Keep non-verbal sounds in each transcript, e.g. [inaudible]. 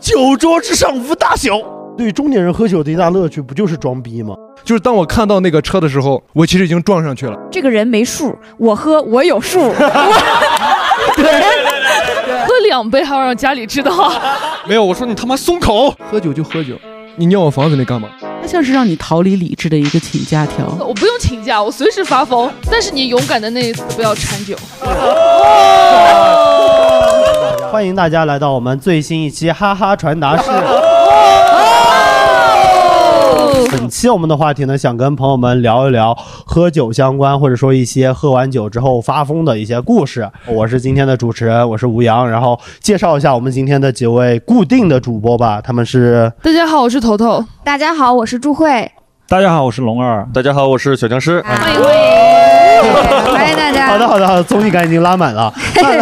酒桌之上无大小。对中年人喝酒的一大乐趣，不就是装逼吗？就是当我看到那个车的时候，我其实已经撞上去了。这个人没数，我喝我有数。喝两杯还要让家里 [laughs] 知道，没有，我说你他妈松口，喝酒就喝酒，你尿我房子里干嘛？那像是让你逃离理智的一个请假条。我不用请假，我随时发疯。但是你勇敢的那一次不要掺酒。哦欢迎大家来到我们最新一期哈哈传达室。本期我们的话题呢，想跟朋友们聊一聊喝酒相关，或者说一些喝完酒之后发疯的一些故事。我是今天的主持人，我是吴阳，然后介绍一下我们今天的几位固定的主播吧，他们是大家好，我是头头。大家好，我是朱 [laughs] 慧，大家好，我是龙二。大家好，我是小僵尸。哎欢迎大家。好的，好的，好的，综艺感已经拉满 [laughs] 了。那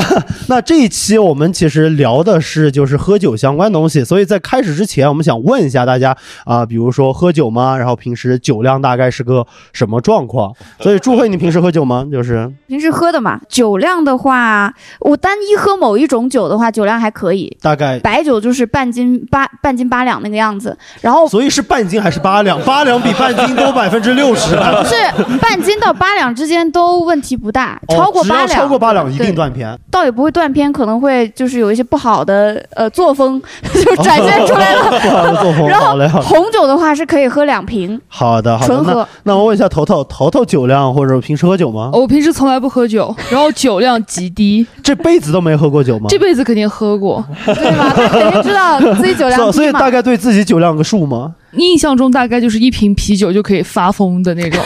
那这一期我们其实聊的是就是喝酒相关东西，所以在开始之前，我们想问一下大家啊、比如说喝酒吗？然后平时酒量大概是个什么 [laughs] 状况？所以祝慧，你平时喝酒吗？就是平时喝的嘛，酒量的话，我单一喝某一种酒的话，酒量还可以。大概，白酒就是半斤八半斤八两那个样子，然后所以是半斤还是八两？八两比半斤多百分之六十。啊不是半斤到八两之间都问题不大，哦超过只八要两，超过八两一对定断片。倒也不会断片，可能会就是有一些不好的呃作风 [laughs] 就展现出 [laughs] 来不哦好的了。作风然好嘞好后 [laughs] 嘞红酒的话是可以喝两瓶，好的，好的。纯那喝那我问一下头头，头头酒量或者平时喝酒吗？我平时从来不喝酒，然后酒量极低，这辈子都没喝过酒吗？这辈子肯定喝过。对吧？他肯定知 [laughs] 道啊自己酒量低嘛。所所以大概对自己酒量有个数吗？印象中大概就是一瓶啤酒就可以发疯的 [laughs] 那种，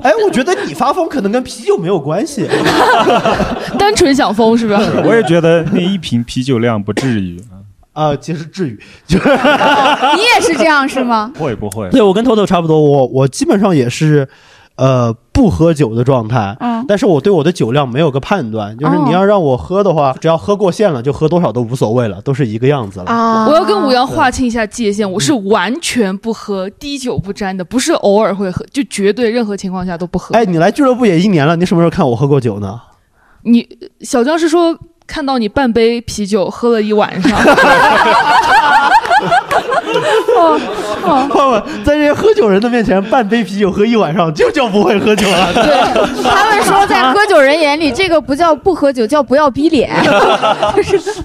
哎，我觉得你发疯可能跟啤酒没有关系。单纯想疯是吧？ [laughs] 我也觉得那一瓶啤酒量不至于， [laughs] 啊，其实至于，哦你也是这样是吗？会不会？对我跟头头差不多，我我基本上也是，呃，不喝酒的状态。嗯哦但是我对我的酒量没有个判断，就是你要让我喝的话，只要喝过线了，就喝多少都无所谓了，都是一个样子了。啊我要跟吴阳划清一下界限，我是完全不喝，滴酒不沾的，不是偶尔会喝，就绝对任何情况下都不喝。哎，你来俱乐部也一年了，你什么时候看我喝过酒呢？你小僵尸说看到你半杯啤酒喝了一晚上，我在这些喝酒人的面前，半杯啤酒喝一晚上，就叫不会喝酒了。 [laughs] 他们说在喝酒人眼里，这个不叫不喝酒，叫不要逼脸。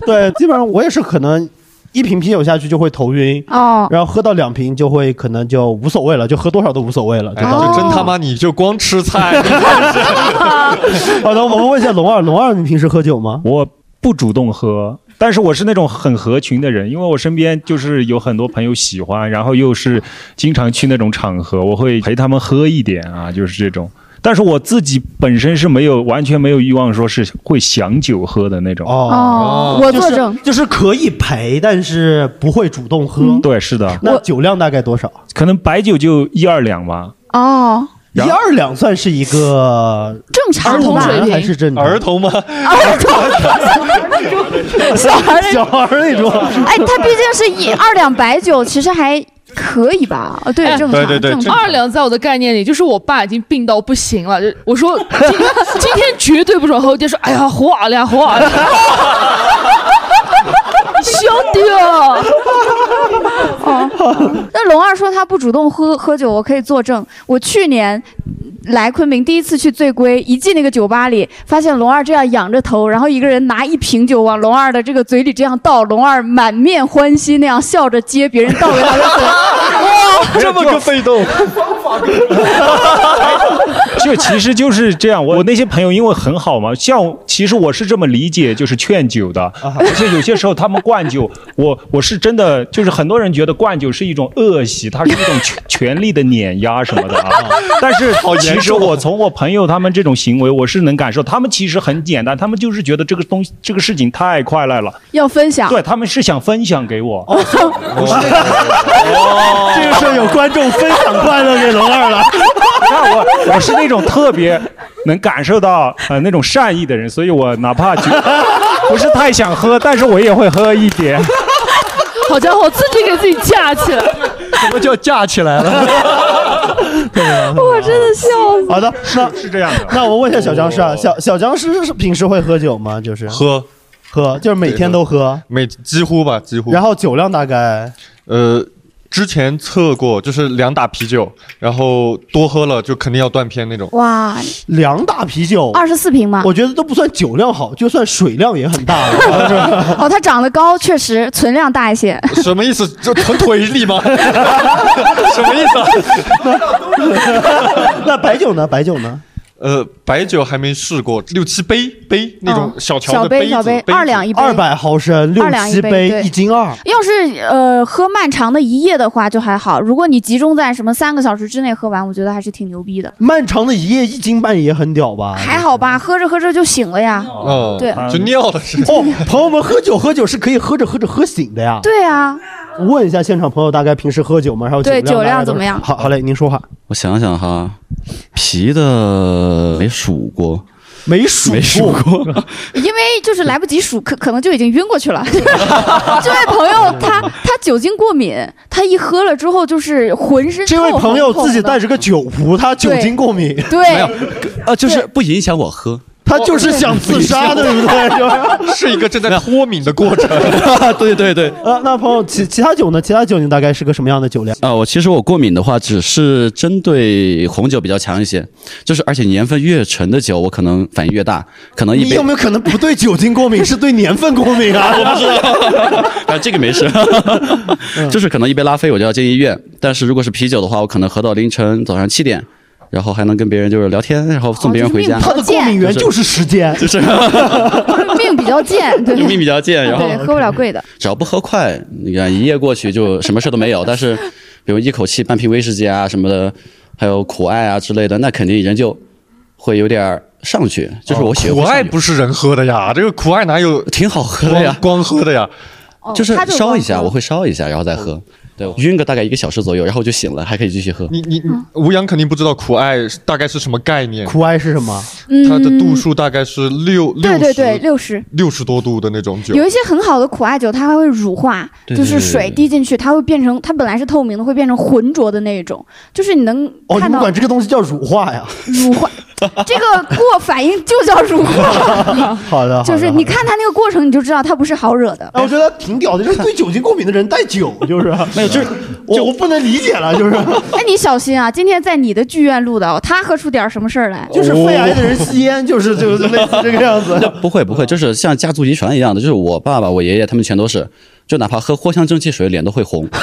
对，基本上我也是可能一瓶啤酒下去就会头晕，哦，然后喝到两瓶就会可能就无所谓了，就喝多少都无所谓了，就哎，就到哦真他妈你就光吃菜，好的，我们问一下龙二，龙二你平时喝酒吗？我不主动喝，但是我是那种很合群的人，因为我身边就是有很多朋友喜欢，然后又是经常去那种场合，我会陪他们喝一点啊，就是这种。但是我自己本身是没有完全没有欲望，说是会想酒喝的那种。哦，我就作是证，就是可以陪，但是不会主动喝。嗯对，是的，那酒量大概多少？可能白酒就一二两吧。哦，一然后二两算是一个正儿常童吧水？平还是正常儿童吗？小孩儿 [laughs] 小孩儿那种？哎，他毕竟是一二两白酒，其实还可以吧？哦，对，哎正常，对对对正正常。二两在我的概念里就是我爸已经病到不行了，就我说今今天绝对不准喝，我爹说哎呀活二两活二两，兄弟 [laughs] 啊，哦那龙二说他不主动喝喝酒，我可以作证。我去年来昆明第一次去醉归，一进那个酒吧里，发现龙二这样仰着头，然后一个人拿一瓶酒往龙二的这个嘴里这样倒，龙二满面欢喜那样笑着接别人倒给他的嘴。哇，这么个被动， [laughs] 就其实就是这样，我我那些朋友因为很好嘛，像其实我是这么理解，就是劝酒的，而且有些时候他们灌酒， [laughs] 我我是真的就是很多人觉得灌酒是一种恶习，它是一种 [laughs] 权权力的碾压什么的啊。但是其实我从我朋友他们这种行为，我是能感受，他们其实很简单，他们就是觉得这个东西这个事情太快乐了，要分享。对他们是想分享给我。这个时候有观众分享快乐给龙二了。那我我是那种特别能感受到呃那种善意的人，所以我哪怕觉 [laughs] 不是太想喝，但是我也会喝一点。好家伙，自己给自己架起来，什么叫架起来了？我真的笑死。好的，那是这样的，哦那我问一下小僵尸啊，小小僵尸是平时会喝酒吗？就是喝喝，就是每天都喝，每几乎吧，几乎。然后酒量大概呃，之前测过，就是两打啤酒，然后多喝了就肯定要断片那种。哇，两打啤酒， [laughs] 二十四瓶嘛。我觉得都不算酒量好，就算水量也很大了。 [laughs] 哦，它长得高，确实存量大一些。什么意思？就囤腿 [laughs] 里吗？什么意思？那白酒呢？白酒呢？呃，白酒还没试过，六七杯杯那种嗯小条小的杯子，小杯，子二两一杯。二百毫升， [laughs] 六二两七一杯杯，对一斤二。要是呃喝漫长的一夜的话就还好，如果你集中在什么三个小时之内喝完，我觉得还是挺牛逼的，漫长的一夜一斤半也很屌吧？还好嗯吧？喝着喝着就醒了呀。嗯，对就尿了是。哦，朋友们，喝酒喝酒是可以喝着喝着喝醒的呀。对啊，问一下现场朋友，大概平时喝酒吗？还有对酒酒量大概多少怎么样好，好嘞，您说话。我想想哈，啤的没数过，没数没数过，因为就是来不及数，可可能就已经晕过去了。这位朋友他他酒精过敏，他一喝了之后就是浑身 [laughs] 这位透红朋友透自己红的带着个酒壶，他酒对精过敏， [laughs] 没有对，啊，就是不影响我喝。他就是想自杀，对不对？就是 [laughs] 是一个正在脱敏的过 [laughs] 程。对对对，呃，那朋友，其其他酒呢？其他酒你大概是个什么样的酒量？啊，我其实我过敏的话，只是针对红酒比较强一些，就是而且年份越陈的酒，我可能反应越大，可能一你杯有没有可能不对酒精过敏，是对年份过敏啊？ [laughs] 啊，这个没事，[laughs] 嗯就是可能一杯拉菲我就要进医院，但是如果是啤酒的话，我可能喝到凌晨早上七点，然后还能跟别人就是聊天，然后哦送别人回家，他的过敏源就是时间。 [laughs] [laughs] 就是 [laughs] 命比较贱，对命比较贱，然后对，喝不嗯了贵的。只要不喝快，你看一夜过去就什么事 [laughs] 都没有。但是，比如一口气半瓶威士忌啊什么的，还有苦艾啊之类的，那肯定人就会有点儿上去。就是我血哦苦会上艾去不是人喝的呀，这个苦艾哪有挺好喝的光呀，光喝的呀？哦就是他烧一下，光哦我会烧一下，然后再喝。对，晕个大概一个小时左右，然后就醒了，还可以继续喝。你你你嗯吴阳肯定不知道苦艾是大概是什么概念，苦艾是什么？它的度嗯数大概是六六对十对对，六十。六十多度的那种酒有。一些很好的苦艾酒，它还会乳化，对就是对对水对滴进去，它会变成它本来是透明的，会变成浑浊的那一种，就是你能哦，你看们到管这个东西叫乳化呀？乳化， [laughs] 这个过反应就叫乳化， [laughs] 好的，好的就是你。看它那个过程，你就知道它不是好 [laughs] 惹的。哎，我觉得挺屌的，就是对酒精过敏的人带酒，就是 [laughs] 没有，就是我我不能理解了，就是？哎，你小心啊！今天在你的剧院录的哦，他喝出点什么事儿来就是肺癌的人吸 [laughs] 烟，就是就是类似这个样子。不会不会，就是像家族遗传一样的，就是我爸爸、我爷爷他们全都是，就哪怕喝藿香正气水，脸都会红。 [laughs]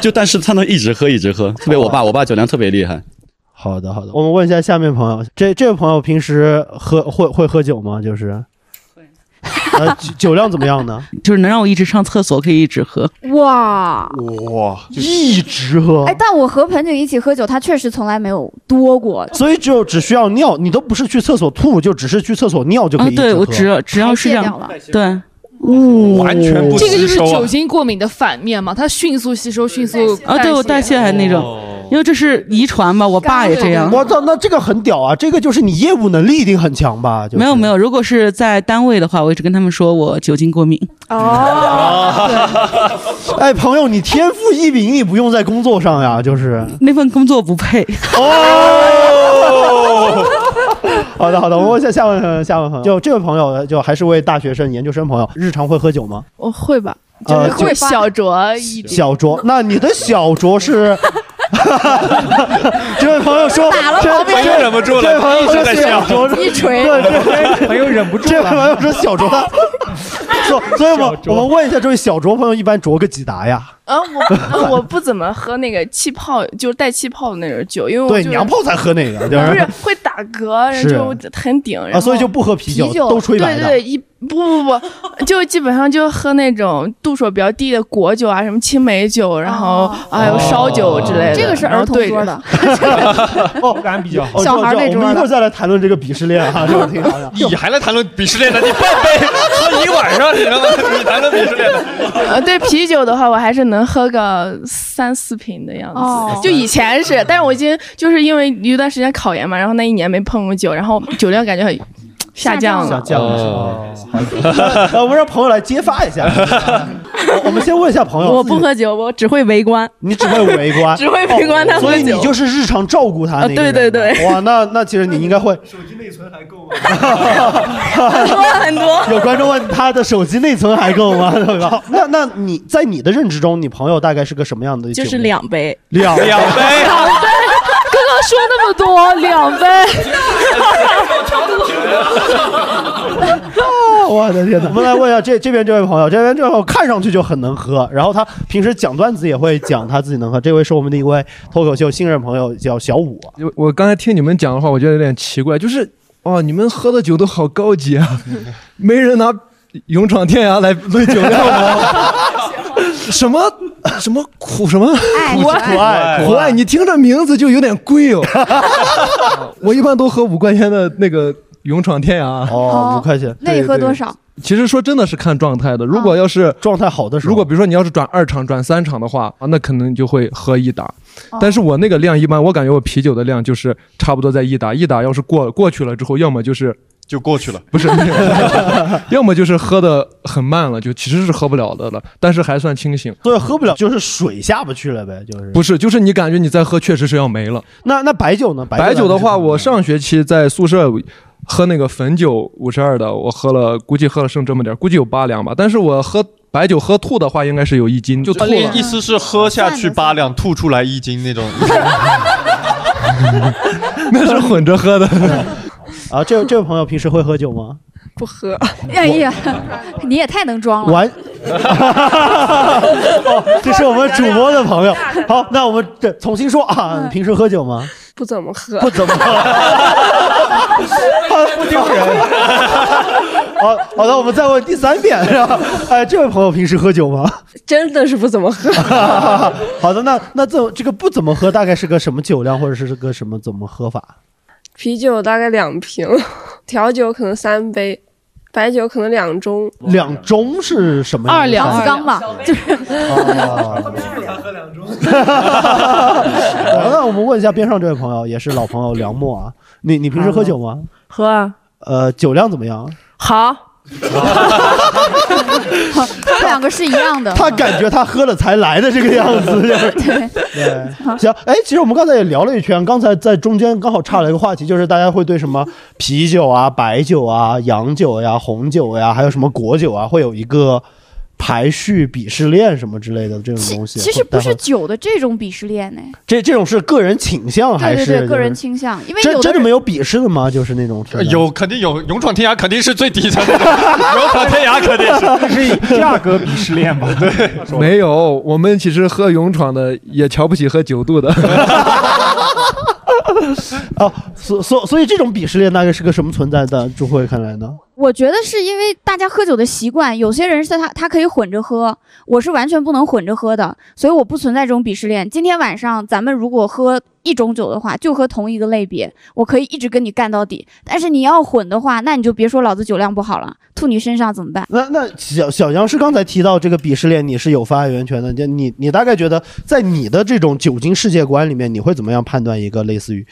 就但是他能一直喝一直喝，特别我爸，我爸酒量特别厉害。好的，好的，我们问一下下面朋友，这这位朋友平时喝会会喝酒吗？就是 [laughs] 会，呃，酒酒量怎么样呢？就是能让我一直上厕所，可以一直喝。哇！哇，一直喝哎，，但我和盆景一起喝酒，他确实从来没有多过。所以只有只需要尿，你都不是去厕所吐，就只是去厕所尿就可啊，以一直喝。对我只要只要是这排泄掉了样，对，完全不这个就吸是收酒啊！精过敏的反面嘛，它迅速吸收，迅速啊，对我代谢还那种，哦因为这是遗传嘛，我爸也这样。我操，那这个很屌啊！这个就是你业务能力一定很强吧？就是、没有没，有，如果是在单位的话，我一直跟他们说我酒精过敏。哎，朋友，你天赋异禀，你不用在工作上呀，啊就是。那份工作不配。哦，好的好的，我问一下下位朋友，下位朋友，就这位朋友，就还是位大学生、研究生朋友，日常会喝酒吗？哦我会吧，就呃是会小酌一点。小酌，那你的小酌是？ [laughs] 这位朋友说，这朋友忍不住这位了，朋友说在小笑。酌是一锤对对哎朋友忍不住这位朋友说小 [laughs] 酌他，所所以我们小酌我们问一下这位小酌朋友，一般酌个几打呀？啊，我我不怎么喝那个气泡，就是带气泡的那种酒，因为我对，就是娘炮才 [laughs] 喝那个，就不是是会打嗝，然是后就很顶，然啊，后所以就不喝啤酒啤，酒都吹白对的。对一不不不， [laughs] 就基本上就喝那种度数比较低的果酒啊，什么青梅酒，然后哦还有烧酒之类的。这个是然后儿童对桌着的， [laughs] 口感比较好。哦小孩儿这样那这样桌我们一的会儿再来谈论这个鄙视链 [laughs] 哈，这个挺好的。你还来谈论鄙视链呢？你半杯喝一晚上，你他妈你谈论鄙视链呢？呃，对啤酒的话，我还是能喝个三四瓶的样子。哦就以前是，但是我今就是因为有一段时间考研嘛，然后那一年没碰过酒，然后酒量感觉很下降下降了哦 [laughs] 想。降了是吧？呃我们让朋友来揭发一下。我们先问一下朋友，我不喝酒，我只会围观。你只会围观，只会围观他哦喝所以你酒就是日常照顾他啊那个人、对对对哇，那那其实你应该会。手机内存还够吗？很多很多。有观众问他的手机内存还够吗？[laughs] 对吧？那那你在你的认知中，你朋友大概是个什么样的酒就量？是两杯，两两杯两杯，刚刚说那么多，两杯。 [laughs] [laughs] 啊我的天哪！我们来问一下这这边这位朋友，这边这位朋友看上去就很能喝，然后他平时讲段子也会讲他自己能喝。这位是我们的一位脱口秀新人朋友，叫小五。我我刚才 [laughs] 听你们讲的话，我觉得有点奇怪，就是哦，你们喝的酒都好高级啊，没人拿勇闯天涯来论酒量吗？什么什么苦什么苦爱苦爱苦爱，你听这名字就有点贵哦。我一般都喝五块钱的那个勇闯天涯。哦，五块钱那你喝多少？其实说真的是看状态的，如果要是啊状态好的时候，如果比如说你要是转二场、转三场的话，啊那可能就会喝一打哦。但是我那个量一般，我感觉我啤酒的量就是差不多在一打，一打要是过过去了之后，要么就是就过去了， [laughs] 不是，要么就是喝的很慢了，就其实是喝不了的了，但是还算清醒。所以喝不了，就是水下不去了呗，就是。不是，就是你感觉你再喝确实是要没了。那那白酒呢？白酒酒的， [laughs] 话，我上学期在宿舍喝那个汾酒五十二的，我喝了，估计喝了剩这么点儿，估计有八两吧。但是我喝白酒喝吐的话，应该是有一斤就吐了。意思是喝下去八两，吐出来一斤那种。那是混着喝的。啊，这位这位朋友平时会喝酒吗？不喝。哎 [laughs] 呀，你也太能装了。完， [laughs] 哦这是我们主播的朋友。好，那我们这重新说啊，你平时喝酒吗？不怎么喝，不怎么 [laughs] 喝不丢人。好好哦的，我们再问第三遍。是吧哎，这位朋友平时喝酒吗？真的是不怎么喝。 [laughs] 好的，那那这这个不怎么喝，大概是个什么酒量，或者是个什么怎么喝法？啤酒大概两瓶，调酒可能三杯，白酒可能两盅。两盅是什么样的？二两子缸吧，就是 [laughs] 好那我们问一下边上这位朋友，也是老朋友梁墨啊，你你平时喝酒吗？喝啊，呃，酒量怎么样？好，他们两个是一样的。他感觉他喝了才来的这个样 [laughs] 子，就是对啊对，行，哎，其实我们刚才也聊了一圈，刚才在中间刚好岔了一个话题，就是大家会对什么啤酒啊、白酒啊、洋酒呀、红酒呀，还有什么果酒啊，会有一个排序、鄙视链什么之类的这种东西。其实不是会酒的这种鄙视链呢，这这种是个人倾向还对是对对，个人就是倾向，因为真有真的的人没有鄙视的吗？就是那种呃有肯定有，勇闯天涯肯定是最底 [laughs] 层的，勇闯天涯肯定是。价格鄙 [laughs] 视链吧？对， [laughs] 没有，我们其实喝勇闯的也瞧不起喝九度的。 [laughs] [laughs] 啊，所所所以这种鄙视链大概是个什么存在的？朱慧看来呢？我觉得是因为大家喝酒的习惯，有些人是他他可以混着喝，我是完全不能混着喝的，所以我不存在这种鄙视链。今天晚上咱们如果喝一种酒的话，就喝同一个类别，我可以一直跟你干到底。但是你要混的话，那你就别说老子酒量不好了，吐你身上怎么办？那那小小杨是刚才提到这个鄙视链，你是有发言权的。就你你大概觉得在你的这种酒精世界观里面，你会怎么样判断一个类似于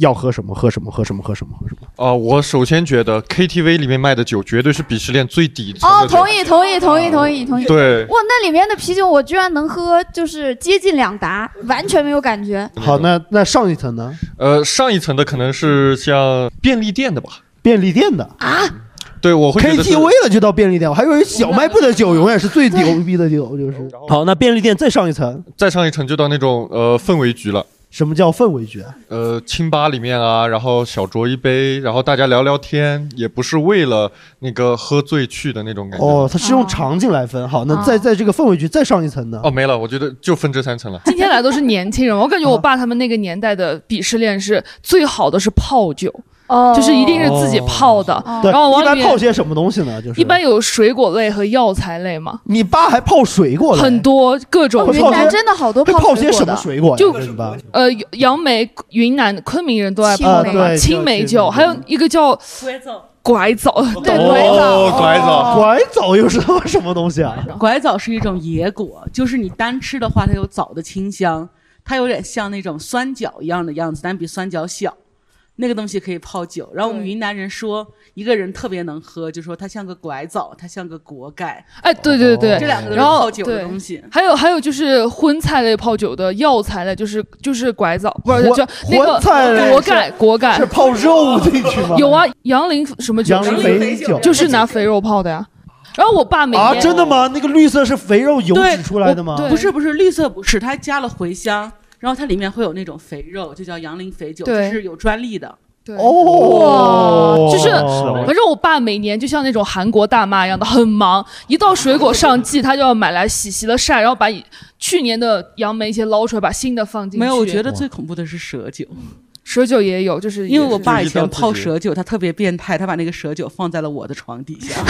要喝什么喝什么喝什么喝什么喝什么？啊、我首先觉得 KTV 里面卖的酒绝对是鄙视链最底层哦，的酒同意，同意，同意，同意，同意。对哇，那里面的啤酒我居然能喝，就是接近两打，完全没有感觉。好，那那上一层呢？呃，上一层的可能是像便利店的吧？便利店的啊对，我会觉得是，KTV 了就到便利店，我还以为小卖部的酒永远是最牛逼的酒，就是。好，那便利店再上一层，再上一层就到那种呃氛围局了。什么叫氛围局啊？呃，清吧里面啊，然后小酌一杯，然后大家聊聊天，也不是为了那个喝醉去的那种感觉。哦，它是用场景来分。好，哦那再在这个氛围局再上一层呢？哦，没了，我觉得就分这三 [laughs] 层了。今天来都是年轻人，我感觉我爸他们那个年代的鄙视链是最好的是泡酒，哦就是一定是自己泡的，对，哦然后往一里般面泡些什么东西呢？就是一般有水果类和药材类嘛。你爸还泡水果嘞很多各种会泡些云南真的好多泡会泡些水果的什么水果呀就这是吧呃杨梅，云南昆明人都爱泡的青梅啊嘛，对青梅酒，还有一个叫拐枣， [laughs] 对哦拐枣拐枣又是他妈什么东西啊？拐枣是一种野果，就是你单吃的话，它有枣的清香，它有点像那种酸角一样的样子，但比酸角小。那个东西可以泡酒。然后我们云南人说一个人特别能喝，就说他像个拐枣，他像个果盖。哎，对哦对对，这两个都是然后泡酒的对东西。还有还有就是荤菜类泡酒的，药材类就是就是拐枣，不是荤就那个荤菜类锅是盖锅盖是泡肉进去吗有啊，杨林什么酒？杨林肥酒就是拿肥肉泡的呀。然后我爸每啊，年真的吗？那个绿色是肥肉油对脂出来的吗？不是不是，绿色不是，它加了茴香，然后它里面会有那种肥肉，就叫杨林肥酒，对这是有专利的。对哦哇就是啊哦反正我爸每年就像那种韩国大妈一样的，很忙，一到水果上季，他就要买来洗洗了晒，然后把以去年的杨梅先捞出来，把新的放进去。没有，我觉得最恐怖的是蛇酒，蛇酒也有，就是因为也我是爸以前泡蛇酒，他特别变态，他把那个蛇酒放在了我的床底下，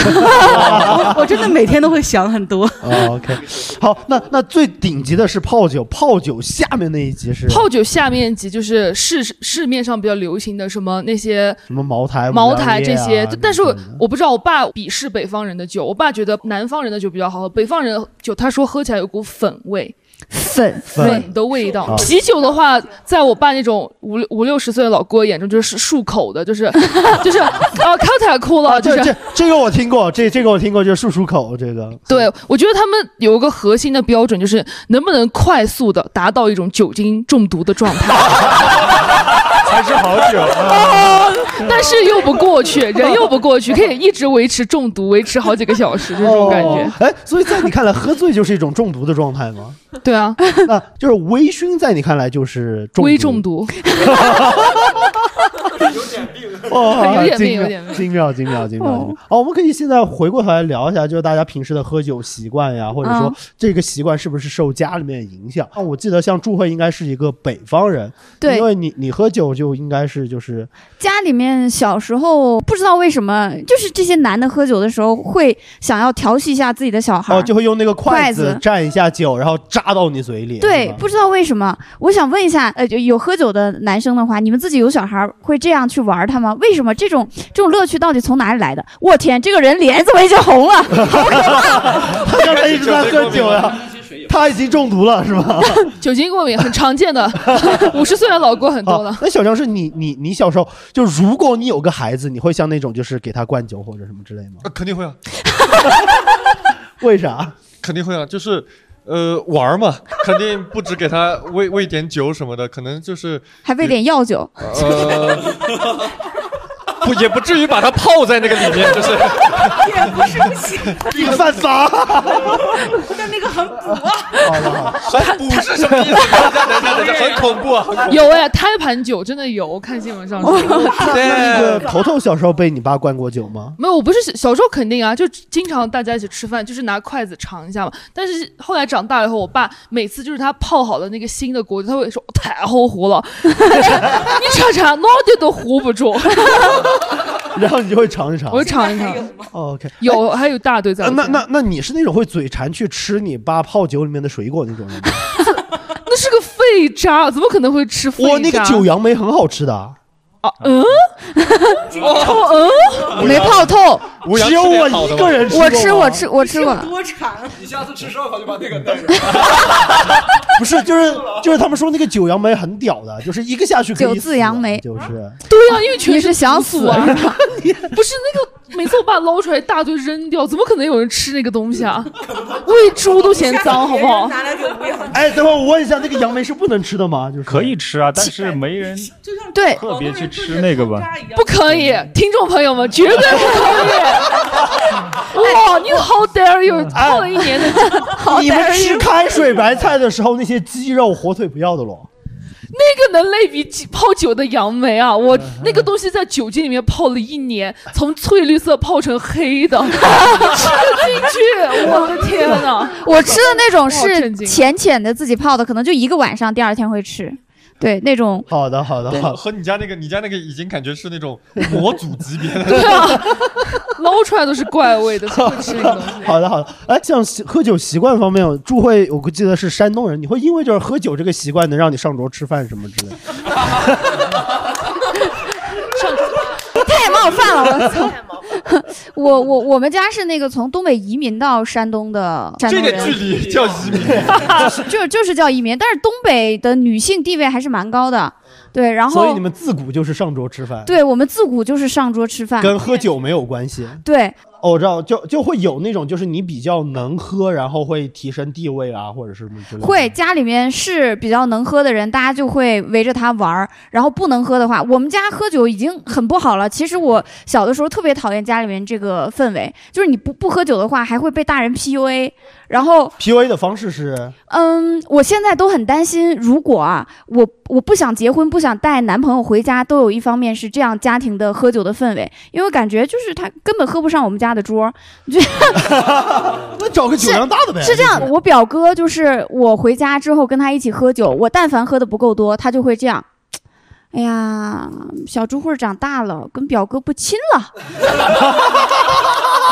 我真的每天都会想很多。哦 OK，好，那那最顶级的是泡酒，泡酒下面那一级是泡酒下面级就是市市面上比较流行的什么那些什么茅台、茅五粮台液这啊些，但是我我不知道，我爸鄙视北方人的酒，我爸觉得南方人的酒比较好喝，北方人的酒他说喝起来有股粉味。粉粉的味道啊，啤酒的话，在我爸那种五六五六十岁的老哥眼中，就是漱口的，就是 [laughs] [laughs] 就是啊，看太酷了，就这是这这个我听过，这这个我听过，就是漱漱口这个。对，我觉得他们有一个核心的标准，就是能不能快速的达到一种酒精中毒的状态。 [laughs] 才是好酒啊！但是又不过去，人又不过去，可以一直维持中毒，维持好几个小时，就这种感觉哦。哎，所以在你看来，喝醉就是一种中毒的状态吗？对啊， [laughs] 那就是微醺，在你看来就是中微中毒。哦，有点精病有妙点病精妙，精妙，精妙。哦精妙哦，我们可以现在回过头来聊一下，就是大家平时的喝酒习惯呀，或者说嗯这个习惯是不是受家里面影响？啊，我记得像祝慧应该是一个北方人，对因为你你喝酒就应该是就是家里面小时候不知道为什么，就是这些男的喝酒的时候会想要调戏一下自己的小孩儿，哦，就会用那个筷子子蘸一下酒，然后扎到你嘴里。对，不知道为什么，我想问一下，呃，就有喝酒的男生的话，你们自己有小孩儿会这样去玩他吗？为什么这种这种乐趣到底从哪里来的？我天，这个人脸怎么已经红了？好可怕！他刚才一直在喝酒呀， [laughs] 他已经中毒了是吧？酒精过敏很常见的， [laughs] 五十岁的老 [laughs] 哥很多了啊。那小张是你你你小时候，就如果你有个孩子，你会像那种就是给他灌酒或者什么之类吗？肯定会啊，为啥？肯定会啊，就是呃玩儿嘛， [laughs] 肯定不止给他喂喂点酒什么的，可能就是还喂点药 [laughs] 酒， [laughs] 呃， [laughs] 不也不至于把它泡在那个里面，就是也不是不行，这个犯法。但那个很补啊。不是什么意思？等一下，等一下，等一下，很恐怖啊！很恐怖有哎，胎盘酒真的有， [laughs] 我看新闻上说。哦那个头头小时候被你爸灌过酒吗？ [laughs] 没有，我不是小小时候肯定啊，就经常大家一起吃饭，就是拿筷子尝一下嘛。但是后来长大了以后，我爸每次就是他泡好的那个新的果酒，他会说太好喝了， [laughs] 你尝尝，脑袋都糊不住。哦 [laughs] 然后你就会尝一尝。我就尝一尝，哦 OK，有还有一大堆在呃我那家。那那你是那种会嘴馋去吃你爸泡酒里面的水果那种人吗？那是个废渣，怎么可能会 [laughs] 吃废渣？哇，那个九杨梅很好吃的，啊， [laughs] 嗯，哦嗯，没泡透，只有我一个人吃过我吃我吃我吃过，多馋！你下次吃烧烤就把那个带上。 [laughs] 不是就是就是他们说那个九杨梅很屌的，就是一个下去可以九死字杨梅，就是。对呀、因为全你是想死毒素啊， [laughs] 不是那个，每次我爸捞出来一大堆扔掉，怎么可能有人吃那个东西啊？ [laughs] 喂猪都嫌脏，好不 [laughs] 好？来就不要。哎，等会儿我问一下，那个杨梅是不能吃的吗？就是可以吃啊，但是没人对，特别去吃那个吧。不可以，听众朋友们，绝对不 [laughs] 可以！哇，你 how dare you！泡了一年 [laughs] 的，你们吃开水白菜的时候，那些鸡肉、火腿不要的喽。 [laughs] 那个能类比几泡酒的杨梅啊？我嗯那个东西在酒精里面泡了一年，从翠绿色泡成黑的， [laughs] 你吃得进去？我的天 [laughs] 哪！我吃的那种我好是震惊浅浅的自己泡的，可能就一个晚上，第二天会吃。对，那种好的，好的，和好和你家那个，你家那个已经感觉是 [laughs] 那种模组级别的。对啊，捞出来都是怪味 [laughs] 的，会吃那个东西。好的，好的。哎，像习喝酒习惯方面，祝慧，我记得是山东人，你会因为就是喝酒这个习惯，能让你上桌吃饭什么之类的。太冒犯了，我操！ [laughs] 我我我们家是那个从东北移民到山东的山这东个人，距 [laughs] 离叫移民，就就是叫移民，但是东北的女性地位还是蛮高的。对，然后嗯所以你们自古就是上桌吃饭，，对我们自古就是上桌吃饭，跟喝酒没有关系。对，哦，我知道，就就会有那种，就是你比较能喝，然后会提升地位啊，或者是什么之类的。会家里面是比较能喝的人，大家就会围着他玩儿。然后不能喝的话，我们家喝酒已经很不好了。其实我小的时候特别讨厌家里面这个氛围，就是你不不喝酒的话，还会被大人 PUA。然后 PUA 的方式是，嗯，我现在都很担心，如果啊，我我不想结婚，不想带男朋友回家，都有一方面是这样家庭的喝酒的氛围，因为感觉就是他根本喝不上我们家的桌， [laughs] 就 [laughs] 那找个酒量大的呗。是这样，我表哥就是我回家之后跟他一起喝酒，我但凡喝的不够多，他就会这样。哎呀，小猪慧儿长大了，跟表哥不亲了， [laughs]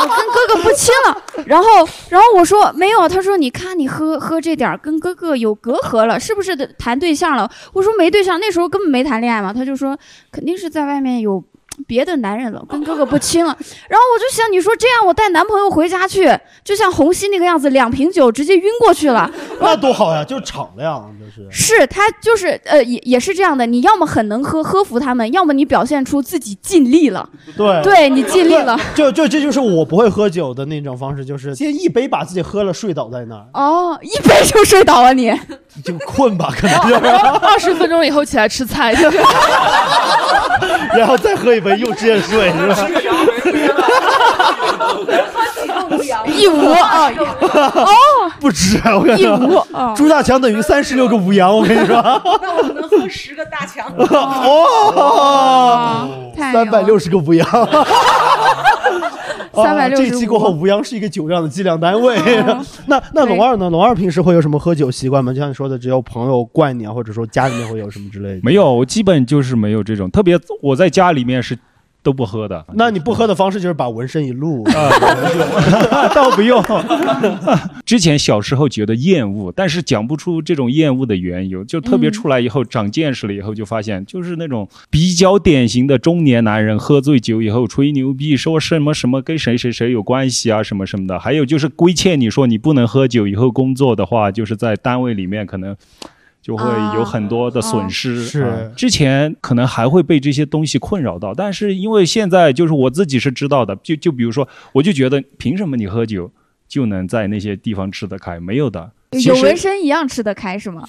我跟哥哥不亲了。然后，然后我说没有，他说你看你喝喝这点儿，跟哥哥有隔阂了，是不是得谈对象了？我说没对象，那时候根本没谈恋爱嘛。他就说肯定是在外面有别的男人了，跟哥哥不亲了。然后我就想，你说这样我带男朋友回家去，就像红熙那个样子，两瓶酒直接晕过去了。 [laughs] 那多好呀，就是敞亮，就是是他就是呃也也是这样的，你要么很能喝喝服他们，要么你表现出自己尽力了。对，对你尽力了。就就这就是我不会喝酒的那种方式，就是先一杯把自己喝了，睡倒在那儿，哦，一杯就睡倒了你。就困吧，可能就是， [laughs] 二十分钟以后起来吃菜，就是然后再喝一杯又直接睡，是吧？一无啊，哦， [laughs] 不止啊，我跟你一无哦说，朱大强等于三十六个五羊，我跟你说，那我能喝十个大 [laughs] 强哦，三百六十个五羊。 [laughs] 哦365这期过后，五羊是一个酒量的计量 [laughs] 单位。那那龙二呢？龙二平时会有什么喝酒习惯吗？就像你说的，只有朋友惯你啊，或者说家里面会有什么之类的。没有，我基本就是没有这种，特别我在家里面是都不喝的。那你不喝的方式就是把纹身一路，啊 [laughs] 倒不用。之前小时候觉得厌恶，但是讲不出这种厌恶的缘由，就特别嗯出来以后、长见识了以后，就发现就是那种比较典型的中年男人喝醉酒以后吹牛逼，说什么什么跟谁谁谁有关系啊，什么什么的。还有就是规劝你说你不能喝酒，以后工作的话就是在单位里面可能。就会有很多啊的损失。是啊之前可能还会被这些东西困扰到，但是因为现在就是我自己是知道的，就就比如说，我就觉得凭什么你喝酒就能在那些地方吃得开？没有的，有其实纹身一样吃得开是吗？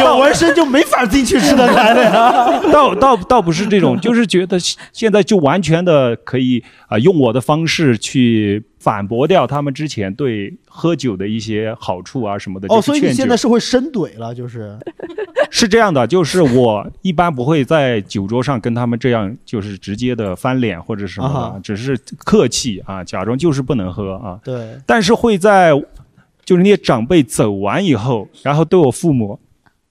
有纹身就没法进去吃得开了呀。 [laughs] 倒倒倒不是这 [laughs] 种，就是觉得现现在就完全的可以啊、用我的方式去反驳掉他们之前对喝酒的一些好处啊什么的。哦，就是所以你劝现酒在是会深怼了，就是 [laughs] 是这样的，就是我一般不会在酒桌上跟他们这样，就是直接的翻脸或者什么的，啊哈只是客气啊，假装就是不能喝啊。对，但是会在就是那些长辈走完以后，然后对我父母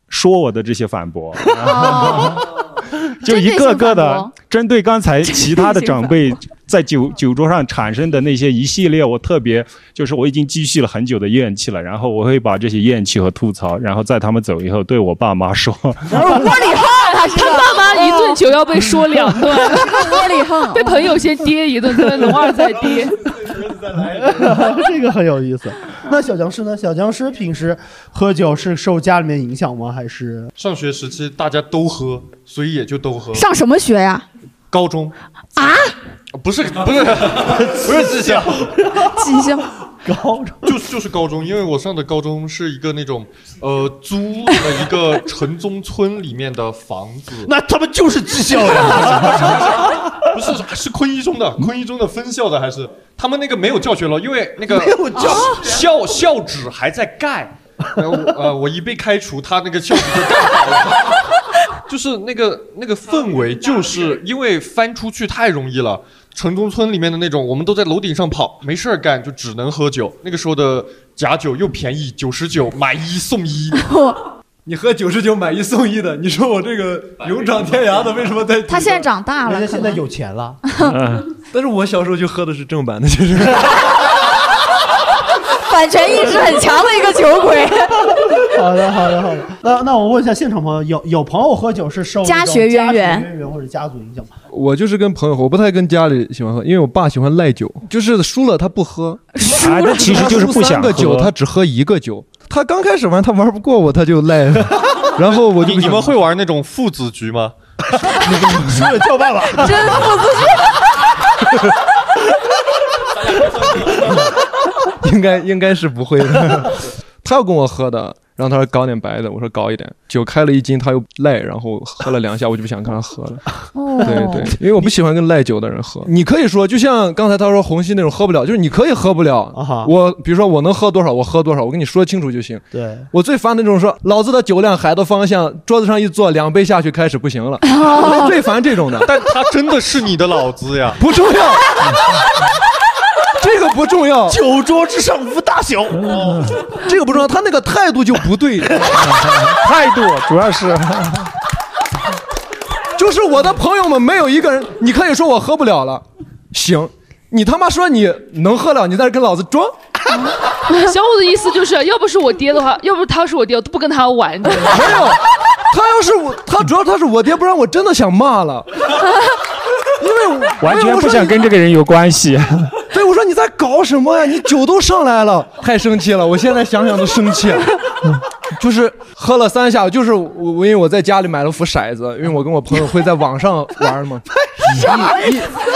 说我的这些反驳， [laughs] 就一个个的哦针对刚才其他的长辈在酒酒桌上产生的那些一系列，我特别就是我已经积蓄了很久的怨气了，然后我会把这些怨气和吐槽，然后在他们走以后对我爸妈 [laughs] 说，窝里横，他是爸妈一顿酒要被说两顿，哦窝里横，被朋友先跌一顿，跟龙二再跌。 [laughs] 这个很有意思。那小僵尸呢？小僵尸平时喝酒是受家里面影响吗？还是上学时期大家都喝，所以也就都喝。上什么学呀？高中 [laughs] 啊？不 [laughs] 是不是不是技校，技校高中就就是高中，因为我上的高中是一个那种呃租了一个城中村里面的房子， [laughs] [laughs] 那他们就是技校呀。 [laughs] [laughs] 不是是昆一中的，昆一中的分校的还是他们那个没有教学楼，因为那个没有教校校址还在盖。然后呃，我一被开除，他那个校址就盖好了。 [laughs] 就是那个那个氛围，就是因为翻出去太容易了。城中村里面的那种，我们都在楼顶上跑，没事儿干就只能喝酒。那个时候的假酒又便宜，九十九买一送一。 [laughs] 你喝九十九买一送一的，你说我这个勇闯天涯的为什么在？他现在长大了，人家现在可能有 [laughs] 钱了， [laughs] 但是我小时候就喝的是正版的，就是反权意识很强的一个酒鬼。 [laughs] 好的，好的，好的。那那我问一下现场朋友，有有朋友喝酒是受那种家学渊家源渊源或者家族影响吗？我就是跟朋友喝，我不太跟家里喜欢喝，因为我爸喜欢赖酒，就是输了他不喝，输了啊那其实就是不他输三想喝 [laughs] 个酒他只喝一个酒。他刚开始玩，他玩不过我，他就赖了。然后我就你你们会玩那种父子局吗？是不是叫爸爸？真不自 [laughs] 应该应该是不会的。 [laughs] 他要跟我喝的，然后他说搞点白的，我说搞一点。酒开了一斤，他又赖，然后喝了两下，我就不想跟他喝了。哦对对，因为我不喜欢跟赖酒的人喝。你可以说，就像刚才他说红心那种喝不了，就是你可以喝不了。我比如说我能喝多少，我喝多少，我跟你说清楚就行。对，我最烦那种说老子的酒量海的方向，桌子上一坐，两杯下去开始不 [laughs] 行了，哦我最烦这种的。但他真的是你的老子呀，不重要，这个不重要。酒桌之上无大小，这个不重要，他那个态度就不对，态度主要是。就是我的朋友们没有一个人，你可以说我喝不了了，行，你他妈说你能喝了，你在这跟老子装， [laughs] 小五的意思就是要不是我爹的话，要不是他是我爹，我都不跟他玩。没有，他要是我，他主要他是我爹，不然我真的想骂了， [laughs] 因为我完全不想跟这个人有关系。 [laughs] 对我说你在搞什么呀？你酒都上来了，太生气了，我现在想想都生气。 [laughs] 就是喝了三下，就是我，我因为我在家里买了副骰子，因为我跟我朋友会在网上 [laughs] 玩嘛，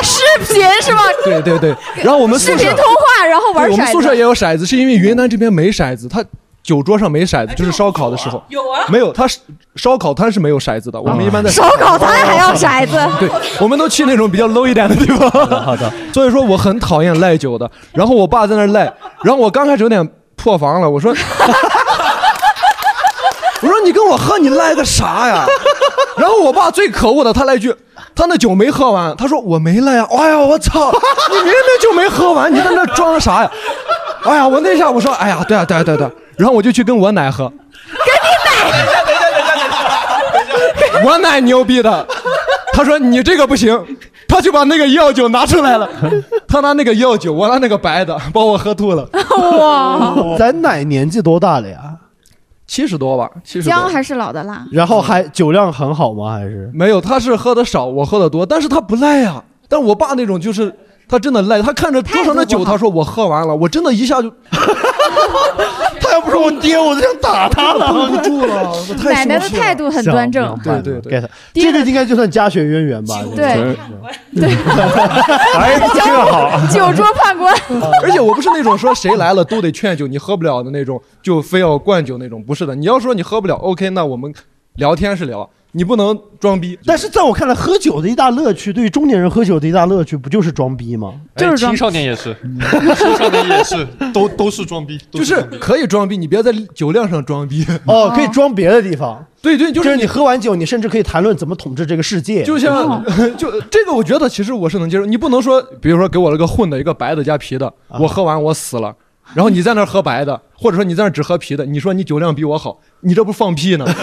视频是吧？对对对，然后我们宿舍视频通话然后玩对我们骰子宿舍也有骰子，是因为云南这边没骰子，它酒桌上没骰子，就是烧烤的时候哎有啊，没有，它是烧烤摊是没有骰子的，我们一般在烧烤摊还要骰子 [laughs] 对，我们都去那种比较 low 一点的地方。 [laughs] 好的， [laughs] 所以说我很讨厌赖酒的，然后我爸在那儿赖，然后我刚开始有点破防了，我说。 [laughs] 我说你跟我喝，你赖个啥呀？然后我爸最可恶的，他来一句，他那酒没喝完，他说我没赖呀、哎呀，我操，你明明就没喝完，你在那装啥呀？哎呀，我那下我说，哎呀，对啊，对啊，对啊，对啊。然后我就去跟我奶喝， [laughs] 我奶牛逼的，他说你这个不行，他就把那个药酒拿出来了， [laughs] 他拿那个药酒，我拿那个白的，把我喝吐了。哦哇咱奶年纪多大了呀？七十多吧，七十多。姜还是老的 [laughs] 辣。然后还酒量很好吗？还是没有，他是喝的少，我喝的多，但是他不赖呀、啊但我爸那种就是，他真的赖，他看着桌上的酒，他说我喝完了，我真的一下就， [laughs] [laughs] 他要不是我爹，我就想打他了绷不住了，我奶太奶的态度很端正，对对对，这个应该就算家学渊源吧？对， [laughs] 哎，这个好酒桌判官。而且我不是那种说谁来了都得劝酒，你喝不了的那种，就非要灌酒那种，不是的。你要说你喝不了，OK，那我们聊天是聊，你不能装逼。但是在我看来，喝酒的一大乐趣，对于中年人喝酒的一大乐趣，不就是装逼吗？哎青少年也是，青少年也是，都都是装逼，都就是 [laughs] 可以装逼，你别在酒量上装逼。 [laughs] 哦，可以装别的地方。对对，就是你喝完酒，你甚至可以谈论怎么统治这个世界。就像 [laughs] 就这个，我觉得其实我是能接受。你不能说，比如说给我了个混的，一个白的加啤的，我喝完我死了，然后你在那儿喝白的，或者说你在那儿只喝啤的，你说你酒量比我好，你这不放屁呢？ [laughs]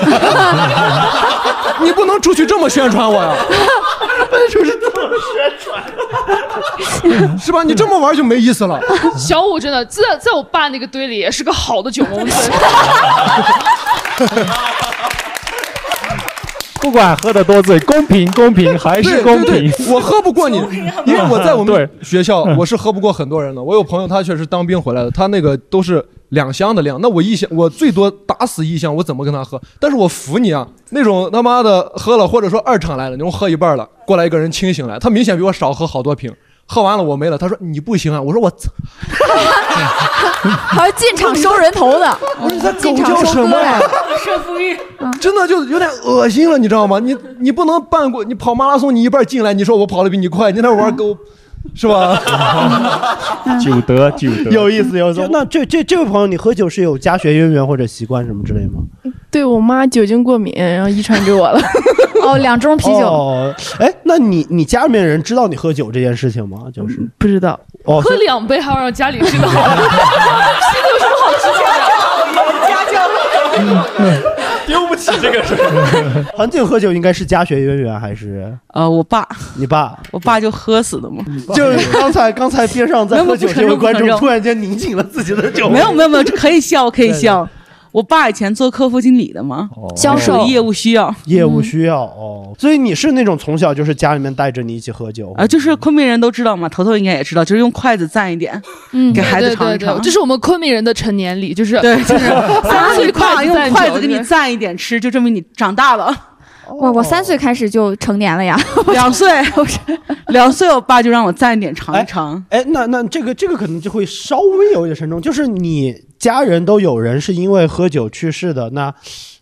你不能出去这么宣传我呀！就是这么宣 [laughs] 传，是吧？你这么玩就没意思了。 [laughs] 小五真的在在我爸那个堆里也是个好的 [laughs] 九公分。不管喝的多醉，公平公平还哎是对公对平对。我喝不过你，啊因为我 [laughs] 在我对们学校我是喝不过很多人的。我有朋友他确实当兵回来的，他那个都是两箱的量，那我一箱我最多打死一箱，我怎么跟他喝？但是我服你啊，那种他妈的喝了或者说二厂来了，那种喝一半了，过来一个人清醒来，他明显比我少喝好多瓶。喝完了我没了，他说你不行啊，我说我操， [laughs] 还 [laughs] 进场收人头的，我说你在狗进场叫收什割么呀呀？胜负欲，真的就有点恶心了，你知道吗？你你不能半过，你跑马拉松你一半进来，你说我跑得比你快，你在那玩狗，是吧？ [laughs] 酒德酒德， [laughs] 有意思，有意思。那这这这位朋友，你喝酒是有家学渊源或者习惯什么之类吗？ [laughs] 对我妈酒精过敏，然后遗传给我了。哦，两盅啤酒哦，哎，那你你家里面人知道你喝酒这件事情吗？就是不知道。哦，喝所以两杯还要让家里知道，这 [laughs] 个有什么好知道的？家教，嗯 [laughs] 丢不起这个是。 [laughs] [laughs] 环境喝酒应该是家学渊源还是？呃，我爸，你爸，我爸就喝死的嘛。 [laughs] 就是刚才刚才边上在喝酒这位观众突然间拧紧了自己的 [laughs] 酒，没有没有没有，这可以笑可以笑。我爸以前做客户经理的嘛，销售属于业务需要，哦业务需要嗯哦，所以你是那种从小就是家里面带着你一起喝酒嗯啊，就是昆明人都知道嘛，头头应该也知道，就是用筷子蘸一点，嗯给孩子尝一对对对尝。啊 [laughs] 对这是我们昆明人的成年礼，就是对，就是 [laughs] 三岁爸筷子蘸用酒筷子给你对蘸一点吃，就证明你长大了。哇，我三岁开始就成年了呀， [laughs] 两岁， [laughs] 两岁我爸就让我蘸一点尝一尝。哎，那那这个这个可能就会稍微有一点沉重，就是你家人都有人是因为喝酒去世的，那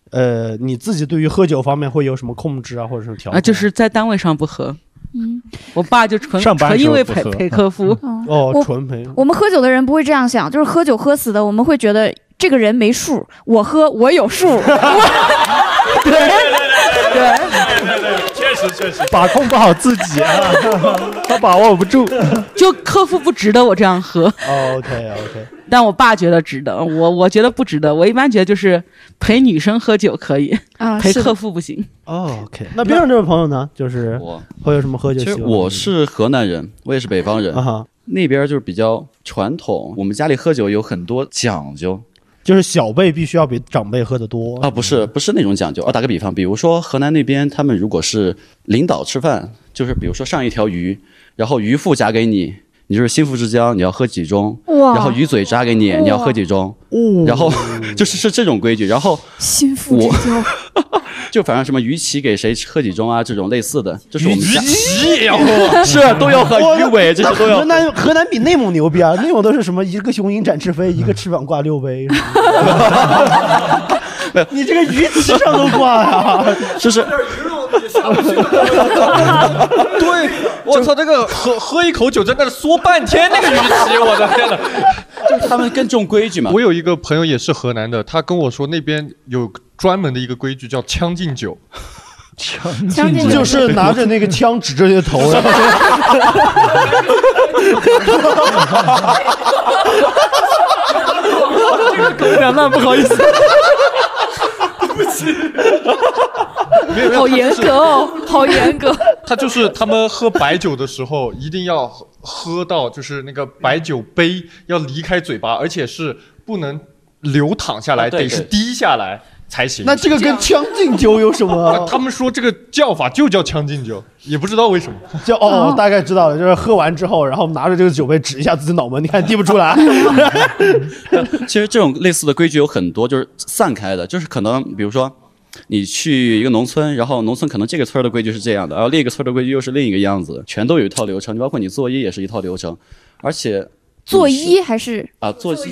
呃，你自己对于喝酒方面会有什么控制啊，或者是调啊，整？就是在单位上不喝， [laughs] 嗯，我爸就纯上班纯时因候为不陪喝陪客户。哦我纯陪我们喝酒的人不会这样想，就是喝酒喝死的，我们会觉得这个人没数，我喝我有数。 [laughs] 对对对，确实确实把控不好自己啊，他把握不住，就客户不值得我这样喝。 OK OK，但我爸觉得值得，我我觉得不值得。我一般觉得就是陪女生喝酒可以，啊陪是的客户不行。哦，OK。那边上这位朋友呢，就是会有什么喝酒啊其习实惯？我是河南人，我也是北方人，那边就是比较传统。我们家里喝酒有很多讲究就是小辈必须要比长辈喝得多啊，不是不是那种讲究啊。打个比方，比如说河南那边，他们如果是领导吃饭，就是比如说上一条鱼，然后鱼腹夹给你，你就是心腹之交，你要喝几盅，哇然后鱼嘴扎给你，你要喝几哦盅，然后 [laughs] 就是是这种规矩，然后心腹之我交， [laughs] 就反正什么鱼鳍给谁喝几盅啊，这种类似的，这是我们家鱼鳍也要喝 [laughs] 是啊都要 [laughs] 喝鱼尾，这那些都要河。南河南比内蒙牛逼啊！内蒙都是什么一个雄鹰展翅飞，一个翅膀挂六杯。你这个鱼鳍上都挂呀！就是对，我操，这个喝喝一口酒在那儿缩半天，那个鱼鳍，我的天哪！他们更重规矩嘛。我有一个朋友也是河南的，他跟我说那边有专门的一个规矩叫“将进酒”， [laughs] 将进酒就是拿着那个枪指着你 [laughs] 的头， [laughs] 然后这个狗展览不好意思对不起，没有没有好严格哦 [laughs] 好严格。他就是他就是他们喝白酒的时候，一定要喝喝到就是那个白酒杯要离开嘴巴，而且是不能流淌下来，啊对得是对滴下来才行。那这个跟将进酒有什 [laughs] 么？他们说这个叫法就叫“将进酒”，也不知道为什么。就哦，我大概知道了，就是喝完之后，然后拿着这个酒杯指一下自己脑门，你看滴不出 [laughs] 来。其实这种类似的规矩有很多，就是散开的，就是可能比如说。你去一个农村，然后农村可能这个村儿的规矩是这样的，然后另一个村儿的规矩又是另一个样子，全都有一套流程，包括你作揖也是一套流程，而且作揖还是 [laughs] 啊作揖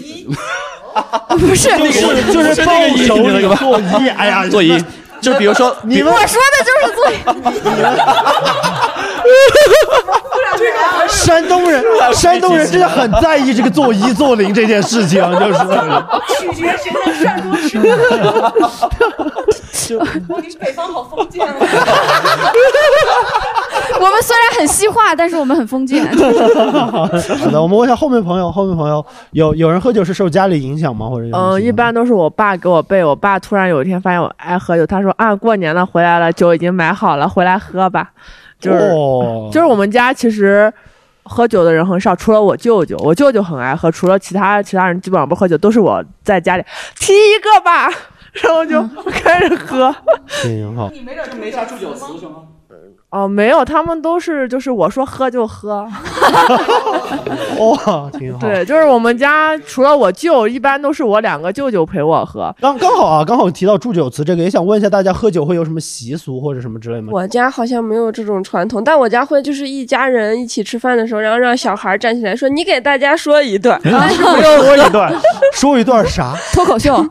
不是就是就是是那个抱揖手你明白吧作揖哎呀作揖就比如说你们我说的就是作揖。山东人，山东人真的很在意这个做一做零这件事情， [laughs] 就是。取决谁能善多事。你北方好封建啊！ [laughs] 我们虽然很西化，但是我们很封建。 [laughs] 好的，我们问一下后面朋友，后面朋友有有人喝酒是受家里影响吗？或者有人嗯，一般都是我爸给我备。我爸突然有一天发现我爱喝酒，他说啊，过年了回来了，酒已经买好了，回来喝吧。就是、哦就是我们家其实喝酒的人很少，除了我舅舅，我舅舅很爱喝，除了其他其他人基本上不喝酒，都是我在家里提一个吧，然后就开始喝。挺好。你没准就没啥祝酒词什么。 [laughs] 哦，没有，他们都是就是我说喝就 [laughs] 喝。哇，挺好。对，就是我们家除了我舅，一般都是我两个舅舅陪我喝。刚刚好啊，刚好提到祝酒词这个，也想问一下大家，喝酒会有什么习俗或者什么之类吗？我家好像没有这种传统，但我家会就是一家人一起吃饭的时候，然后让小孩站起来说：“你给大家说一段。 [laughs] 哎 [laughs] [laughs] 我说一段，说一段啥？脱口 [laughs] 秀，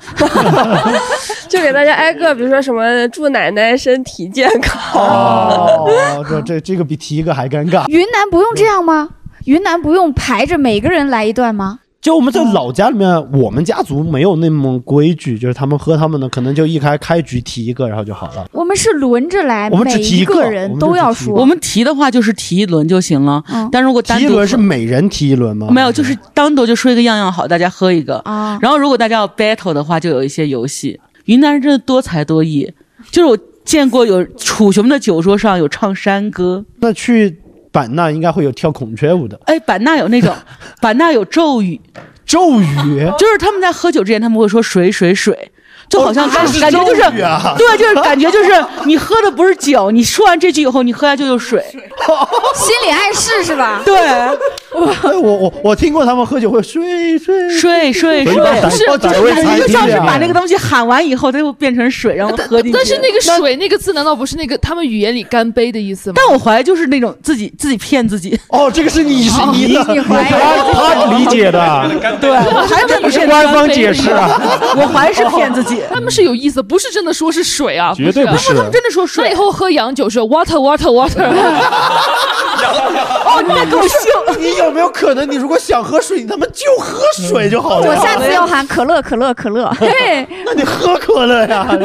就给大家挨个，比如说什么祝奶奶身体健康，哦，这这这个比提一个还尴尬。云南不用这样吗？云南不用排着每个人来一段吗？就我们在老家里面，我们家族没有那么规矩，就是他们喝他们的，可能就一开开局提一个，然后就好了。我们是轮着来，我们只每提一个个人都要说。嗯我们提的话就是提一轮就行了，但如果单提独一轮是每人提一轮吗？没有，就是单独就说一个样样好，大家喝一个。啊然后如果大家要 battle 的话，就有一些游戏。云南人真的多才多艺，就是我见过有楚雄的酒桌上有唱山歌，那去版纳应该会有跳孔雀舞的。哎，版纳有 [laughs] 那种，版纳有咒语，咒语就是他们在喝酒之前他们会说水水水，就好像哦那是感觉就是咒语啊对，就是感觉就是你喝的不是酒，你说完这句以后，你喝下去就是 [laughs] 水。哦心理暗示是吧？对，我我我听过他们喝酒会睡睡睡睡睡，不不是是，就是感觉就像是把那个东西喊完以后，它就变成水，然后喝进去。但是那个水那个字，难道不是那个他们语言里干杯的意思吗？但我怀疑就是那种自己自己骗自己。哦，这个是你是你的你怀疑他他理解的对，我还以为你干杯的意思我怀疑是骗自己。 [laughs] 他们是有意思，不是真的说是水 [laughs] 啊，绝对不不是他们真的说水。那以后喝洋酒是 water water water。 [laughs] 哦，你在跟我秀！你有没有可能，你如果想喝水，你他妈就喝水就好了？我下次要喊可乐，可乐，可乐。嘿，那你喝可乐呀？ [laughs]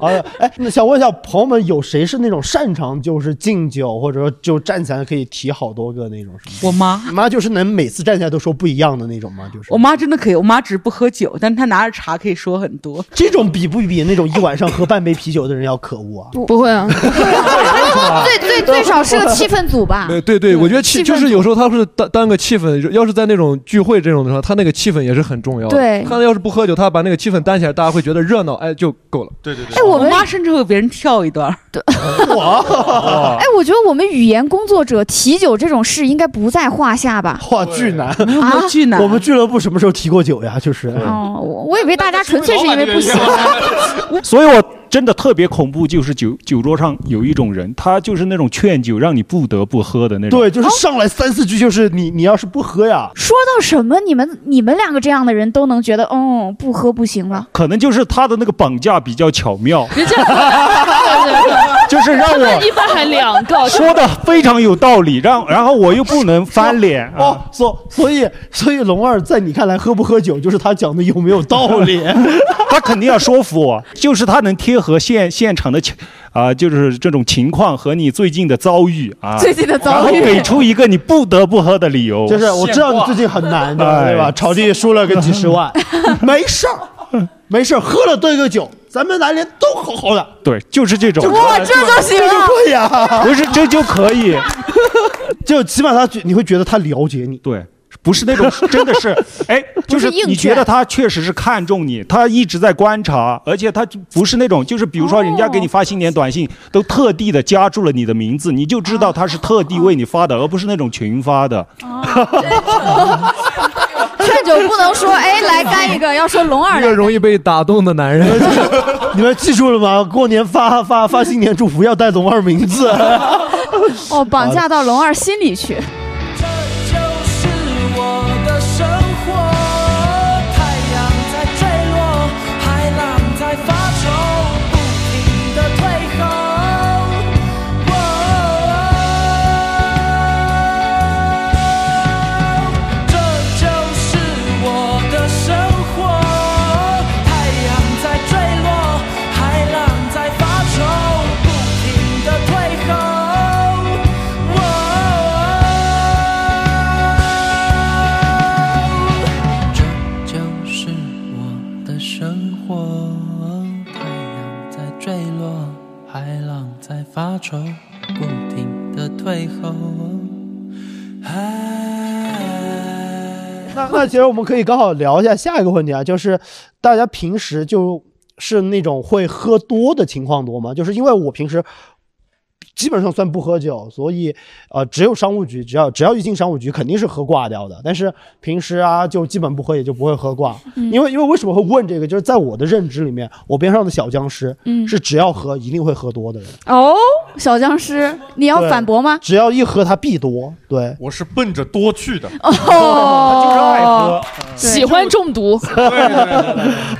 哎呀，哎，那想问一下朋友们，有谁是那种擅长就是敬酒，或者说就站起来可以提好多个那种？我妈，你妈就是能每次站起来都说不一样的那种吗？就是我妈真的可以，我妈只是不喝酒，但她拿着茶可以说很多。这种比不比那种一晚上喝半杯啤酒的人要可恶啊？不会啊，啊最最最少是个气氛组吧？对对对，我觉得气气氛就是有时候他是当当个气氛，要是在那种聚会这种的时候，他那个气氛也是很重要的。对他要是不喝酒，他把那个气氛担起来，大家会觉得热闹，哎，就够了。对对对哎，我妈甚至会别人跳一段。对，我哎，我觉得我们语言工作者提酒这种事应该不在话下吧？哇，巨难啊巨难我们俱乐部什么时候提过酒呀？就是哦，我我以为大家纯粹是因为不喜欢。所以我真的特别恐怖，就是酒酒桌上有一种人，他就是那种劝酒让你不得不喝的那种。对，就是上来三四句，就是你你要是不喝呀，说到什么，你们你们两个这样的人都能觉得，嗯，不喝不行了。可能就是他的那个绑架比较巧妙，人家对对对 [laughs] 就是 [laughs] 让他我们一般还两个说的非常有道理，让然后我又不能翻脸啊。哦，所所以所以龙二在你看来喝不喝酒，就是他讲的有没有 [laughs] 道理？他肯定要说服我，就是他能贴合现现场的情啊、就是这种情况和你最近的遭遇啊，最近的遭遇然后给出一个你不得不喝的理由。就是我知道你最近很难的，哎对吧？炒地输了个几 [laughs] 十万，没事儿，没事儿，喝了兑个酒，咱们来年都好好的。对，就是这种。哇这就行了这就可以啊不是，这就可以，就起码他觉你会觉得他了解你，对，不是那种真的是，哎，就不是硬你觉卷得他确实是看重你，他一直在观察，而且他就不是那种，就是比如说人家给你发新年哦短信，都特地的加注了你的名字，你就知道他是特哦地为你发的，而不是那种群发的。劝酒不能说哎来干一个，要说龙二一来个容易被打动的男人， [laughs] 你们记住了吗？过年发发发新年祝福要带龙二名字。哦，绑架到龙二心里去。就是我的生活，太阳在坠落，海浪在发愁，不停的退后。哦这就是我的生活，太阳在坠落，海浪在发愁，不停的退后。哦这就是我的生活，太阳在坠落，海浪在发愁，不停的退后。那那其实我们可以刚好聊一下下一个问题啊，就是大家平时就是那种会喝多的情况多吗？就是因为我平时基本上算不喝酒，所以呃，只有商务局，只要只要一进商务局，肯定是喝挂掉的。但是平时啊，就基本不喝，也就不会喝挂。嗯因为因为为什么会问这个？就是在我的认知里面，我边上的小僵尸，嗯是只要喝一定会喝多的人。哦，小僵尸，你要对反驳吗？只要一喝，他必多。对，我是奔着多去的。哦，喜欢中毒。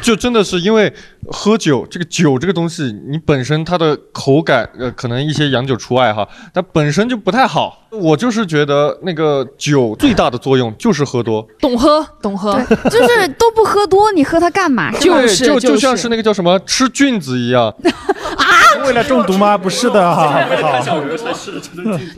就真的是因为喝酒，这个酒这个东西，你本身它的口感，呃，可能一些洋酒除外哈，它本身就不太好。我就是觉得那个酒最大的作用就是喝多，懂喝，懂喝，就是都不喝多，你喝它干啊嘛？对就就像是那个叫什么吃菌子一样。为了中毒吗？不是的哈。 [laughs]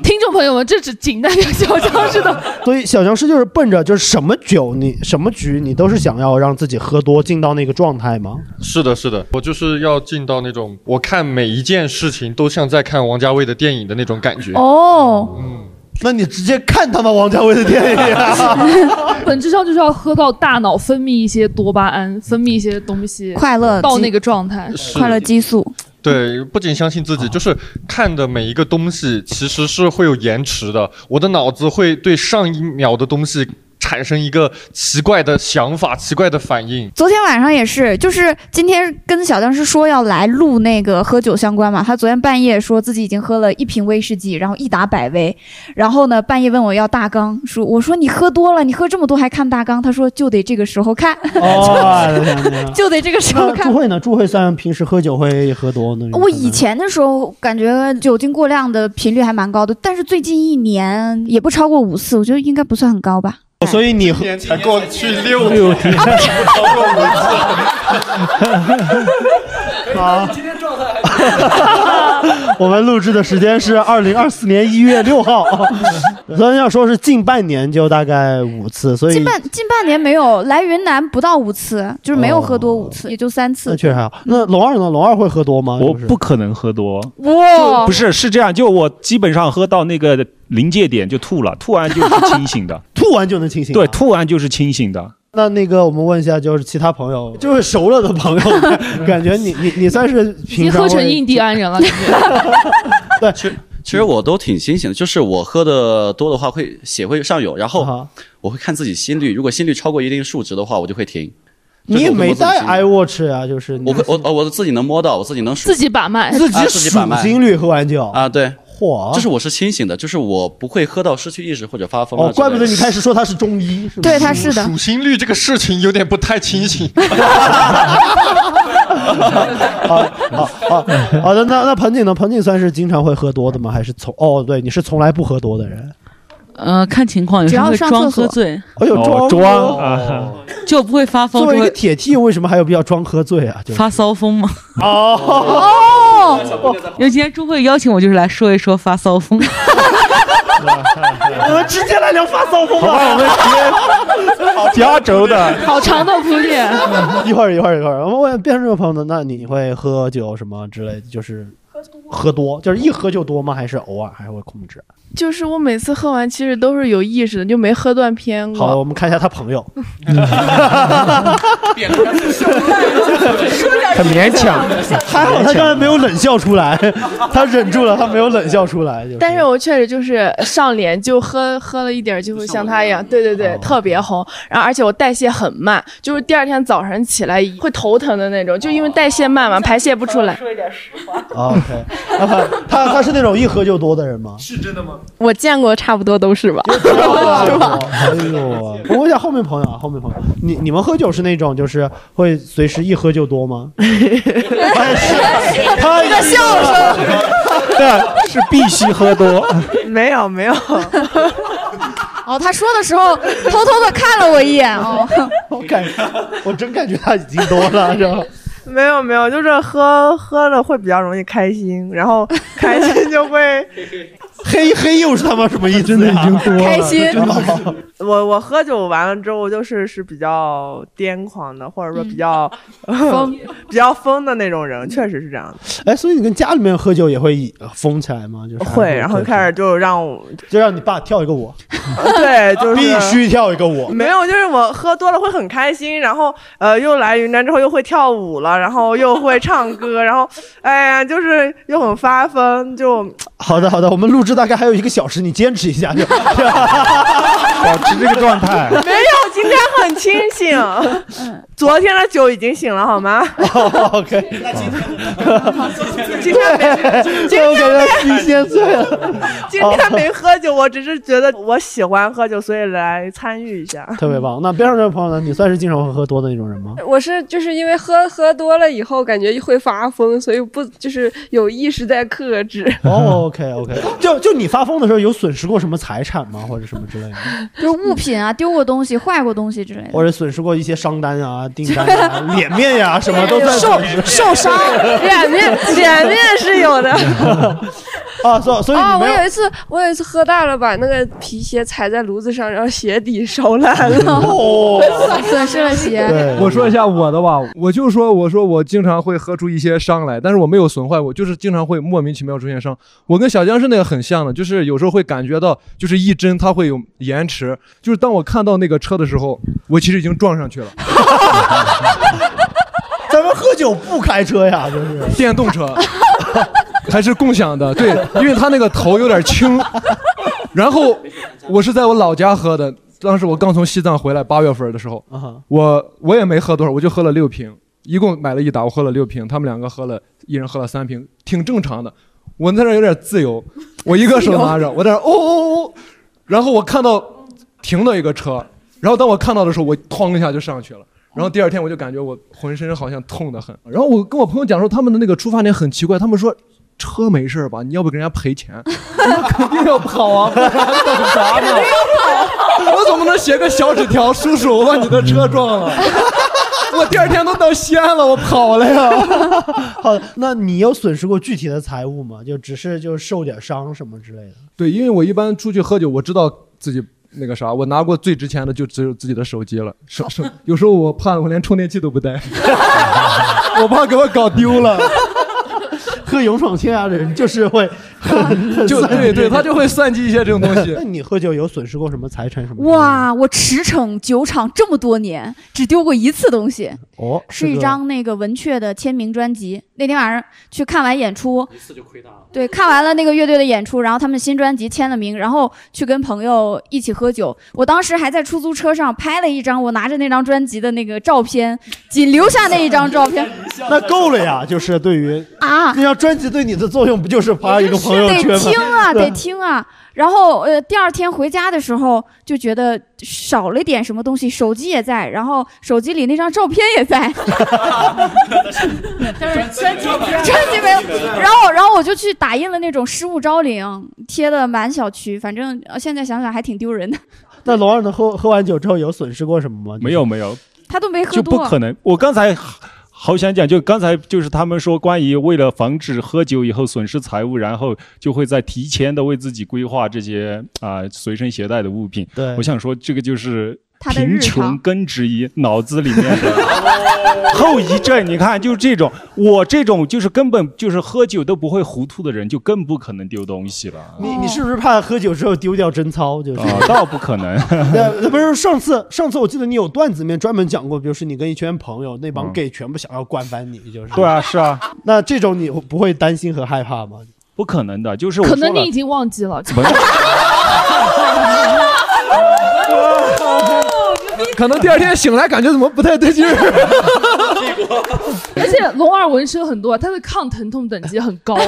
听众朋友们，这只仅代表小僵尸的。所以小僵尸就是奔着就是什么酒你什么局你都是想要让自己喝多进到那个状态吗？ [laughs] 是的，是的，我就是要进到那种我看每一件事情都像在看王家卫的电影的那种感觉。哦，嗯那你直接看他妈王家卫的电影啊！ [laughs] 本质上就是要喝到大脑分泌一些多巴胺，分泌一些东西，快乐到激那个状态，是快乐激素。对，不仅相信自己，就是看的每一个东西其实是会有延迟的。我的脑子会对上一秒的东西产生一个奇怪的想法、奇怪的反应。昨天晚上也是，就是今天跟小僵尸说要来录那个喝酒相关嘛，他昨天半夜说自己已经喝了一瓶威士忌，然后一打百威，然后呢半夜问我要大纲，说我说你喝多了，你喝这么多还看大纲，他说就得这个时候看，哦，我的天哪就得这个时候那看朱。慧呢？朱慧算平时喝酒会喝多呢？我以前的时候感觉酒精过量的频率还蛮高的，但是最近一年也不超过五次，我觉得应该不算很高吧。所以你今天才过去六六天，不超过五次。啊，今天状态还 [laughs] 我们录制的时间是二零二四年一月六号，昨天要说是近半年就大概五次，所以近半近半年没有来云南不到五次，就是没有喝多五次，也就三次。那确实还好。那龙二呢？龙二会喝多吗？我不可能喝多。哇哦不是，是这样，就我基本上喝到那个临界点就吐了，吐完就是清醒的， [laughs] 吐完就能清醒。对，吐完就是清醒的。那那个，我们问一下，就是其他朋友，就是熟了的朋友，感觉你你你算是你平常喝成会印第安人了，感觉其实我都挺清醒的，就是我喝的多的话会血会上涌，然后我会看自己心率，如果心率超过一定数值的话，我就会停。你也没带爱， iWatch 啊，就是你我会我哦我自己能摸到，我自己能数自己把脉，自己啊自己数把脉心率喝完酒，啊，对，嚯就是我是清醒的，就是我不会喝到失去意识或者发疯啊哦，之类的。怪不得你开始说他是中医，是吧？对他是的数心率这个事情有点不太清醒。好嗯好的，那那彭景呢？彭景算是经常会喝多的吗？还是从哦，对，你是从来不喝多的人。呃，看情况，有时候会装喝醉。哎呦，哦装装啊！就不会发疯，作就为一个会铁 T，为什么还有必要装喝醉啊？就是发骚疯吗？ [laughs] 哦因为今天朱慧邀请我，就是来说一说发骚疯。我们直接来聊发骚疯好吧我们们直接加州的好长 [laughs] 的铺垫。一会儿一会儿一会儿，我们问变成这个朋友呢，那你会喝酒什么之类的？就是喝多，就是一喝就多吗？还是偶尔还会控制？ [laughs] 就是我每次喝完其实都是有意识的，就没喝断片过。 [laughs] 好，我们看一下他朋 [laughs] 友，很还好他刚才没有冷笑出 [laughs] 来，他忍住了，他没有冷笑出来。 [laughs] 就是但是我确实就是上脸就喝喝了一点儿就会像他一样，对对哦对，特别红。然后而且我代谢很慢，就是第二天早晨起来会头疼的那种，就因哦为代谢慢嘛，排泄不出呃来。啊 OK，那他他他是那种一喝就多的人吗？是真的吗？我见过差不多都是吧， [laughs] 是吧？哎呦，我问一下后面朋友啊，后面朋友，你你们喝酒是那种就是会随时一喝就多吗？他这个 [laughs] 笑声，对，是必须喝多。没有没有，哦，他说的时候偷偷的看了我一眼哦。 [laughs] 我感我真感觉他已经多了，是吧？ [laughs] 没有没有，就是喝喝了会比较容易开心，然 [laughs] 后开心就会嘿嘿，又是他妈什么意思、真的已经多了开心真的我我喝酒完了之后就是是比较癫狂的，或者说嗯比较、疯 [laughs] 比较疯的那种人，确实是这样的。哎，所以你跟家里面喝酒也会疯起来吗？就是 [laughs] 会，然后开始始就让我就让你爸跳一个舞， [laughs] 对，就是必须跳一个舞。 [laughs] 没有，就是我喝多了会很开心，然后呃又来云南之后又会跳舞了，然后又会唱歌，然后哎呀就是又很发疯，就好的好的，我们录制大概还有一个小时，你坚持一下 [laughs] 就保持这个状态没有，今天很清 [laughs] 醒，昨天的酒已经醒了，好吗？哦 OK， [laughs] 今天没，今天我感觉没，新鲜醉了。今天没喝酒，我只是觉得我喜欢喝酒，所以来参与一下。 [laughs] [laughs] 特别棒。那边上这位朋友呢？你算是经常会喝多的那种人吗？我是就是因为喝喝多了以后，感觉会发疯，所以不就是有意识在克制。哦、o k OK，就就你发疯的时候有损失过什么财产吗？或者什么之类的，就是物品啊，丢过东西、坏过东西之类嗯的。或者损失过一些商单啊、订单啊、脸面呀、 [laughs] 什么都在损失受受伤 [laughs] 脸面脸面是有的。 [laughs] 啊，所所以啊，你我们有一次，我有一次喝大了，把那个皮鞋踩在炉子上，然后鞋底烧烂了， [laughs] 哦损失了鞋。我说一下我的吧，我就说，我说我经常会喝出一些伤来，但是我没有损坏，我就是经常会莫名其妙出现伤。我跟小僵尸那个很像的，就是有时候会感觉到，就是一针它会有延迟，就是当我看到那个车的时候，我其实已经撞上去了， [laughs] 咱们喝酒不开车哎呀，就是电动车， [laughs] 还是共享的，对，因为它那个头有点轻。然后我是在我老家喝的，当时我刚从西藏回来，八月份的时候，啊，我我也没喝多少，我就喝了六瓶，一共买了一打，我喝了六瓶，他们两个喝了，一人喝了三瓶，挺正常的。我在那儿有点自由，我一个手拿着，我在那儿哦哦哦，然后我看到停了一个车，然后当我看到的时候，我哐一下就上去了。然后第二天我就感觉我浑身好像痛得很。 [laughs] 然后我跟我朋友讲说，他们的那个出发点很奇怪，他们说车没事儿吧，你要不给人家赔钱， [laughs] 我肯定要跑啊，不然等啥呢？我总不能写个小纸条，叔叔，我把你的车撞了。 [laughs] 我第二天都到西安了，我跑了呀。 [laughs] 好，那你有损失过具体的财物吗？就只是就受点伤什么之类的。对，因为我一般出去喝酒，我知道自己那个啥，我拿过最值钱的就只有自己的手机了。手手，有时候我怕我连充电器都不带， [laughs] 我怕给我搞丢了。 [laughs] 喝勇闯天涯的人就是会很，就对对他就会算计一些这种东西 [laughs] 那你喝酒有损失过什么财产什么？哇，我驰骋酒厂这么多年，只丢过一次东西，哦，是一 [laughs] 个张那个文雀的签名专辑。那天晚上去看完演出，一次就亏大了。对，看完了那个乐队的演出，然后他们新专辑签了名，然后去跟朋友一起喝酒。我当时还在出租车上拍了一张我拿着那张专辑的那个照片，仅留下那一张照 [laughs] 片 [laughs] 那够了呀，就是对于啊。那张专辑对你的作用不就是发一个朋友圈吗？得听啊，对得听啊。然后呃，第二天回家的时候就觉得少了点什么东西，手机也在，然后手机里那张照片也在， [laughs] 但是专辑专辑没有。然后然后我就去打印了那种失物招领，贴的满小区，反正呃现在想想还挺丢人的。那龙二呢？喝喝完酒之后有损失过什么吗？没有没有，他都没喝就多，不可能。我刚才好想讲，就刚才就是他们说，关于为了防止喝酒以后损失财物，然后就会在提前的为自己规划这些啊、随身携带的物品。对我想说这个就是他的贫日常穷根植于脑子里面 [laughs] 的后遗症。你看，就是这种，我这种就是根本就是喝酒都不会糊涂的人，就更不可能丢东西了。你你是不是怕喝酒之后丢掉贞操？就是、啊， [laughs] 倒不可能。对，不是上次上次我记得你有段子里面专门讲过，比如说你跟一圈朋友，那帮 gay 全部想要关翻你，就是。嗯对啊，是啊。 [laughs] 那这种你不会担心和害怕吗？不可能的，就是我可说能了你已经忘记了。可能第二天醒来感觉怎么不太对劲儿。 [laughs] [laughs] 而且龙二纹身很多啊，他的抗疼痛等级很高的。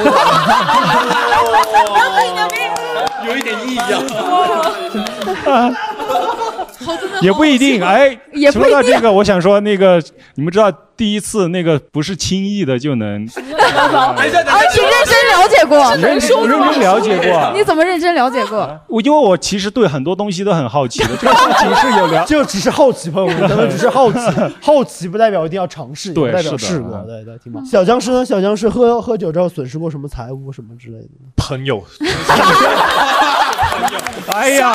有一点啊异 [laughs] 样。 [laughs] 也不哦一定，哎，也不一说定到这个，我想说那个，你们知道第一次那个不是轻易的就能， [laughs] 哎啊，哎你认真了解过？是能说的吗认真了解 [laughs] 过你怎么认真了解 [laughs] 过？我因为我其实对很多东西都很好奇的，这个事情是有了，就只是好奇，朋 [laughs] 友们，咱们只是 [laughs] 好奇，好奇不代表一定要尝试，也不对代是表的试过，嗯对对，挺棒。小僵尸呢？小僵尸喝喝酒之后损失过什么财物什么之类的？朋友，哎呀，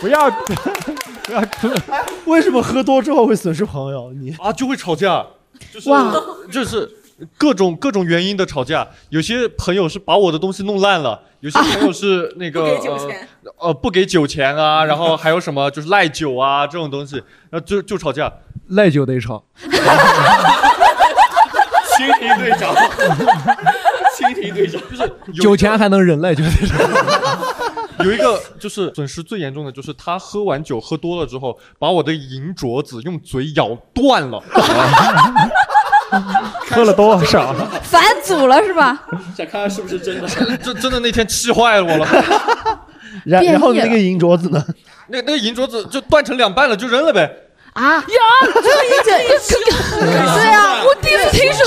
不要 [laughs] 不要，哎为什么喝多之后会损失朋友？你啊，就会吵架，就是哇就是各种各种原因的吵架。有些朋友是把我的东西弄烂了，有些朋友是那个、不给酒钱呃呃不给酒钱啊，然后还有什么就是赖酒啊这种东西，然后就就吵架。赖酒得吵，蜻蜓队长，蜻蜓队长就是酒钱还能忍赖酒得吵。有一个 [laughs] 就是损失最严重的就是他喝完酒喝多了之后，把我的银镯子用嘴咬断 [laughs] 了。喝了多少？反祖了是吧？想看看是不是真的。这 [laughs] 真的那天气坏了我了， [laughs] 然变异然后了那个银镯子呢？那那个银镯子就断成两半了，就扔了呗。啊呀，这一整，对啊，我第一次听说，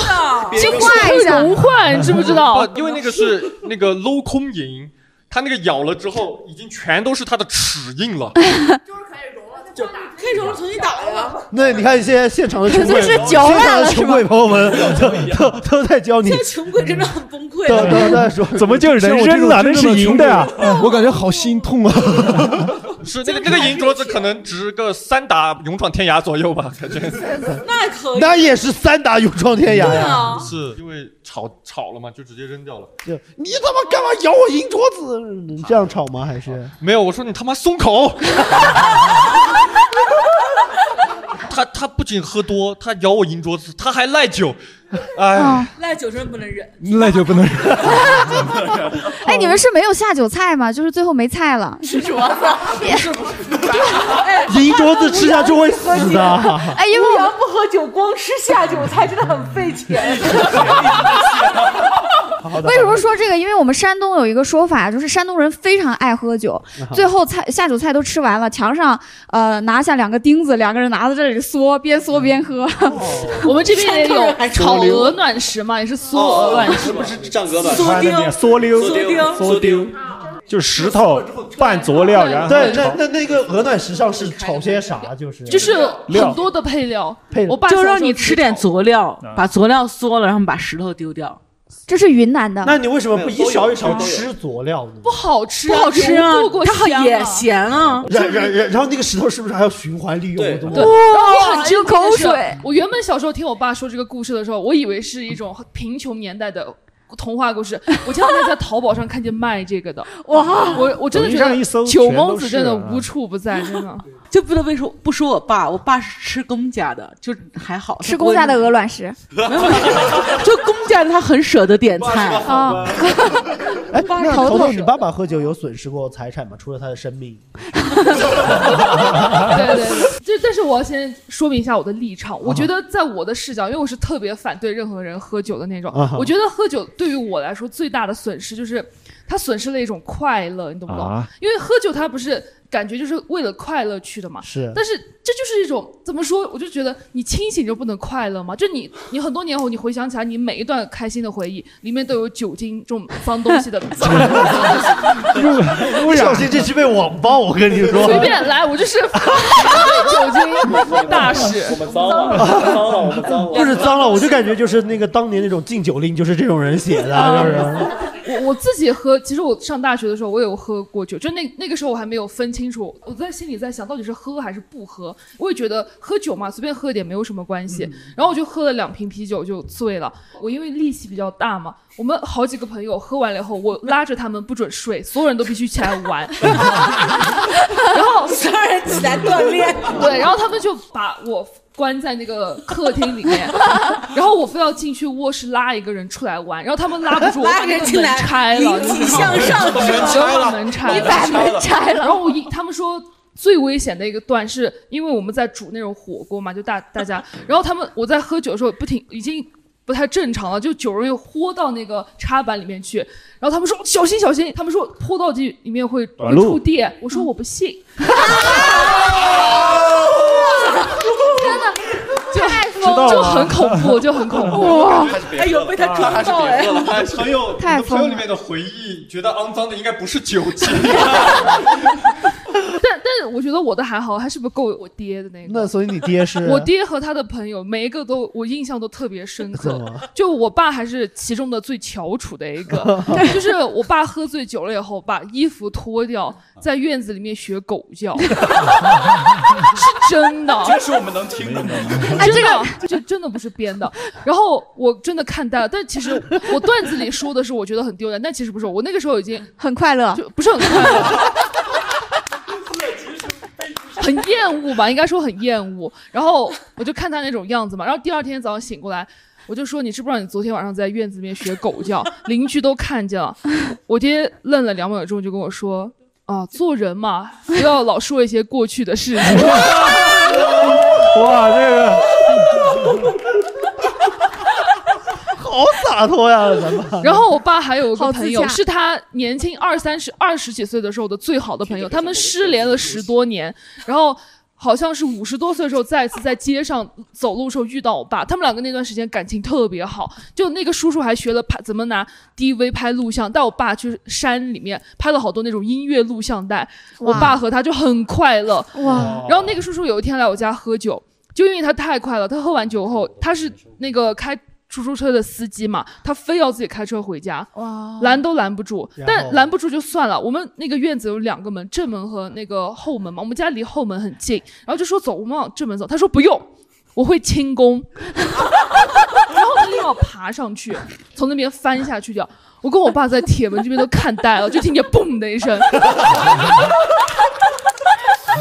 去画一下融化，你知不知道？不因为那个是那个镂空银，它那个咬了之后，已经全都是它的齿印了。就可以重重新打呀。那你看现在现场的穷鬼，这是现嚼烂场的了是穷吗鬼朋友们都都都在教你现在穷鬼真的很崩溃。 [laughs] 都都 [laughs] 在说，怎么就人扔了？那是赢的呀！我感觉好心痛啊！ [laughs] 是那个那个银镯子可能值个三打勇闯天涯左右吧，感觉。那可以那也是三打勇闯天涯对呀！啊是因为吵吵了嘛，就直接扔掉了。就你他妈干嘛咬我银镯子？这样吵吗？还是没有，我说你他妈松口！他他不仅喝多，他咬我银镯子，他还赖酒，哎，啊赖酒真不能忍。赖酒不能哎，你们是没有下酒菜吗？就是最后没菜了。吃镯子，啊不是不是， [laughs] 哎 [laughs] 银镯子 [laughs] 吃下去会死的。哎，因为不喝酒，光吃下酒菜真的很费钱。，为什么说这个？因为我们山东有一个说法，就是山东人非常爱喝酒最后菜下酒菜都吃完了，墙上呃拿下两个钉子，两个人拿在这里嗦，边嗦边喝。 [laughs] 我们这边也山东人有还炒鹅暖食嘛，也是嗦鹅哦暖食。不是唱歌吧？他那边缩溜，缩溜，就石头拌佐料，然后对，那炒那那个鹅卵石上是炒些啥？啊就是就是料啊很多的配料，我爸就小时候让你吃点佐料，把佐料缩了，然后把石头丢掉。这是云南的那你为什么不一勺一勺吃佐料呢？不好吃，不好吃啊油度过它好香也了咸啊然然然，然后那个石头是不是还要循环利用？对对，哦哎哇，你很流口哎水我原本小时候听我爸说这个故事的时候，我以为是一种贫穷年代的。童话故事，我前两天在淘宝上看见卖这个的， [laughs] 哇我我真的觉抖音上一搜得九全都蒙子真的是啊无处不在，真的。 [laughs] 就不得不说不说我爸，我爸是吃公家的，就还好。吃公家的鹅卵石，没有，没有就公家的他很舍得点菜啊。哎，那头头头头，你爸爸喝酒有损失过财产吗？除了他的生 [laughs] 命，对对 [laughs] 对，就但是我要先说明一下我的立场。我觉得在我的视角，因为我是特别反对任何人喝酒的那种啊。哈我觉得喝酒对于我来说最大的损失就是，他损失了一种快乐，你懂不懂啊？因为喝酒他不是感觉就是为了快乐去的嘛。是但是这就是一种怎么说？我就觉得你清醒就不能快乐吗？就你你很多年后你回想起来，你每一段开心的回忆里面都有酒精这种脏东西的。 [laughs] [laughs] 啊小心这期被网暴，我跟你说。随便来，我就是酒精大使。我们脏了，脏了，我们脏了。不是脏了，我 [laughs] 就感觉就是那个当年那种禁酒令，就是这种人写啊的，就是。我我自己喝，其实我上大学的时候我有喝过酒，就那那个时候我还没有分清楚，我在心里在想到底是喝还是不喝。我也觉得喝酒嘛，随便喝一点没有什么关系。然后我就喝了两瓶啤酒就醉了。我因为力气比较大嘛，我们好几个朋友喝完了以后，我拉着他们不准睡，所有人都必须起来玩。 [laughs] 然 [laughs] 后所有人起来锻炼 [laughs] 对，然后他们就把我关在那个客厅里面，然后我非要进去卧室拉一个人出来玩，然后他们拉不住我，拉把人那个进来门拆了，引体向上是吧我把门拆了，你把门拆了然后我一他们说。最危险的一个段是因为我们在煮那种火锅嘛，就大大家，然后他们我在喝酒的时候不停，已经不太正常了，就酒容易豁到那个插板里面去，然后他们说小心小心，他们说泼到这里面会短会路触电，我说我不信，真的太疯了 [laughs] 就很恐怖，就很恐怖。哇哎呦被他抓到哎还是别喝了 [laughs] 朋友，太你的朋友疯里了面的回忆，觉得肮脏的应该不是酒 [laughs] 精。 [laughs] 但但是我觉得我的还好，还是不够我爹的那个。那所以你爹是？我爹和他的朋友每一个都我印象都特别深 [laughs] 怎刻么，就我爸还是其中的最翘楚的一 [laughs] 个，就是我爸喝醉酒了以后把衣服脱掉，在院子里面学狗 [laughs] 叫，是真的。这是我们能听的吗？ [laughs] 哎，这个这真的不是编的。然后我真的看呆了，但其实我段子里说的是我觉得很丢人，但其实不是。我那个时候已经很快乐，就不是很快乐。很厌恶吧，应该说很厌恶。然后我就看他那种样子嘛，然后第二天早上醒过来，我就说你知不知道你昨天晚上在院子里面学狗叫，邻居都看见了。我爹愣了两秒钟，就跟我说啊，做人嘛，不要老说一些过去的事情。 [laughs] 哇，这个好洒脱呀，咱们。啊然后我爸还有一个朋友好，自洽是他年轻二三十、二十几岁的时候的最好的朋友，他们失联了十多年，然后。好像是五十多岁的时候，再一次在街上走路的时候遇到我爸，他们两个那段时间感情特别好，就那个叔叔还学了拍怎么拿 DV 拍录像，带我爸去山里面拍了好多那种音乐录像带，我哇爸和他就很快乐。哇然后那个叔叔有一天来我家喝酒，就因为他太快了，他喝完酒后，他是那个开出租车的司机嘛，他非要自己开车回家，哇拦都拦不住。然后但拦不住就算了，我们那个院子有两个门，正门和那个后门嘛，我们家离后门很近，然后就说走，我们往正门走，他说不用。我会轻功，然后他硬要爬上去，从那边翻下去掉。我跟我爸在铁门这边都看呆了，就听见嘣的一声，然后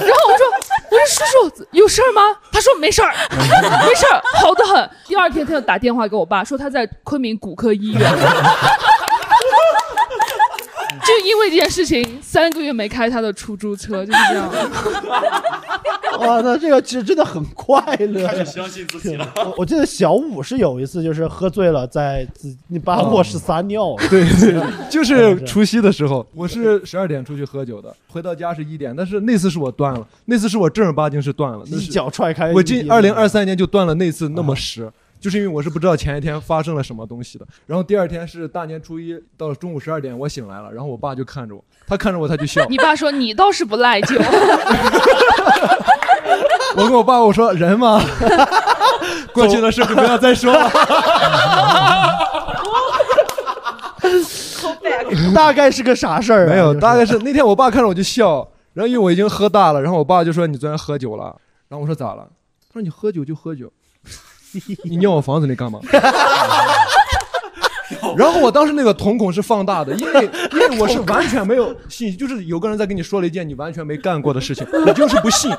我说：“我说叔叔有事儿吗？”他说：“没事 [laughs] 儿，没事儿，好的很。”第二天他就打电话给我爸，说他在昆明骨科医院。 [laughs] 就因为这件事情，三个月没开他的出租车，就是这样。，哇，那这个其实真的很快乐。相信自己了。我我记得小五是有一次就是喝醉了，在自你爸哦卧室撒尿了。对对，就是除夕的时候，我是十二点出去喝酒的，回到家是一点，但是那次是我断了，那次是我正儿八经是断了，那是一脚踹开我一今个二零二三年就断了那次那么实。就是因为我是不知道前一天发生了什么东西的，然后第二天是大年初一到中午十二点，我醒来了，然后我爸就看着我，他看着我他就笑你爸说你倒是不赖酒，我跟我爸我说人 [laughs] 嘛，过去的事不要再说了。 [laughs] 大概是个啥事儿、没有，大概是那天我爸看着我就笑，然后因为我已经喝大了，然后我爸就说你昨天喝酒了，然后我说咋了？他说你喝酒就喝酒，你尿我房子里干嘛？ [laughs] 然后我当时那个瞳孔是放大的，因为因为我是完全没有信息，就是有个人在跟你说了一件你完全没干过的事情，你就是不信，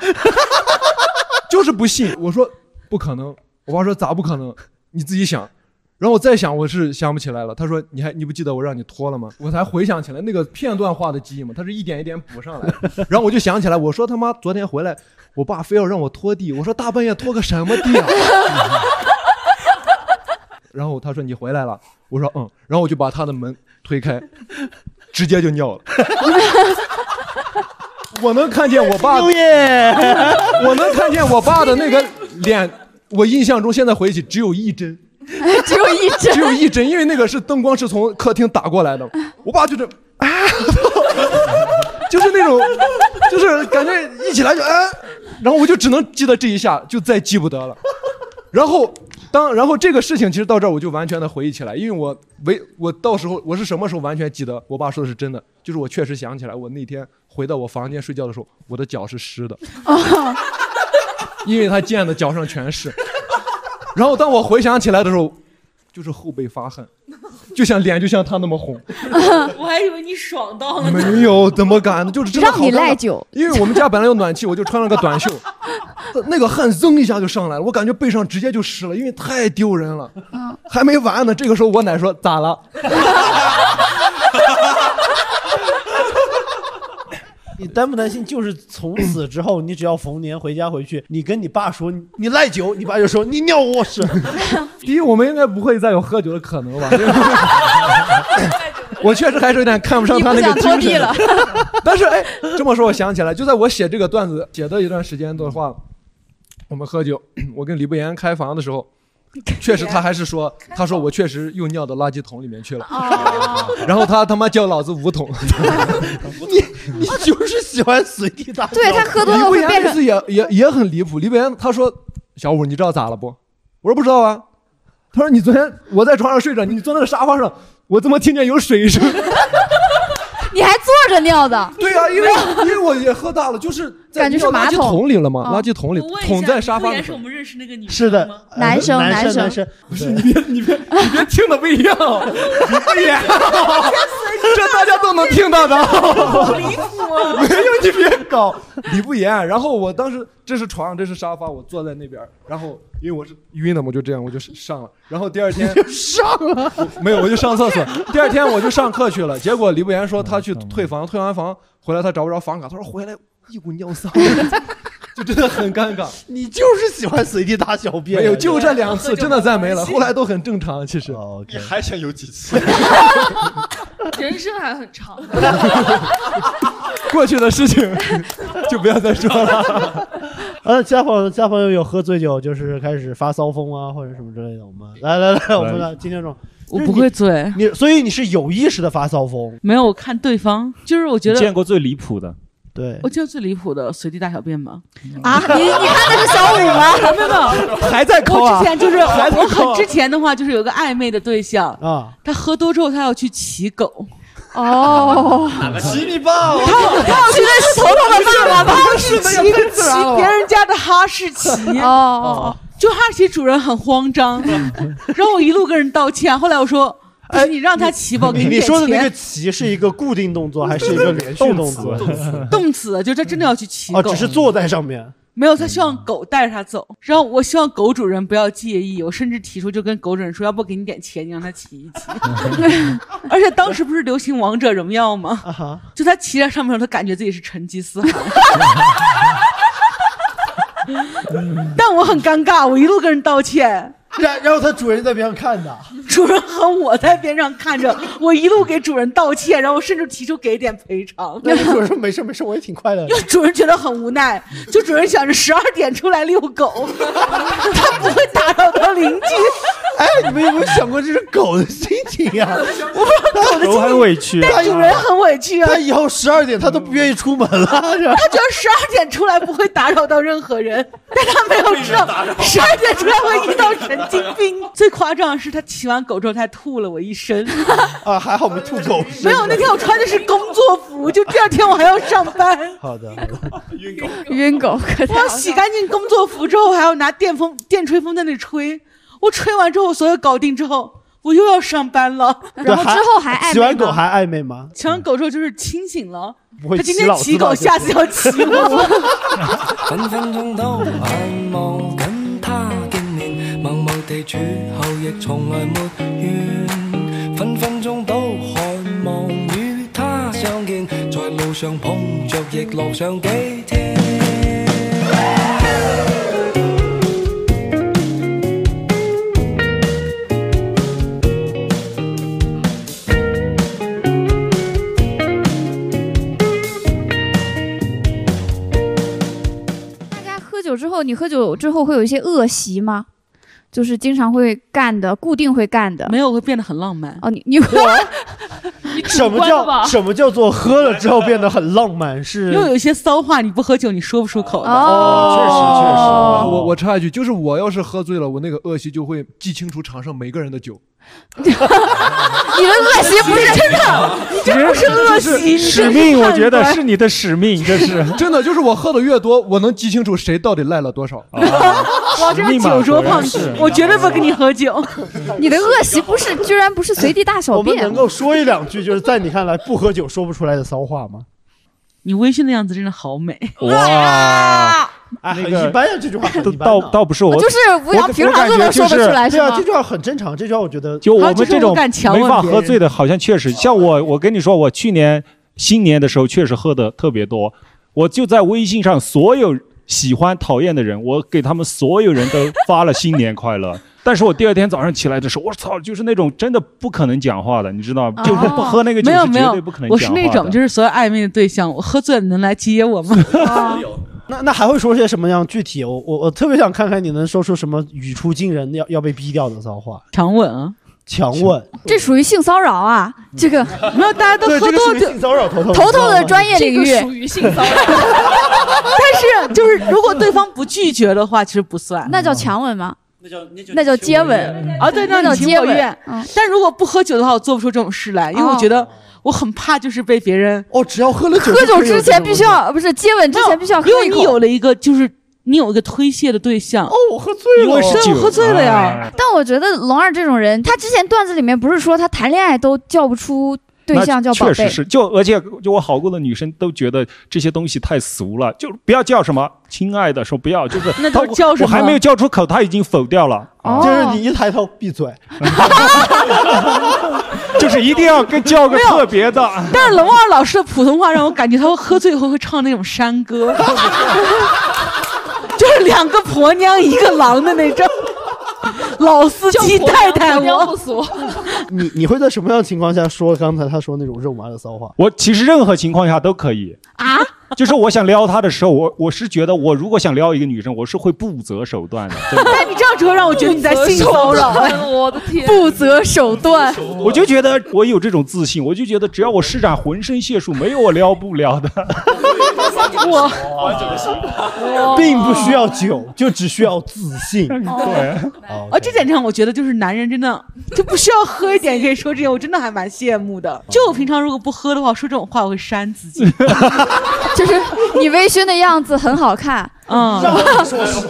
就是不信。我说不可能，我爸说咋不可能？你自己想。然后我再想，我是想不起来了。他说：“你还你不记得我让你脱了吗？” [laughs] 我才回想起来那个片段化的记忆嘛，他是一点一点补上来的。 [laughs] 然后我就想起来，我说他妈昨天回来，我爸非要让我拖地，我说大半夜拖个什么地啊？ [laughs] 然后他说你回来了，我说嗯，然后我就把他的门推开，直接就尿了。 [laughs] 我能看见我爸， [laughs] 牛耶我能看见我爸的那个脸。我印象中现在回忆起只有一针， [laughs] 只有一针只有一针，因为那个是灯光是从客厅打过来的，我爸就这，啊， [laughs] 就是那种， [laughs] 就是感觉一起来就哎，然后我就只能记得这一下，就再记不得了。然后当然后这个事情其实到这儿我就完全的回忆起来，因为我为我到时候我是什么时候完全记得我爸说的是真的，就是我确实想起来，我那天回到我房间睡觉的时候，我的脚是湿的，因为他溅的脚上全是。然后当我回想起来的时候，就是后背发汗，就像脸就像他那么红，我还以为你爽到了呢。没有怎么敢，就是真的好让你尴尬赖酒因为我们家本来有暖气，我就穿了个 [laughs] 短袖，那个汗噌一下就上来了，我感觉背上直接就湿了，因为太丢人了。嗯还没完呢，这个时候我奶说咋了？ [laughs] 你担不担心？就是从此之后，你只要逢年回家回去，你跟你爸说你你赖酒，你爸就说你尿卧室。 [laughs] 第一，我们应该不会再有喝酒的 [laughs] 可能吧？我确实还是有点看不上他 [laughs] 你那个精不想拖地神了。 [laughs] 但是哎，这么说我想起来，就在我写这个段子写的一段时间的话，我们喝酒， [clears throat] 我跟李不言开房的时候，确实他还是说，他说我确实又尿到垃圾桶里面去了，然后他他妈叫老子五桶。 [laughs] 你你就是喜欢随地大对他喝多了会李不变成言这次也也也很离谱。李不言他说：“小五，你知道咋了不？”我说：“不知道啊。”他说：“你昨天我在床上睡着，你坐在沙发上，我怎么听见有水声？” [laughs] 你还坐着尿的？对呀、因为因为我也喝大了，就是在感觉是那个马垃圾桶桶里了啊嘛，哦垃圾桶里我问一下捅在沙发不里也。是我们认识那个女是的，男生呃男男生男生，不是你别你别你别听的不一样，不一样，这大家都能听到的。没有，你别搞，理不严。然后我当时这是床，这是沙发，我坐在那边儿。然后因为我是晕的嘛，我就这样，我就上了。然后第二 [laughs] 天上了，没有，我就上啊厕所。第二天我就上课去了。结果李不言说他去退房，退完房回来他找不着房卡，他说 [laughs] 回来一股尿 [laughs] 骚，就真的很尴尬。你就是喜欢随地大小便。没有，就这两次，真的再没了。 [laughs] 后来都很正常，其实。你还想有几次？人生还很长。 [laughs] [laughs] 过去的事情就不要再说了。呃，家访家访友有喝醉酒就是开始发骚疯啊，或者什么之类的。我们来来来，我们来今天这种，我不会醉，你所以你是有意识的发骚疯。没有，我看对方，就是我觉得见过最离谱的，对我见过最离谱的随地大小便吧？啊你你看的是小五吗 [laughs] 没有没有，还在抠啊我之前就是还在我抠啊很之前的话，就是有个暧昧的对象啊，他喝多之后他要去骑狗。哦， [laughs] 骑你爸 [laughs] 他他要去头头的爸爸吧他要去骑不是没有太自然了哦骑别人家的 [laughs] 哈士奇。哦哦 [laughs] 嗯就哈士奇主人很慌张， [laughs] 然后我一路跟人道歉，后来我说。不是你让他骑吧，我给哎你你点说的那个钱骑是一个固定动作还是一个连续动作？动词，就是他真的要去骑狗，哦，只是坐在上面。没有，他希望狗带着他走，然后我希望狗主人不要介意，我甚至提出就跟狗主人说，要不给你点钱，你让他骑一骑。 [laughs] 而且当时不是流行王者荣耀吗？啊就他骑在上面，他感觉自己是成吉思汗。但我很尴尬，我一路跟人道歉。然然后他主人在边上看的，主人和我在边上看着，我一路给主人道歉，然后甚至提出给点赔偿。那个主人说没事没事，我也挺快乐的因。为主人觉得很无奈，就主人想着十二点出来遛狗，他不会打扰到邻居。 [laughs] 哎，你们有没有想过这是狗的心情啊呀、 [laughs] 我不知道狗的心情啊但主人很委屈啊。他以后十二点他都不愿意出门了。他觉得十二点出来不会打扰到任何人，但他没有知道十二点出来会遇到神经病。最夸张的是，他骑完狗之后，他还吐了我一身。啊，还好没吐狗屎。没有，那天我穿的是工作服，就第二天我还要上班。 [laughs] 好的，晕狗，我要洗干净工作服之后，还要拿电风电吹风在那吹。我吹完之后，所有搞定之后，我又要上班了。喜欢狗还暧昧吗？骑完狗之后就是清醒了不会。他今骑天老骑子吧狗，就下是次要骑 [laughs] 我。分分鐘都眼望緊他嘅面，默默地處後亦從來沒怨，分分鐘都渴望與他相見，在路上碰着亦路上幾天。大家喝酒之后，你喝酒之后会有一些恶习吗？就是经常会干的，固定会干的。没有，会变得很浪漫。哦，你你 [laughs] 会 [laughs] 什 [laughs] 么叫什么叫做喝了之后变得很浪漫？是又有一些骚话，你不喝酒你说不出口的。哦我我插一句，就是我要是喝醉了，我那个恶习就会记清楚场上每个人的酒。你的恶习不是真的，你这不是恶习，你这使命，我觉得是你的使命，这是 [laughs] 真的，就是我喝的越多，我能记清楚谁到底赖了多少。啊我这个酒桌胖子，我绝对不跟你喝酒。你的恶习不是居然 [laughs] 不是随地大小我们便能。够说一两句，就是在你看来不喝酒说不出来的骚话吗？ [laughs] 你微醺的样子真的好美。哇，啊那个一般 [laughs] 呀，这句话很一般倒倒不是我，我对啊，这句话很正常，这句话我觉得就我们这种没法喝醉的，好像确实啊像我，我跟你说，我去年新年的时候确实喝的特别多，我就在微信上所有喜欢讨厌的人，我给他们所有人都发了新年快乐。但是我第二天早上起来的时候，我操，就是那种真的不可能讲话的，你知道，就是哦不喝那个酒没有是没绝有对不可能我是讲话的。那种就是所有暧昧的对象，我喝醉了你能来接我吗？那那还会说些什么样具体？我我我特别想看看你能说出什么语出惊人要要被逼掉的骚话。强吻啊，强吻，这属于性骚扰啊！这 [laughs] 个没有，大家 [laughs] 对这个属于性骚扰，头头头头的专业领域这个属于性骚扰 [laughs] 但是就是如果对方不拒绝的话，其实不算，那叫强吻吗？ [laughs] 那叫那叫接吻啊，对，那你叫情接我吻愿。但如果不喝酒的话，我做不出这种事来，因为我觉得我很怕就是被别人哦，只要喝了哦喝酒之前必须要不是接吻之前必须要喝因为一你口有了一个就是你有一个推卸的对象。哦，我喝醉因为是酒喝醉了哎呀。但我觉得龙二这种人，他之前段子里面不是说他谈恋爱都叫不出对象那叫宝确贝，实是，就而且就我好过的女生都觉得这些东西太俗了，就不要叫什么亲爱的，说不要，就是那都她叫什么我还没有叫出口，她已经否掉了，哦就是你一抬头闭嘴，就是一定要跟叫个特别的。但是龙二老师的普通话让我感觉他会喝醉以后会唱那种山歌， [laughs] 就是两个婆娘一个郎的那种。老司机带带我，你你会在什么样的情况下说刚才他说那种肉麻的骚话？我其实任何情况下都可以啊，就是我想撩她的时候，我我是觉得我如果想撩一个女生，我是会不择手段的。真的但你这样说让我觉得你在性骚扰，哎我的天， [laughs] 不择手段。我就觉得我有这种自信，我就觉得只要我施展浑身解数，没有我撩不了的。哦我并不需要酒，就只需要自信。哦对啊，这点上我觉得就是男人真的就不需要喝一点可以说这些，我真的还蛮羡慕的。就我平常如果不喝的话，说这种话我会扇自己。 [laughs] 就是你微醺的样子很好看，嗯然后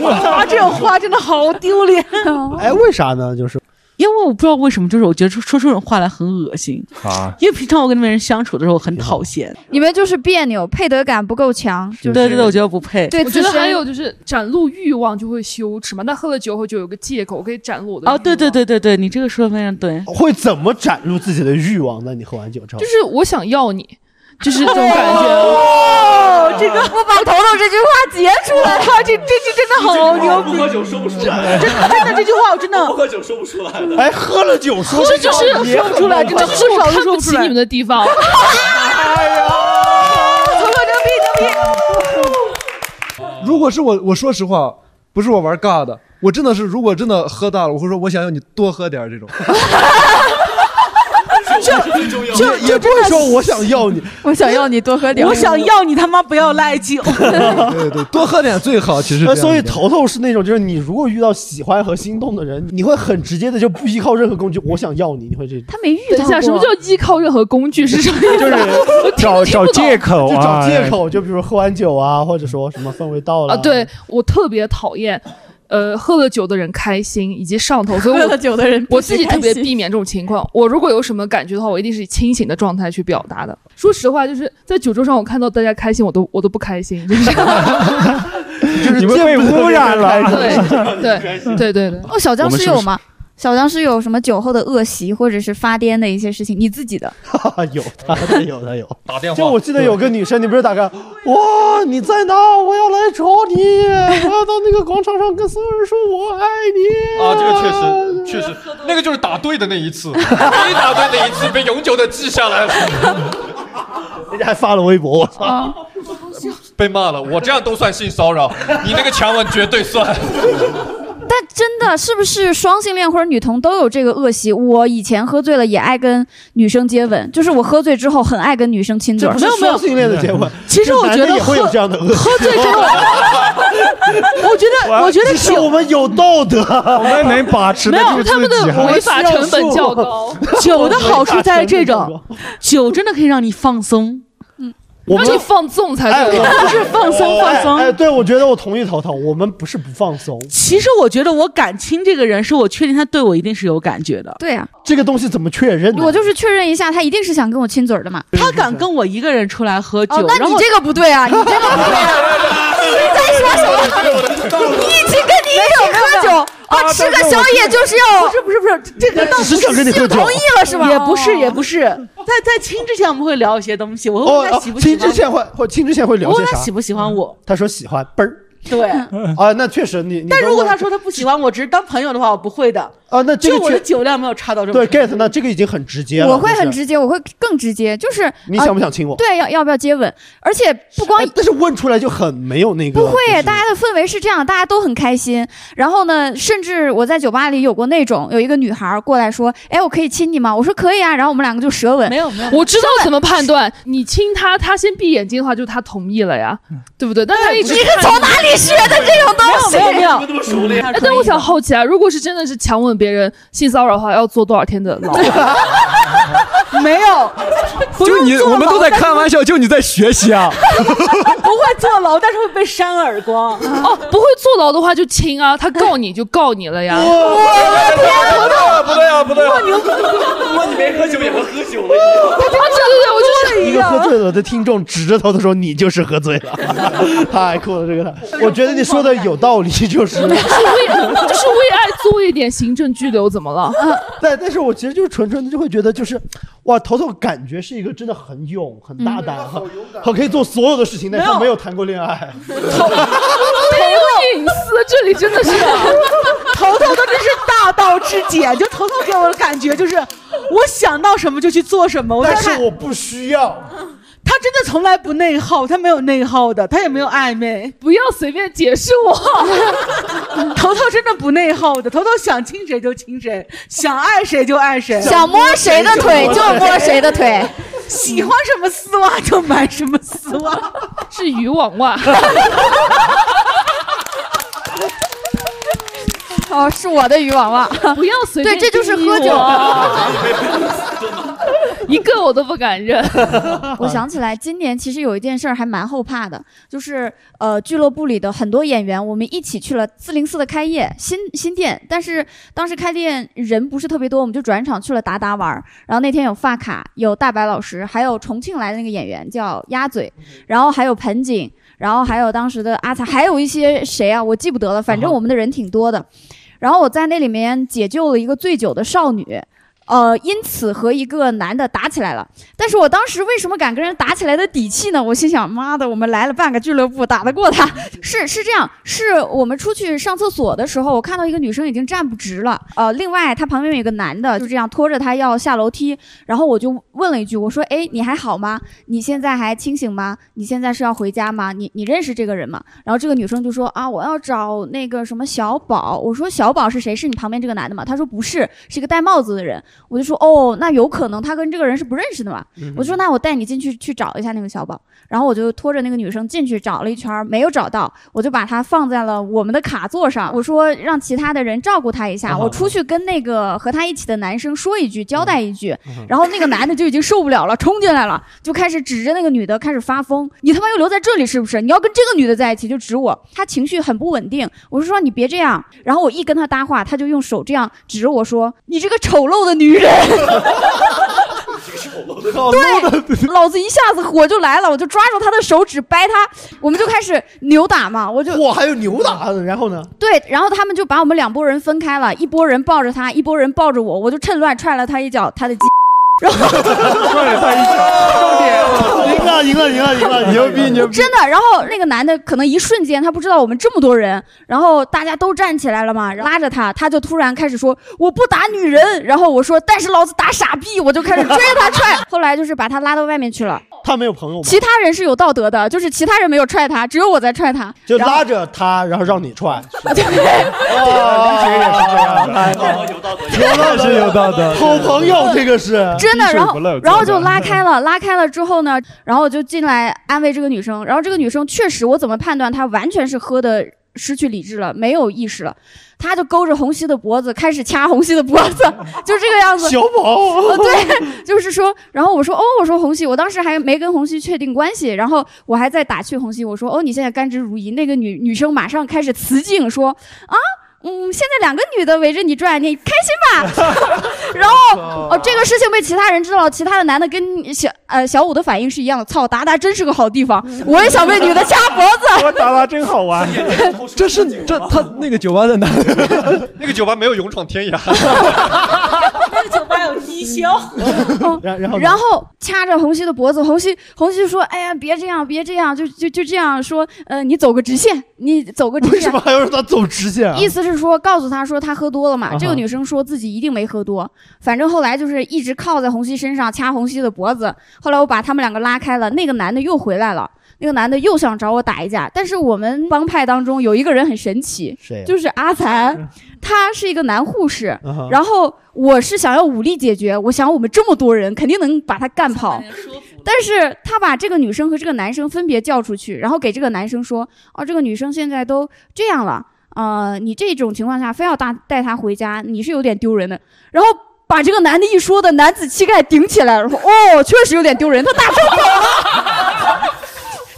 哇，这种话真的好丢脸。啊 [laughs] 哎，为啥呢？就是因为我不知道为什么，就是我觉得说说这种话来很恶心。啊，因为平常我跟那边人相处的时候很讨嫌。你们就是别扭，配得感不够强。就是对对对，我觉得不配。对我觉得自身还有就是展露欲望就会羞耻嘛，但喝了酒后就有个借口可以展露我的欲哦，对对对对对，你这个说的非常对。会怎么展露自己的欲望呢？你喝完酒之后，就是 [laughs] 我想要你，就是这种感觉。哦这个我把头头这句话截出来哇，这这 [laughs] 句真的好牛逼！喝酒说哦不出来， [laughs] 真的真的这句话我真的不喝酒说不出来的。哎，喝了酒不说是，就是也说很不出来，冒真犯的这是我看不起你们的地方。如果是我，我说实话，不是我玩尬的，我真的是，如果真的喝大了，我会说我想要你多喝点儿这种。就就也也不会说我想要你，我想要你多喝我想要你他妈不要赖 [laughs] 酒。对对，多喝点最好。其实呃这样所以的头头是那种，就是你如果遇到喜欢和心动的人，你会很直接的就不依靠任何工具，我想要你，你会这他没遇 [laughs] 等一下，什么叫依靠任何工具是什么意思？我听都听不懂就找借口，就比如喝完酒啊，或者说什么氛围到 [laughs] 了哎啊！对我特别讨厌。呃，喝了酒的人开心以及上头，所以我喝了酒的人我自己不开特心别避免这种情况。我如果有什么感觉的话，我一定是以清醒的状态去表达的。说实话，就是在酒桌上，我看到大家开心，我都我都不开心， [laughs] 就是就是你们被污染了。对对对对 [laughs] 对。哦，小僵尸有吗？小僵尸有什么酒后的恶习，或者是发癫的一些事情？你自己的？啊， [laughs] 有他的有他有。打电话，就我记得有个女生，你不是打开，哇，你在哪？我要来找你， [laughs] 我要到那个广场上跟所有人说我爱你。 [laughs] 啊，这个确 [laughs] 实确实，那个就是打对的那一次，没答对那一次被永久的记下来了， [laughs] 人家还发了微博，我操！被骂了。我这样都算性骚 [laughs] 扰，你那个强吻绝对算。但真的是不是双性恋或者女同都有这个恶习？我以前喝醉了也爱跟女生接吻，就是我喝醉之后很爱跟女生亲嘴。这不是双性恋的结婚，其实我觉得这男的也会有喝这样的恶习喝醉 [laughs] 之后我觉得我觉得只是酒我们有道德，我们能把持没有酒的好处在这 [laughs] 种，酒真的可以让你放松，我们让你放纵才对 [laughs] 哎我不是放松我放松哎，哎对，我觉得我同意头头，我们不是不放松，其实我觉得我敢亲这个人，是我确定他对我一定是有感觉的。对啊，这个东西怎么确认呢？我就是确认一下，他一定是想跟我亲嘴的嘛。他敢跟我一个人出来喝酒，哦，那然你后这个不对 [laughs] 啊，你这个不对啊！你在说什么？你已经跟你一起喝酒哦啊，吃个宵夜就是要不是不是不是这个倒只是想跟你喝酒性同意了是吧也不是也不是，在在亲之前我们会聊一些东西，我会哦问他哦喜不喜亲欢我。之前会会亲之前会聊我些问他啥？嗯喜不喜欢我？他说喜欢，嘣儿。对。 [laughs] 啊，那确实你。你但如果刚刚他说他不喜欢我，只是当朋友的话，我不会的。啊，那这个就我的确酒量没有差到这么。对 get 那这个已经很直接了，我会很就是直接，我会更直接，就是你啊想不想亲我对，要要不要接吻？而且不光哎但是问出来就很没有那个。不会，大家的氛围是这样，大家都很开心。然后呢，甚至我在酒吧里有过那种，有一个女孩过来说：“哎，我可以亲你吗？”我说：“可以啊。”然后我们两个就舌吻。没有没有，我知道怎么判断。你亲他，他先闭眼睛的话，就是他同意了呀，嗯对不对？但他一直你是看从哪里学的这种东西没有没有没有哎怎么那么熟练但我想好奇啊，如果是真的是强吻别人、性骚扰的话，要坐多少天 [laughs] 的牢？没有，就你，我们都在开玩笑，笑，就你在学习 [laughs] 啊。 [laughs] 不会坐牢，但是会被扇耳光。 [laughs] 哦，不会坐牢的话就亲啊，他告你就告你了呀。不对啊，不对啊！哇，你哇，你没喝酒也和喝酒了啊，对对对，我就是一个喝醉了的听众指着头的说：“你就是喝醉了。” [laughs] 太酷了，这 [laughs] 个太。我觉得你说的有道理，就是。就是为就是为爱做一点行政拘留，怎么了？ [laughs] 但但是我其实就是纯纯的就会觉得就是，哇，头头感觉是一个真的很勇、很大胆、很很可以做所有的事情，但没他有没有谈过 [laughs] 恋爱。没有隐私，这里 [laughs] 真的是头头都真是大道至简，就头头给我的感觉就是，我想到什么就去做什么。我但是我不需要。 [laughs] 他真的从来不内耗，他没有内耗的，他也没有暧昧。不要随便解释我， [laughs] 头头真的不内耗的，头头想亲谁就亲谁，想爱谁就爱谁，想摸谁的腿就摸谁的腿， [laughs] 喜欢什么丝袜就买什么丝袜， [laughs] 是渔网袜。哦，是我的渔网袜， [laughs] 不要随便对，这就是喝酒。一个我都不敢 [laughs] 认。我想起来，今年其实有一件事儿还蛮后怕的，就是呃，俱乐部里的很多演员，我们一起去了四零四的开业新新店，但是当时开店人不是特别多，我们就转场去了达达玩儿。然后那天有发卡，有大白老师，还有重庆来的那个演员叫鸭嘴，然后还有盆景，然后还有当时的阿才，还有一些谁啊，我记不得了，反正我们的人挺多的。然后我在那里面解救了一个醉酒的少女。呃，因此和一个男的打起来了。但是我当时为什么敢跟人打起来的底气呢？我心想，妈的，我们来了半个俱乐部，打得过他？是是这样，是我们出去上厕所的时候，我看到一个女生已经站不直了。呃，另外她旁边有一个男的，就这样拖着她要下楼梯，然后我就问了一句，我说，哎，你还好吗？你现在还清醒吗？你现在是要回家吗？你你认识这个人吗？然后这个女生就说，啊，我要找那个什么小宝。我说小宝是谁？是你旁边这个男的吗？她说不是，是一个戴帽子的人。我就说哦，那有可能他跟这个人是不认识的嘛。嗯我就说那我带你进去去找一下那个小宝，然后我就拖着那个女生进去找了一圈儿，没有找到，我就把她放在了我们的卡座上。啊我说让其他的人照顾她一下，我出去跟那个和她一起的男生说一句，交代一句。 [laughs] 然后那个男的就已经受不了了，冲进来了，就开始指着那个女的开始发疯：“你他妈又留在这里是不是？你要跟这个女的在一起就指我。”她情绪很不稳定，我就说你别这样。然后我一跟她搭话，她就用手这样指着我说：“你这个丑陋的女人。”对， [laughs] 老子一下子火就来了，我就抓住他的手指掰他，我们就开始扭打嘛，我就哇，还有扭打，然后呢？对，然后他们就把我们两拨人分开了，一拨人抱着他，一拨人抱着我，我就趁乱踹了他一脚，他的鸡，然后快点，快点，重点，赢了，啊赢了，赢了，赢了，牛逼，牛逼！真的，然后那个男的可能一瞬间他不知道我们这么多人，然后大家都站起来了嘛，拉着他，他就突然开始说我不打女人，然后我说但是老子打傻逼，我就开始追着他踹， [laughs] 后来就是把他拉到外面去了。他没有朋友吗？其他人是有道德的，就是其他人没有踹他，只有我在踹他，就然后拉着他，然后让你踹。 [laughs] 对，有道德，有道德，好朋友，这个是真的，然后然后就拉开了， [laughs] 拉开了之后呢，然后就进来安慰这个女生，然后这个女生确实，我怎么判断她完全是喝的失去理智了，没有意识了，她就勾着红熙的脖子开始掐红熙的脖子， [laughs] 就这个样子。小宝呃对， [laughs] 就是说，然后我说哦，我说红熙，我当时还没跟红熙确定关系，然后我还在打趣红熙，我说哦，你现在甘之如饴。那个女女生马上开始辞镜说啊。嗯，现在两个女的围着你转，你开心吧？然后哦，这个事情被其他人知道了，其他的男的跟小呃小五的反应是一样的。操，达达真是个好地方，我也想被女的掐脖子。我达达真好玩，这是这他那个酒吧在哪？那个酒吧没有勇闯天涯。 [laughs] 那个酒吧有低消。 [laughs] 然然后然后掐着红熙的脖子，红熙红熙说：“哎呀，别这样，别这样，就就就这样说，呃，你走个直线，你走个直线。”为什么还要让他走直线啊？意思是说，告诉他说他喝多了嘛。啊这个女生说自己一定没喝多，反正后来就是一直靠在红熙身上掐红熙的脖子。后来我把他们两个拉开了，那个男的又回来了，那个男的又想找我打一架。但是我们帮派当中有一个人很神奇，谁呀就是阿才，他是一个男护士啊哈，然后。我是想要武力解决，我想我们这么多人肯定能把他干跑，但是他把这个女生和这个男生分别叫出去，然后给这个男生说：“哦，这个女生现在都这样了，呃，你这种情况下非要带带她回家，你是有点丢人的。”然后把这个男的一说的男子气概顶起来了，说：“哦，确实有点丢人。”他打车走了， [laughs]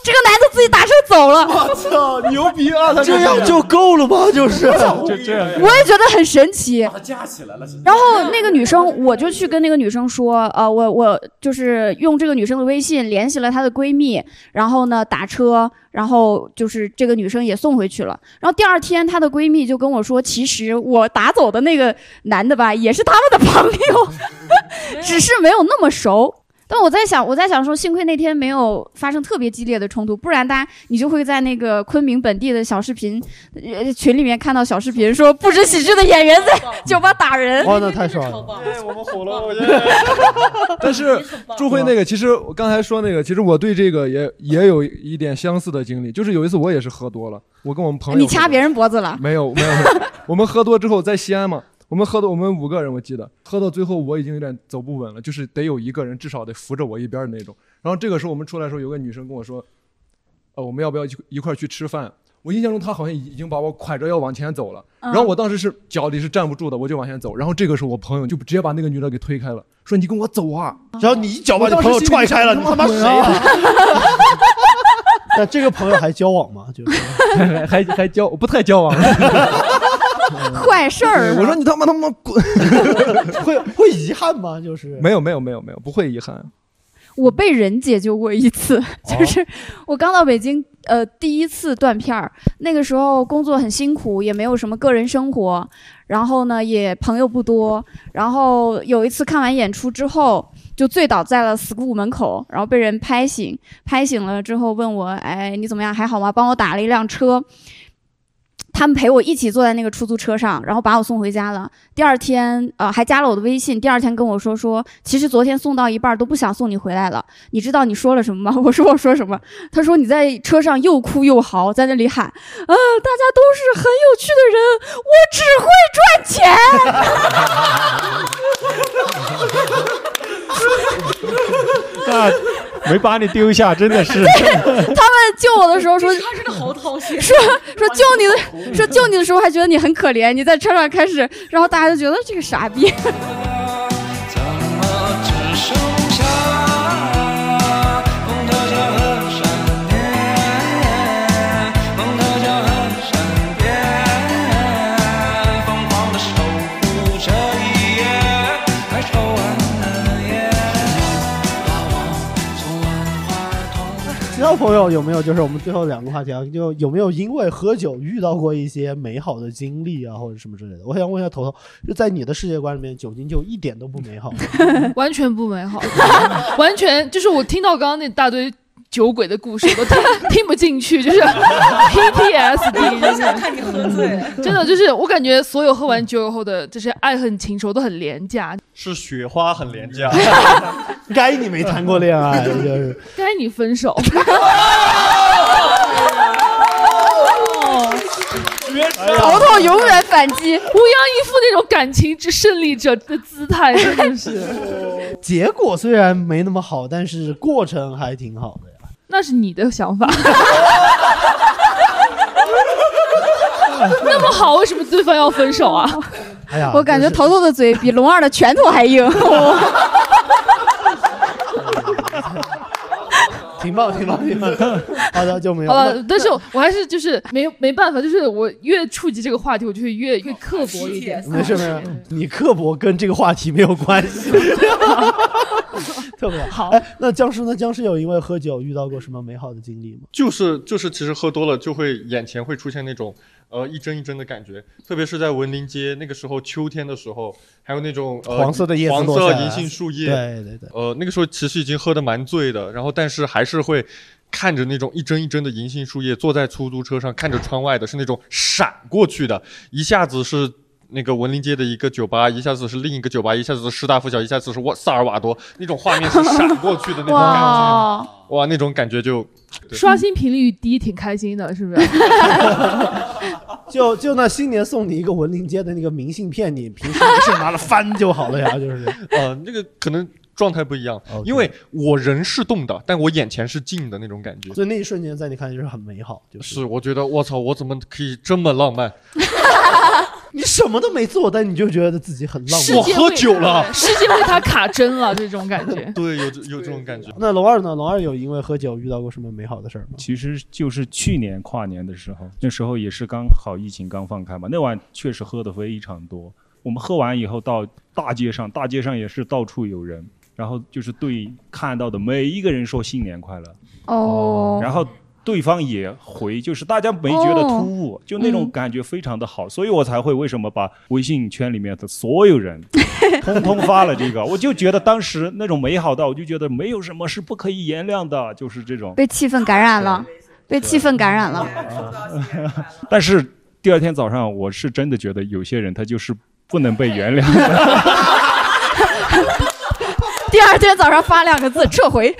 这个男的自己打车走了。我操，牛逼啊！他这这样样就就够了吗？就是，就这样我也觉得很神奇。架起来了，然后那个女生，我就去跟那个女生说，呃，我我就是用这个女生的微信联系了她的闺蜜，然后呢打车，然后就是这个女生也送回去了。然后第二天，她的闺蜜就跟我说，其实我打走的那个男的吧，也是他们的朋友，只是没有那么熟。但我在想，我在想说，幸亏那天没有发生特别激烈的冲突，不然大家你就会在那个昆明本地的小视频呃群里面看到小视频说，不止喜剧的演员在酒吧打人。哦哇，那太爽了！对，我们火了，我但是朱辉那个，其实我刚才说那个，其实我对这个也也有一点相似的经历，就是有一次我也是喝多了，我跟我们朋友你掐别人脖子 [laughs] 了？没有没有没有，我们喝多之后在西安嘛，我们喝的我们五个人我记得，喝到最后我已经有点走不稳了，就是得有一个人至少得扶着我一边儿的那种。然后这个时候我们出来的时候，有个女生跟我说，呃，我们要不要一一块儿去吃饭？我印象中她好像已经把我挎着要往前走了，嗯然后我当时是脚里是站不住的，我就往前走。然后这个时候我朋友就直接把那个女的给推开了，说你跟我走啊！然后你一脚把你朋友踹开了，你他妈谁啊？那这个朋友还交往吗？就是还 [laughs] 还还交不太交往。坏事儿对我说你他妈他妈滚！会会遗憾吗？就是没有没有没有没有，不会遗憾。我被人解救过一哦次， [laughs] 就是我刚到北京，呃，第一次断片儿。那个时候工作很辛苦，也没有什么个人生活，然后呢也朋友不多。然后有一次看完演出之后，就醉倒在了 school 门口，然后被人拍醒，拍醒了之后问我，哎，你怎么样？还好吗？帮我打了一辆车。他们陪我一起坐在那个出租车上，然后把我送回家了。第二天，呃，还加了我的微信。第二天跟我说说，其实昨天送到一半都不想送你回来了。你知道你说了什么吗？ [laughs] 我说我说什么？他说你在车上又哭又嚎，在那里喊，啊，大家都是很有趣的人，我只会赚钱。那没把你丢下，真的 [laughs] 是。 [laughs] 他们救我的时候说，他真的好讨厌。说说救你的，说救你的时候还觉得你很可怜，你在车上开始，然后大家就觉得这个傻逼。只剩下蒙特加和闪电，蒙特加和闪电，疯狂地守护这一夜，还抽完了烟，把我送万花筒。其他朋友有没有就是我们最后两个话题啊，就有没有因为喝酒遇到过一些美好的经历啊，或者什么之类的？我想问一下头头，就在你的世界观里面，酒精就一点都不美好吗，完全不美好， [laughs] 完全就是我听到刚刚那大堆酒鬼的故事，我都听听 [laughs] 不进去，就是 PTSD，我就是想看你喝醉。真的就是我感觉所有喝完酒以后的这些爱恨情仇都很廉价。是雪花很廉价，该你没谈过恋 [laughs] 爱，就是该你分手。头头永远反击，乌央一副那种感情之胜利者的姿态，真的是。 [laughs] 结果虽然没那么好，但是过程还挺好的呀。那是你的想法。那么好，为什么对方要分手啊？哎呀我感觉头头的嘴比龙二的拳头还硬。 [laughs] 挺棒，挺棒，挺棒。好的，就没有。好那了，但是我我还是就是没没办法，就是我越触及这个话题，我就会越越刻薄一点。没事没 [laughs] 事，你刻薄跟这个话题没有关系，特别好。哎，那僵尸呢？僵尸有因为喝酒遇到过什么美好的经历吗？就是就是，其实喝多了就会眼前会出现那种呃一针一针的感觉，特别是在文林街那个时候秋天的时候，还有那种、呃、黄色的叶子黄落下色来银杏树叶，对对对，呃那个时候其实已经喝得蛮醉的，然后但是还是会。看着那种一针一针的银杏树叶，坐在出租车上看着窗外的是那种闪过去的，一下子是那个文林街的一个酒吧，一下子是另一个酒吧，一下子是师大附小，一下子是哇萨尔瓦多，那种画面是闪 [laughs] 过去的那种感觉，哇，哇，那种感觉就对 [laughs] 刷新频率低，挺开心的，是 [laughs] 不是？就就那新年送你一个文林街的那个明信片，你平 [laughs] 时没事拿了翻就好了呀，就是。呃，那个可能状态不一样，因为我人是动的，但我眼前是静的那种感觉。，所以那一瞬间在你看来就是很美好，就是我觉得我操，我怎么可以这么浪漫？你什么都没做，但你就觉得自己很浪漫。世界为世界为他卡针了，这种感觉。对，有这有这种感觉。那龙二呢？龙二有因为喝酒遇到过什么美好的事儿吗？其实就是去年跨年的时候，那时候也是刚好疫情刚放开嘛，那晚确实喝的非常多。我们喝完以后到大街上，大街上也是到处有人，然后就是对看到的每一个人说新年快乐，哦 [laughs] 然后对方也回，就是大家没觉得突兀，哦就那种嗯感觉非常的好，所以我才会为什么把微信圈里面的所 [laughs] 有人通通发了这个，我就觉得当时那种美好到，我就觉得没有什么是不可以原谅的，就是这种。被气氛感染了，被气氛感染了。 [laughs] 但是第二天早上，我是真的觉得有些人他就是不能被原谅的。第二天早上发两个字撤回。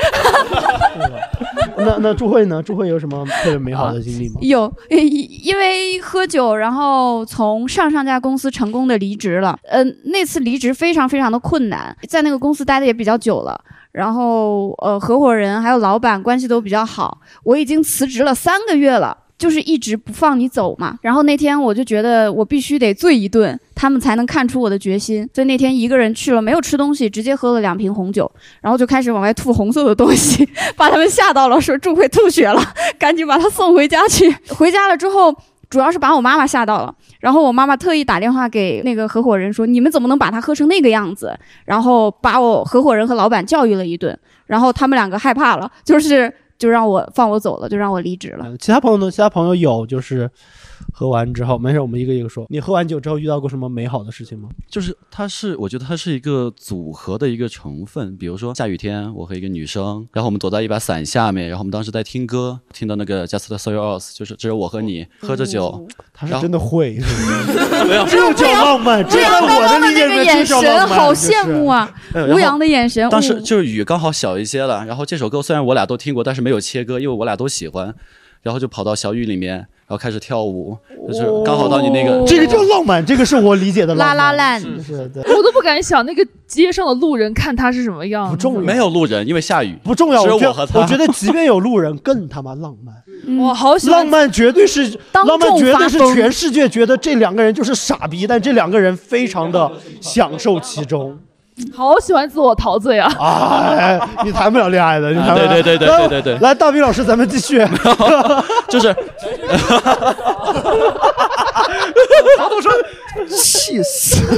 [laughs] 那那朱慧呢？朱慧有什么特别美好的经历吗？有，因因为喝酒，然后从上上家公司成功的离职了。呃，那次离职非常非常的困难，在那个公司待的也比较久了，然后呃，合伙人还有老板关系都比较好。我已经辞职了三个月了。就是一直不放你走嘛，然后那天我就觉得我必须得醉一顿，他们才能看出我的决心。所以那天一个人去了，没有吃东西，直接喝了两瓶红酒，然后就开始往外吐红色的东西， [laughs] 把他们吓到了，说祝慧吐血了，赶紧把她送回家去。 [laughs] 回家了之后，主要是把我妈妈吓到了。然后我妈妈特意打电话给那个合伙人说：“你们怎么能把她喝成那个样子？”然后把我合伙人和老板教育了一顿，然后他们两个害怕了，就是 [laughs] 就让我放我走了，就让我离职了。其他朋友呢？其他朋友有就是喝完之后，没事，我们一个一个说。你喝完酒之后遇到过什么美好的事情吗？ [laughs] 就是它是，我觉得它是一个组合的一个成分。比如说下雨天，我和一个女生，然后我们躲在一把伞下面，然后我们当时在听歌，听到那个 Just So You Us，就是只有我和你喝着酒，嗯他然是后真的会，这这叫浪漫。这对在啊，刚我刚的的理解里那个面，眼这叫神浪漫。好就是羡慕啊哎，然后吴阳的眼神。哦当时呜就是雨刚好小一些了，然后这首歌虽然我俩都听过，但是没有切歌，因为我俩都喜欢，然后就跑到小雨里面，然后开始跳舞，就是刚好到你那个，哦这个叫浪漫，这个是我理解的浪漫。拉烂是是对 [laughs] 我都不敢想那个街上的路人看他是什么样。不重没有路人，因为下雨，不重要，只有我觉和得他。我觉得即便有路人，更他妈浪漫。嗯我好喜欢浪漫，绝对是当浪漫，众绝对发是疯全世界觉得这两个人就是傻逼，但这两个人非常的享受其中。好喜欢自我陶醉啊！ [laughs] 哎，你谈不了恋爱的，你谈不了。对对对对来对对对来，大兵老师，咱们继续。就是 [laughs] 曹总说， [laughs] 气死。 [laughs]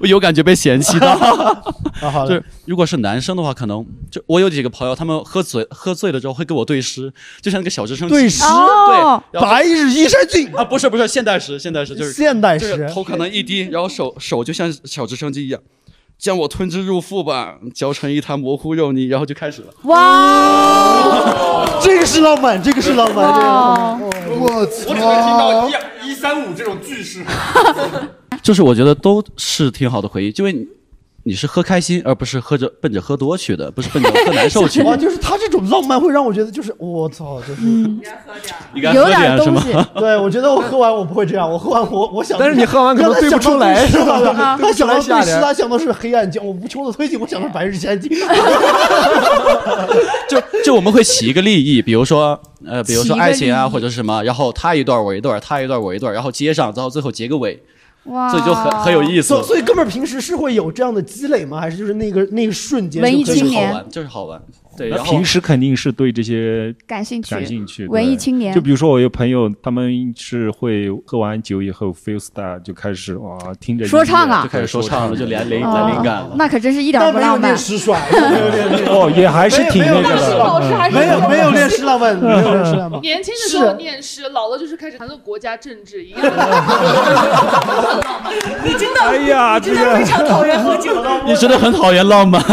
我有感觉被嫌弃到。好嘞就是如果是男生的话，可能就我有几个朋友，他们喝醉喝醉了之后会跟我对诗，就像那个小直升机对诗对哦，然后白日依山尽啊，不是不是现代诗，现代诗就是现代就诗是头可能一低，然后手手就像小直升机一样。将我吞之入腹吧，嚼成一滩模糊肉泥，然后就开始了。哇， [laughs] 这个是浪漫，这个是浪漫，这个浪漫。。我只会听到一一三五这种句式。就是我觉得都是挺好的回忆，因为你你是喝开心，而不是喝着奔着喝多去的，不是奔着喝难受去 [laughs] 哇，就是他这种浪漫会让我觉得，就是我操，就是应该喝点是吗？ [laughs] 对，我觉得我喝完我不会这样，我喝完我我想，但是你喝完可能对不出来是吧？是吧他想到对不出来吓对诗，人他想到是黑暗将我无穷的推进，我想到白日前进。就 [laughs] 就我们会起一个利益，比如说呃，比如起一说个爱情啊利益或者是什么，然后他一段我一段，他一段我一段，然后接上，然后最后结个尾，哇所以就很很有意思所所以哥们儿平时是会有这样的积累吗？还是就是那个那个瞬间就可以就是好玩，就是好玩。对，然后 [laughs] 平时肯定是对这些感兴趣感兴趣对文艺青年就比如说我有朋友，他们是会喝完酒以后 feel star 就开始哇听着音说乐唱啊就开始说唱了，就连灵哦那可真是一点儿不浪但漫没有练。实耍， [laughs] 哦，也还是挺那个的，没有没有练诗浪漫，没有练诗浪漫。年轻的时是候啊念诗，老了就是开始谈论国家政治一样。你真的，哎呀，你真的非常讨厌喝酒。你真的很讨厌浪漫。 [laughs]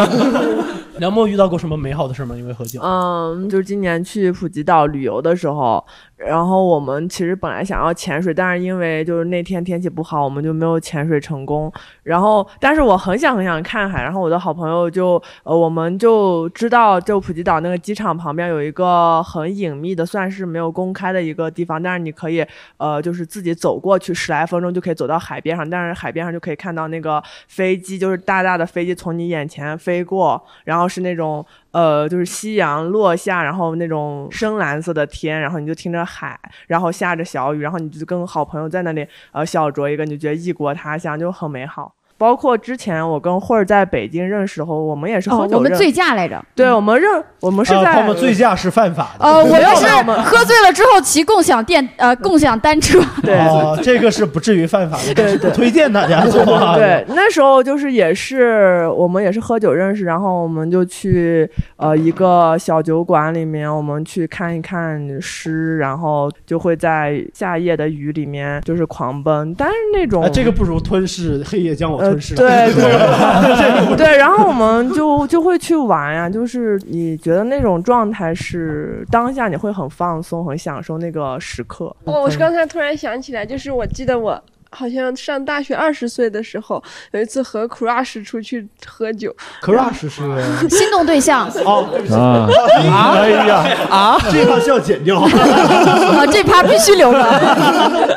梁墨遇到过什么美好的事吗？因为喝酒，嗯，就是今年去普吉岛旅游的时候，然后我们其实本来想要潜水，但是因为就是那天天气不好，我们就没有潜水成功。然后，但是我很想很想看海，然后我的好朋友就呃，我们就知道就普吉岛那个机场旁边有一个很隐秘的，算是没有公开的一个地方，但是你可以呃，就是自己走过去十来分钟就可以走到海边上，但是海边上就可以看到那个飞机，就是大大的飞机从你眼前飞过，然后是那种呃，就是夕阳落下，然后那种深蓝色的天，然后你就听着海，然后下着小雨，然后你就跟好朋友在那里呃小酌一个，你就觉得异国他乡就很美好。包包括之前我跟慧儿在北京认识的时候，我们也是喝哦酒、我们醉驾来着。对，我们认我们是呃在他们醉驾是犯法的。呃， [laughs] 我没有们没是有没有喝醉了之后骑共享电嗯呃共享单车。 [laughs] 哦，这个是不至于犯法的，但是不推荐大家做 [laughs] 啊。对， [laughs] 那时候就是也是我们也是喝酒认识，然后我们就去呃一个小酒馆里面，我们去看一看诗，然后就会在夏夜的雨里面就是狂奔，但是那种、呃哎这个不如吞噬黑夜将我吞噬。，对对对， [laughs] 然后我们就就会去玩呀、就是你觉得那种状态是当下你会很放松，很享受那个时刻。我我是刚才突然想起来，就是我记得我好像上大学二十岁的时候，有一次和 crush 出去喝酒 crush 是 [laughs] 心动对象哦啊啊哎呀啊，这趴需要剪掉。啊，这趴必须留着。呃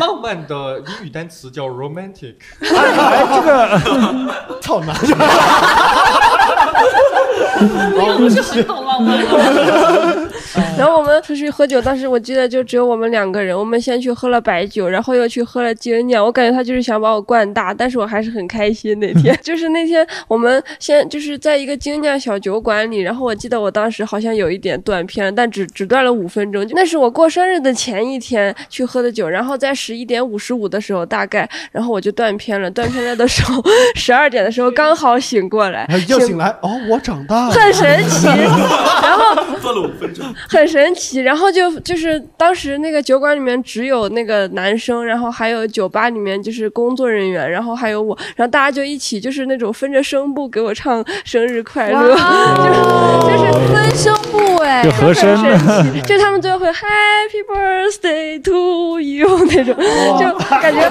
浪漫的英语单词叫 romantic。哎这 [laughs] 个操男，我不是很懂浪漫了。然后我们出去喝酒，当时我记得就只有我们两个人，我们先去喝了白酒，然后又去喝了精酿。我感觉他就是想把我灌大，但是我还是很开心那天。就是那天我们先就是在一个精酿小酒馆里，然后我记得我当时好像有一点断片了，但只只断了五分钟。那是我过生日的前一天去喝的酒，然后在十一点五十五的时候大概，然后我就断片了。断片了的时候， [laughs] 十二点的时候刚好醒过 [laughs] 来，要醒来哦，我长啊大了，很神 [laughs] 奇然后做了五分钟，很神奇。然后就就是当时那个酒馆里面只有那个男生，然后还有酒吧里面就是工作人员，然后还有我，然后大家就一起就是那种分着声部给我唱生日快乐， [laughs] 就是就是分声部哎就就很和神声奇，就他们最后会 Happy Birthday to you 那种，就感觉。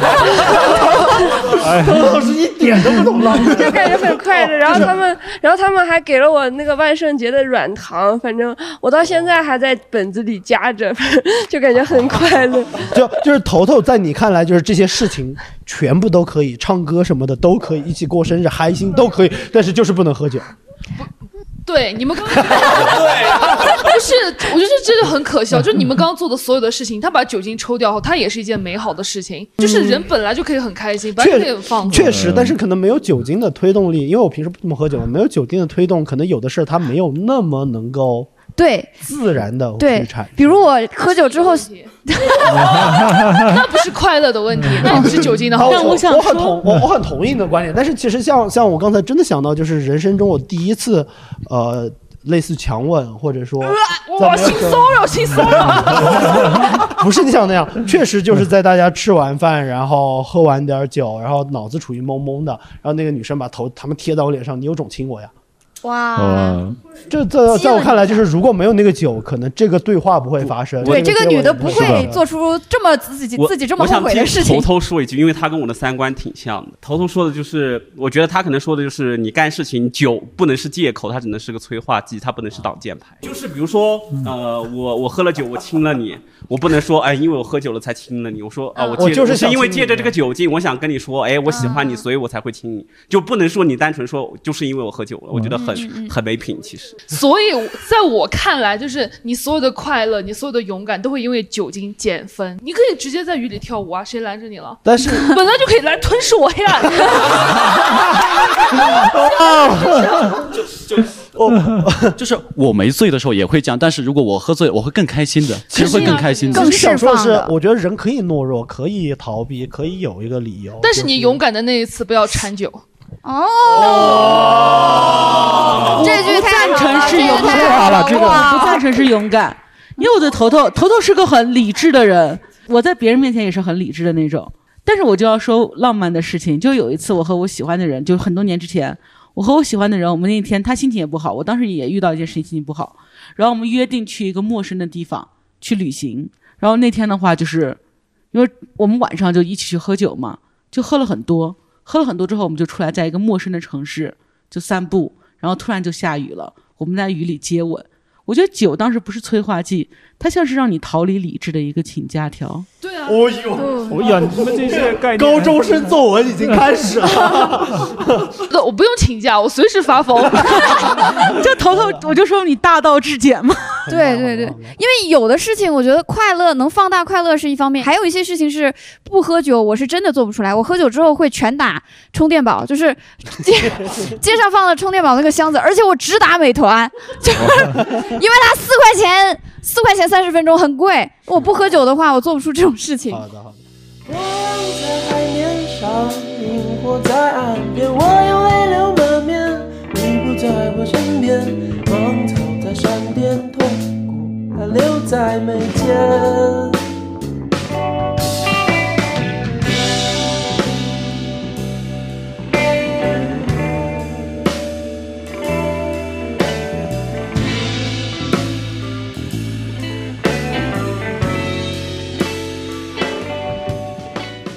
童老师一点都不懂浪漫，就感觉很快哦乐。然后他们，然后他们还给了我那个万圣节的软糖，反正我到现在还在本子里夹着，反正就感觉很快乐。就就是头头在你看来就是这些事情全部都可以，唱歌什么的都可以，一起过生日、嗨心都可以，但是就是不能喝酒。对，你们 [laughs] 刚刚不是，我觉得这真的很可笑。嗯就是你们刚刚做的所有的事情，他把酒精抽掉后，它也是一件美好的事情。就是人本来就可以很开心，本来就可以很放松。嗯确实，但是可能没有酒精的推动力，因为我平时不怎么喝酒嘛，没有酒精的推动，可能有的事儿它没有那么能够对自然的对去产，比如我喝酒之后，那不是快乐的问题， [laughs] 那也是酒精的好嗯好处。我我很同我我很同意你的观点，但是其实像像我刚才真的想到，就是人生中我第一次，呃，类似强吻或者说呃在哇，没有性骚扰，性骚扰。不是你想那样，确实就是在大家吃完饭，然后喝完点酒，然后脑子处于懵懵的，然后那个女生把头他们贴到我脸上，你有种亲我呀！哇，这在在我看来，就是如果没有那个酒，可能这个对话不会发生。对这个女的不是会的做出这么自己我自己这么后悔的事我想听情。头头说一句，因为他跟我的三观挺像的。头头说的就是，我觉得他可能说的就是，你干事情酒不能是借口，它只能是个催化剂，它不能是挡箭牌。就是比如说，呃，我我喝了酒，我亲了你，我不能说，哎，因为我喝酒了才亲了你。我说嗯啊，我借我就是是想因为亲你借着这个酒劲，我想跟你说，哎，我喜欢嗯你，所以我才会亲你，就不能说你单纯说就是因为我喝酒了，我觉得很嗯嗯嗯很没品，其实。所以，在我看来，就是你所有的快乐，你所有的勇敢，都会因为酒精减分。你可以直接在雨里跳舞啊，谁拦着你 [laughs] 了？但 [laughs] 是本来就可以来吞噬我呀！哦 [laughs] 就是我没醉的时候也会这样，但是如果我喝醉，我会更开心啊的，其实会更开心的。我是想说的是，我觉得人可以懦弱，可以逃避，可以有一个理由。但是你勇敢的那一次，不要掺酒。哦我这句不太赞好成了是这勇句太敢，好了这个我不赞成是勇敢，因为我的头头头头是个很理智的人，我在别人面前也是很理智的那种。但是我就要说浪漫的事情，就有一次我和我喜欢的人，就很多年之前，我和我喜欢的人，我们那天他心情也不好，我当时也遇到一件事情心情不好，然后我们约定去一个陌生的地方去旅行，然后那天的话就是因为我们晚上就一起去喝酒嘛，就喝了很多，喝了很多之后，我们就出来在一个陌生的城市就散步，然后突然就下雨了，我们在雨里接吻。我觉得酒当时不是催化剂，它像是让你逃离理智的一个请假条。对啊啊，哦呦，哎呀，你们这些概念，高中生作文已经开始了。 [laughs] 那我不用请假，我随时发疯。 [laughs] 就头头，我就说你大道至简嘛。对 [laughs] 对对，因为有的事情，我觉得快乐能放大快乐是一方面，还有一些事情是不喝酒，我是真的做不出来。我喝酒之后会拳打充电宝，就是街街上放了充电宝那个箱子，而且我只打美团，就是因为它四块钱，四块钱三十分钟很贵。我不喝酒的话，我做不出这种事情。好的好的。在海面上，萤火在岸边，我用泪流满面。你不在我身边，芒草在山边，痛苦还留在眉间。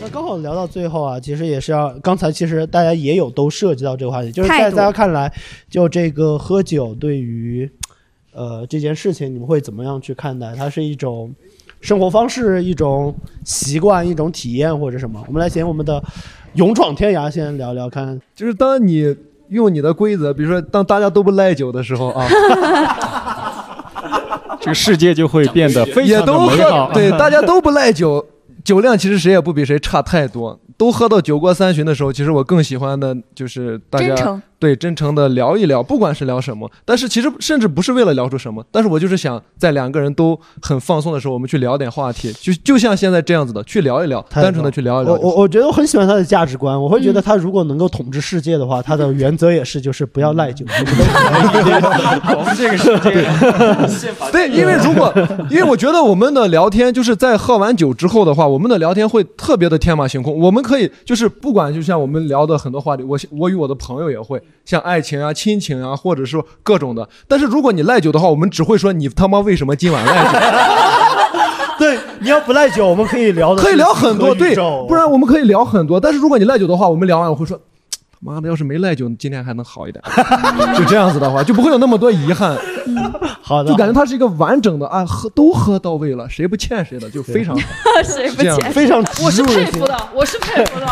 那刚好聊到最后啊，其实也是要刚才其实大家也有都涉及到这个话题，就是在态度大家看来，就这个喝酒对于呃这件事情，你们会怎么样去看待？它是一种生活方式，一种习惯，一种体验，或者什么？我们来请我们的勇闯天涯先聊聊看。就是当你用你的规则，比如说当大家都不赖酒的时候啊， [laughs] 这个世界就会变得非也常的都美好喝，。 [laughs] 对，大家都不赖酒，酒量其实谁也不比谁差太多。都喝到酒过三巡的时候，其实我更喜欢的就是大家真诚对真诚的聊一聊，不管是聊什么，但是其实甚至不是为了聊出什么，但是我就是想在两个人都很放松的时候，我们去聊点话题，就就像现在这样子的去聊一聊，太单纯的去聊一聊我。我我觉得我很喜欢他的价值观，我会嗯觉得他如果能够统治世界的话，他的原则也是就是嗯不要赖酒。 [laughs] 我们这个是这 [laughs] 个对，因为如 [laughs] 果因为我觉得我们的聊天就是在喝完酒之后的话，我们的聊天会特别的天马行空。我们可以就是不管就像我们聊的很多话题，我我与我的朋友也会像爱情啊、亲情啊，或者说各种的。但是如果你赖酒的话，我们只会说你他妈为什么今晚赖酒。对，你要不赖酒，我们可以聊可以聊很多，对，不然我们可以聊很多。但是如果你赖酒的话，我们聊完我会说，他妈的，要是没赖酒，今天还能好一点。就这样子的话，就不会有那么多遗憾。好的，就感觉它是一个完整的啊，喝都喝到位了，谁不欠谁的，就非常好。谁不这样欠非常我是植入佩人心服的，我是佩服的。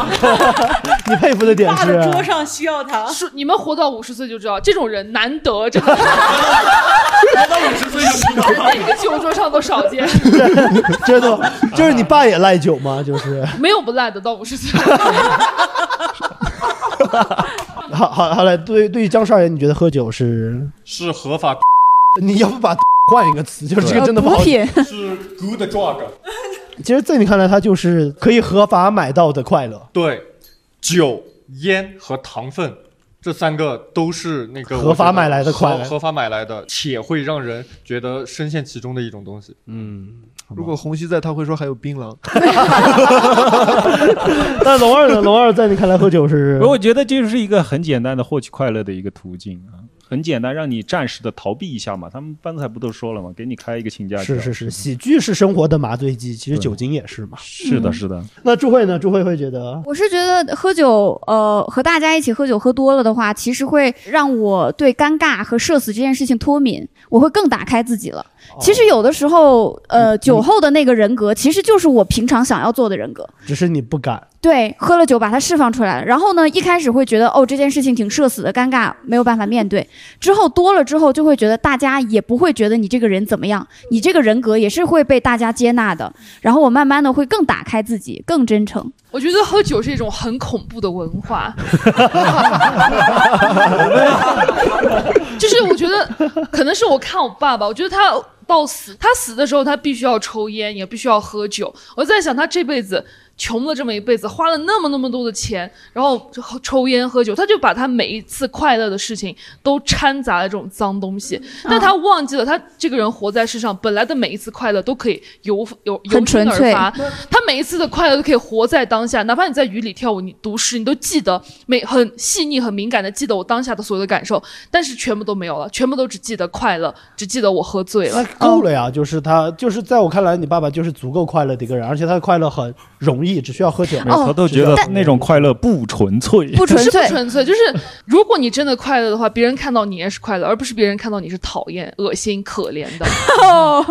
你佩服的点大是，上需要他。是你们活到五十岁就知道，这种人难得，真的。活到50岁就知道 [laughs] 在一个酒桌上都少见， [laughs] 真的吗就是你爸也赖酒吗？就是，没有不赖的。到五十岁，好好好嘞。对，对于张少爷，你觉得喝酒是？是合 [laughs] 法，你要不把换一个词，就是这个真的不好。是 good drug。其实，在你看来，它就是可以合法买到的快乐。对，酒、烟和糖分这三个都是那个合法买来的快乐合合法买来的，且会让人觉得深陷其中的一种东西。嗯， [laughs] 如果红熙在，他会说还有槟 [laughs] 榔。那龙二呢？龙二在你看来，喝酒是我觉得这就是一个很简单的获取快乐的一个途径啊，很简单，让你暂时的逃避一下嘛。他们刚才不都说了嘛，给你开一个请假条。是是是，喜剧是生活的麻醉剂，其实酒精也是嘛。嗯是的，是的。那朱慧呢？朱慧会觉得，我是觉得喝酒，呃，和大家一起喝酒喝多了的话，其实会让我对尴尬和社死这件事情脱敏，我会更打开自己了。其实有的时候，呃，酒后的那个人格，其实就是我平常想要做的人格。只是你不敢。对，喝了酒把它释放出来了。然后呢，一开始会觉得哦，这件事情挺社死的，尴尬，没有办法面对。之后多了之后，就会觉得大家也不会觉得你这个人怎么样，你这个人格也是会被大家接纳的。然后我慢慢的会更打开自己，更真诚。我觉得喝酒是一种很恐怖的文化。 [laughs] 就是我觉得，可能是我看我爸爸，我觉得他到死，他死的时候他必须要抽烟，也必须要喝酒。我在想，他这辈子穷了这么一辈子，花了那么那么多的钱，然后抽烟喝酒，他就把他每一次快乐的事情都掺杂了这种脏东西，嗯但他忘记了他这个人活在世上，本来的每一次快乐都可以由由由很天纯而粹发，他每一次的快乐都可以活在当下，哪怕你在雨里跳舞，你读诗，你都记得每很细腻、很敏感的记得我当下的所有的感受，但是全部都没有了，全部都只记得快乐，只记得我喝醉了。那够了呀！就是他，就是在我看来，你爸爸就是足够快乐的一个人，而且他的快乐很容容易，只需要喝酒。哦他都觉得那种快乐不纯粹， [laughs] 是不纯粹，就是如果你真的快乐的话，别人看到你也是快乐，而不是别人看到你是讨厌、恶心、可怜的。哦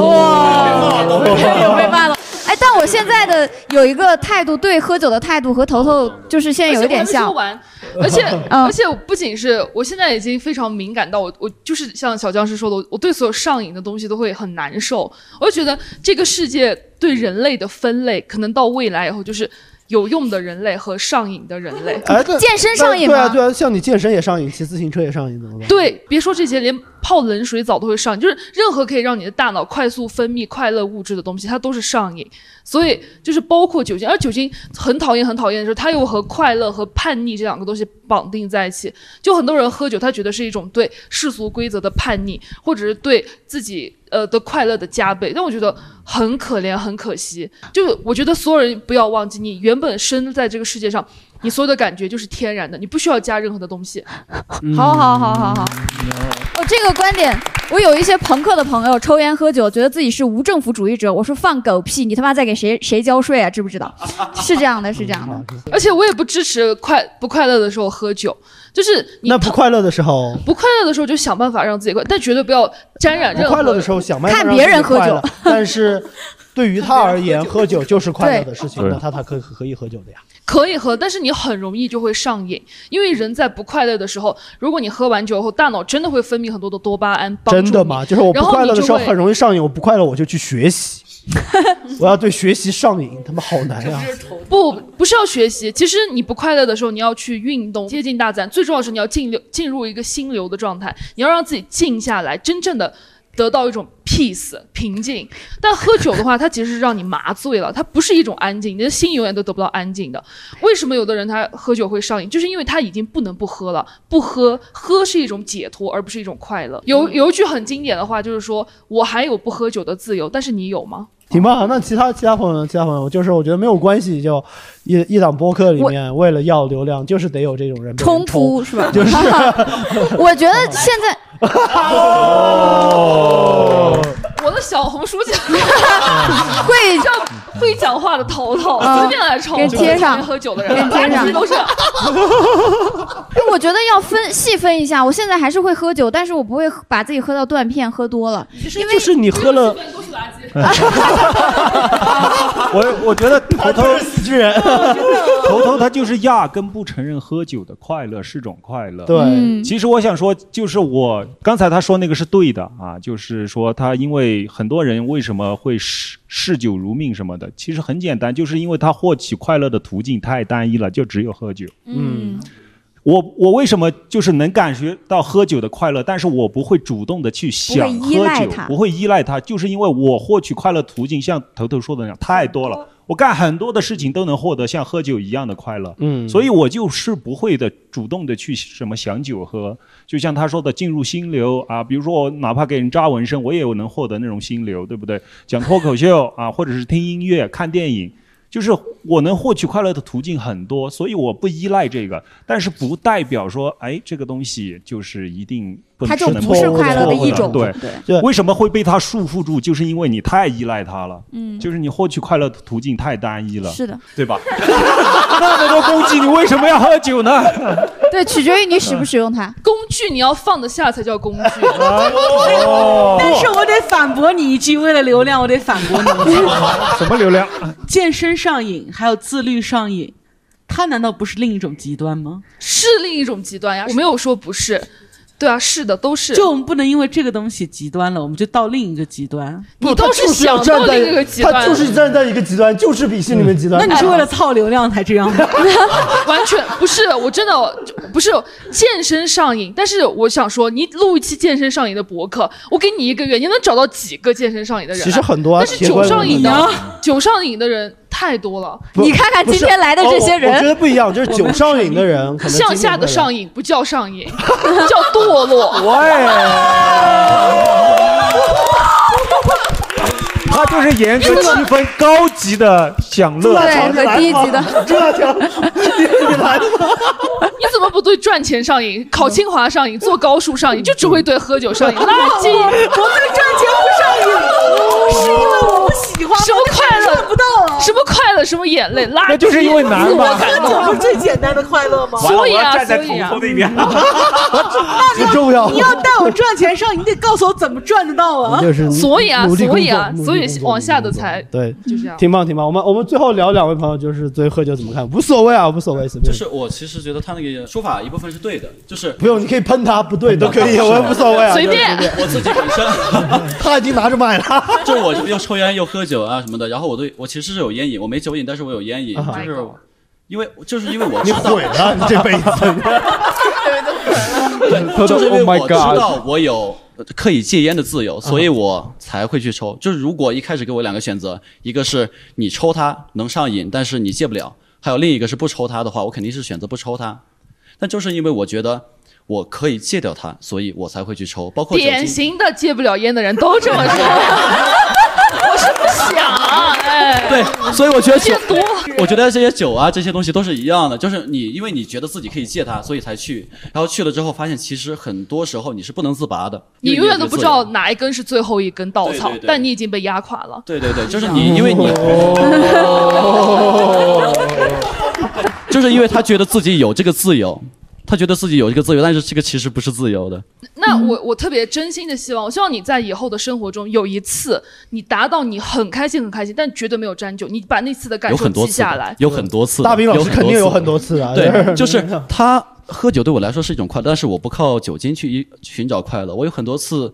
哇，有被骂了。哎，但我现在的有一个态度，对喝酒的态度和头头就是现在有一点像。而且嗯而且我不仅是我现在已经非常敏感到我我就是像小僵尸说的，我我对所有上瘾的东西都会很难受。我就觉得这个世界对人类的分类，可能到未来以后就是有用的人类和上瘾的人类。哎，对对吗？啊，对啊，像你健身也上瘾，骑自行车也上瘾，怎么办？对，别说这些，连泡冷水澡都会上瘾，就是任何可以让你的大脑快速分泌快乐物质的东西，它都是上瘾。所以就是包括酒精，而酒精很讨厌很讨厌的时候，它又和快乐和叛逆这两个东西绑定在一起。就很多人喝酒，他觉得是一种对世俗规则的叛逆，或者是对自己呃的快乐的加倍。但我觉得很可怜，很可惜。就我觉得所有人不要忘记，你原本生在这个世界上。你所有的感觉就是天然的，你不需要加任何的东西。嗯好好好好好。哦，这个观点，我有一些朋克的朋友抽烟喝酒，觉得自己是无政府主义者。我说放狗屁，你他妈在给谁谁交税啊？知不知 [laughs] 道？是这样的，是这样的。而且我也不支持快不快乐的时候喝酒，就是你那不快乐的时候，不快乐的时候就想办法让自己快，但绝对不要沾染不任何快乐的时候想办法让自己快乐，但是对于他而言，喝酒就是快乐的事情，对那他他可以可以喝酒的呀。可以喝，但是你很容易就会上瘾，因为人在不快乐的时候，如果你喝完酒后，大脑真的会分泌很多的多巴胺，帮助真的吗？你就是我不快乐的时然后你就候会很容易上瘾，我不快乐我就去学习，我要对学习上瘾，他妈好难呀、不，不是要学习。其实你不快乐的时候，你要去运动，接近大自然。最重要的是，你要进流进入一个心流的状态，你要让自己静下来，真正的得到一种 peace 平静。但喝酒的话，它其实是让你麻醉了，它不是一种安静，你的心永远都得不到安静的。为什么有的人他喝酒会上瘾？就是因为他已经不能不喝了，不喝喝是一种解脱，而不是一种快乐。有有一句很经典的话，就是说我还有不喝酒的自由，但是你有吗？挺棒。那其他其他朋友呢？其他朋友就是我觉得没有关系，就一一档播客里面为了要流量，就是得有这种人被人冲冲突 [laughs] 是吧？就是我觉得现在哦我的小红书 [laughs] 讲 [laughs] 会叫会讲话的头头，嗯随便来冲，给贴上就是天天喝酒的人，给贴 [laughs] 上满地都是。哎我觉得要分细分一下，我现在还是会喝酒，但是我不会喝把自己喝到断片，喝多了。因为就是你喝了，我我觉得头头死巨人， [laughs] 头头他就是压根不承认喝酒的快乐是种快乐。对嗯其实我想说，就是我刚才他说那个是对的啊，就是说他因为很多人为什么会嗜嗜酒如命什么的，其实很简单，就是因为他获取快乐的途径太单一了，就只有喝酒。嗯，我我为什么就是能感觉到喝酒的快乐，但是我不会主动的去想不会喝依酒赖它，不会依赖它，就是因为我获取快乐途径像头头说的那样太多了，我干很多的事情都能获得像喝酒一样的快乐，嗯所以我就是不会的主动的去什么想酒喝，就像他说的进入心流啊，比如说我哪怕给人扎纹身，我也有能获得那种心流，对不对？讲脱口秀啊，或者是听音乐、看电影。就是我能获取快乐的途径很多，所以我不依赖这个，但是不代表说，哎，这个东西就是一定不它能就能不是错误快乐的一错种误对对为什么会被它束缚住？就是因为你太依赖它了，嗯就是你获取快乐的途径太单一了，是的，对吧？ [laughs] 那么多攻击，你为什么要喝 [laughs] 酒呢？ [laughs] 对，取决于你使不使用它。 [laughs] 工具你要放得下才叫工具。 [laughs] 哦哦但是我得反驳你一句，为了流量，我得反驳你一句。 [laughs] 什么流 [laughs] 量？健身上瘾，还有自律上瘾，它难道不是另一种极端吗？是另一种极端呀，我 [laughs] 没有说不是。对啊，是的，都是。就我们不能因为这个东西极端了，我们就到另一个极端。你都是想站到在另一个极他端，就是站在一个极端，就是鄙视你们极端。那你是为了蹭流量才这样吗？完全不是，我真的就不是健身上瘾。但是我想说，你录一期健身上瘾的博客，我给你一个月，你能找到几个健身上瘾的人啊？其实很多啊但是铁酒观上瘾音的啊，酒上瘾的人太多了。不不是哦我觉得不一 [laughs] 样，就是酒上瘾的人，可能向下的上瘾。瘾不叫上瘾， [laughs] 叫堕 [laughs] 落。它就是严格区分高级的享乐对和低级的这条你来的吗？你怎么不对赚钱上瘾、考清华上 [laughs] 瘾、做高数上瘾，就只会对喝酒上瘾？垃圾！我对赚钱不上瘾哦是因为我不喜欢什么快乐看不到什么快乐，什么眼泪，垃圾，那就是因为难自我吧感这不动是最简单的快乐吗所以啊，完了所我要站在以啊彤，彤那边那不重要你要带我赚钱上，你得告诉我怎么赚得到啊！所以啊，努力工所作以啊努，力所工以作往下的才对，就这样。挺棒挺棒。我们我们最后聊两位朋友，就是对喝酒怎么看，无所谓啊，无所谓，随便。就是我其实觉得他那个说法一部分是对的，就是不用，你可以喷他，[laughs] 不对都可以，我也无所谓啊，就是我自己本身， [laughs] 他已经 [laughs] 拿着麦了。就我又抽烟又喝酒啊什么的，然后我对我其实是有烟瘾，我没酒瘾，但是我有烟瘾，啊就是因为就是因为我你知道毁了你这 [laughs] 辈子 [laughs] 就是因为我知道嗯我有可以戒烟的自由，所以我才会去抽。就是如果一开始给我两个选择，一个是你抽它能上瘾，但是你戒不了；还有另一个是不抽它的话，我肯定是选择不抽它。但就是因为我觉得我可以戒掉它，所以我才会去抽，包括酒典精。型的戒不了烟的人都这么 [laughs] 说，我是不想，哎，对，所以我觉得酒多，我觉得这些酒啊，这些东西都是一样的，就是你因为你觉得自己可以戒它，所以才去，然后去了之后发现，其实很多时候你是不能自拔的，你因为永也远都不知道哪一根是最后一根稻草对对，对但你已经被压垮了。对对对，就是你，因为你，哦就是因为他觉得自己有这个自由，他觉得自己有这个自由，但是这个其实不是自由的。 [laughs] 那我我特别真心的希望，我希望你在以后的生活中有一次，你达到你很开心很开心，但绝对没有沾酒，你把那次的感有受很多记次下的来，。有很多次的。大兵老师肯定有很多多次啊，次的。 [laughs] 对，就是他喝酒对我来说是一种快乐，但是我不靠酒精去一寻找快乐。我有很多次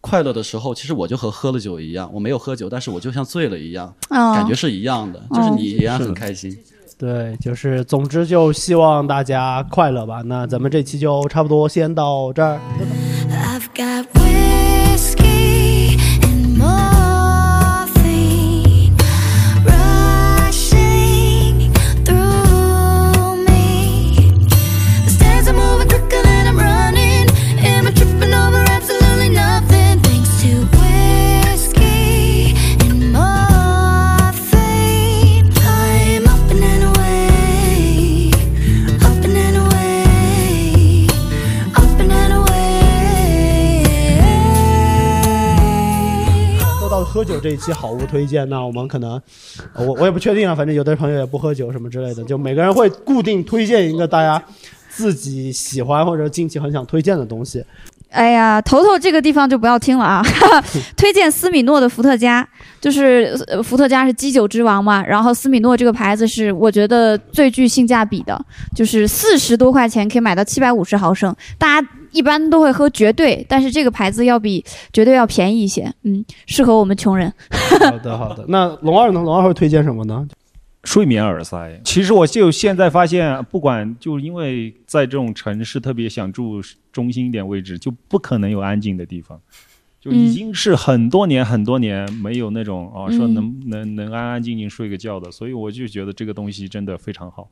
快乐的时候，其实我就和喝了酒一样，我没有喝酒，但是我就像醉了一样，哦感觉是一样的，哦就是你也很开心。对，就是总之就希望大家快乐吧。那咱们这期就差不多先到这儿。 I've got whiskey and morphine rushing through me. The stairs are moving quicker than I'm running. Am I tripping over absolutely nothing? Thanks to whiskey and morphine, I'm up and away, up and away. Up and and away. 说到喝酒这一期好物推荐呢，我们可能呃我我也不确定啊，反正有的朋友也不喝酒什么之类的，就每个人会固定推荐一个大家自己喜欢或者近期很想推荐的东西。哎呀，头头这个地方就不要听了啊！推荐斯米诺的伏特加，就是呃伏特加是基酒之王嘛，然后斯米诺这个牌子是我觉得最具性价比的，就是四十多块钱可以买到七百五十毫升，大家一般都会喝绝对，但是这个牌子要比绝对要便宜一些，嗯，适合我们穷人。 [laughs] 好的好的，那龙二呢？龙二会推荐什么呢？睡眠耳塞，其实我就现在发现，不管就是因为在这种城市，特别想住中心一点位置，就不可能有安静的地方，就已经是很多年很多年没有那种啊、嗯说能能能安安静静睡个觉的，所以我就觉得这个东西真的非常好。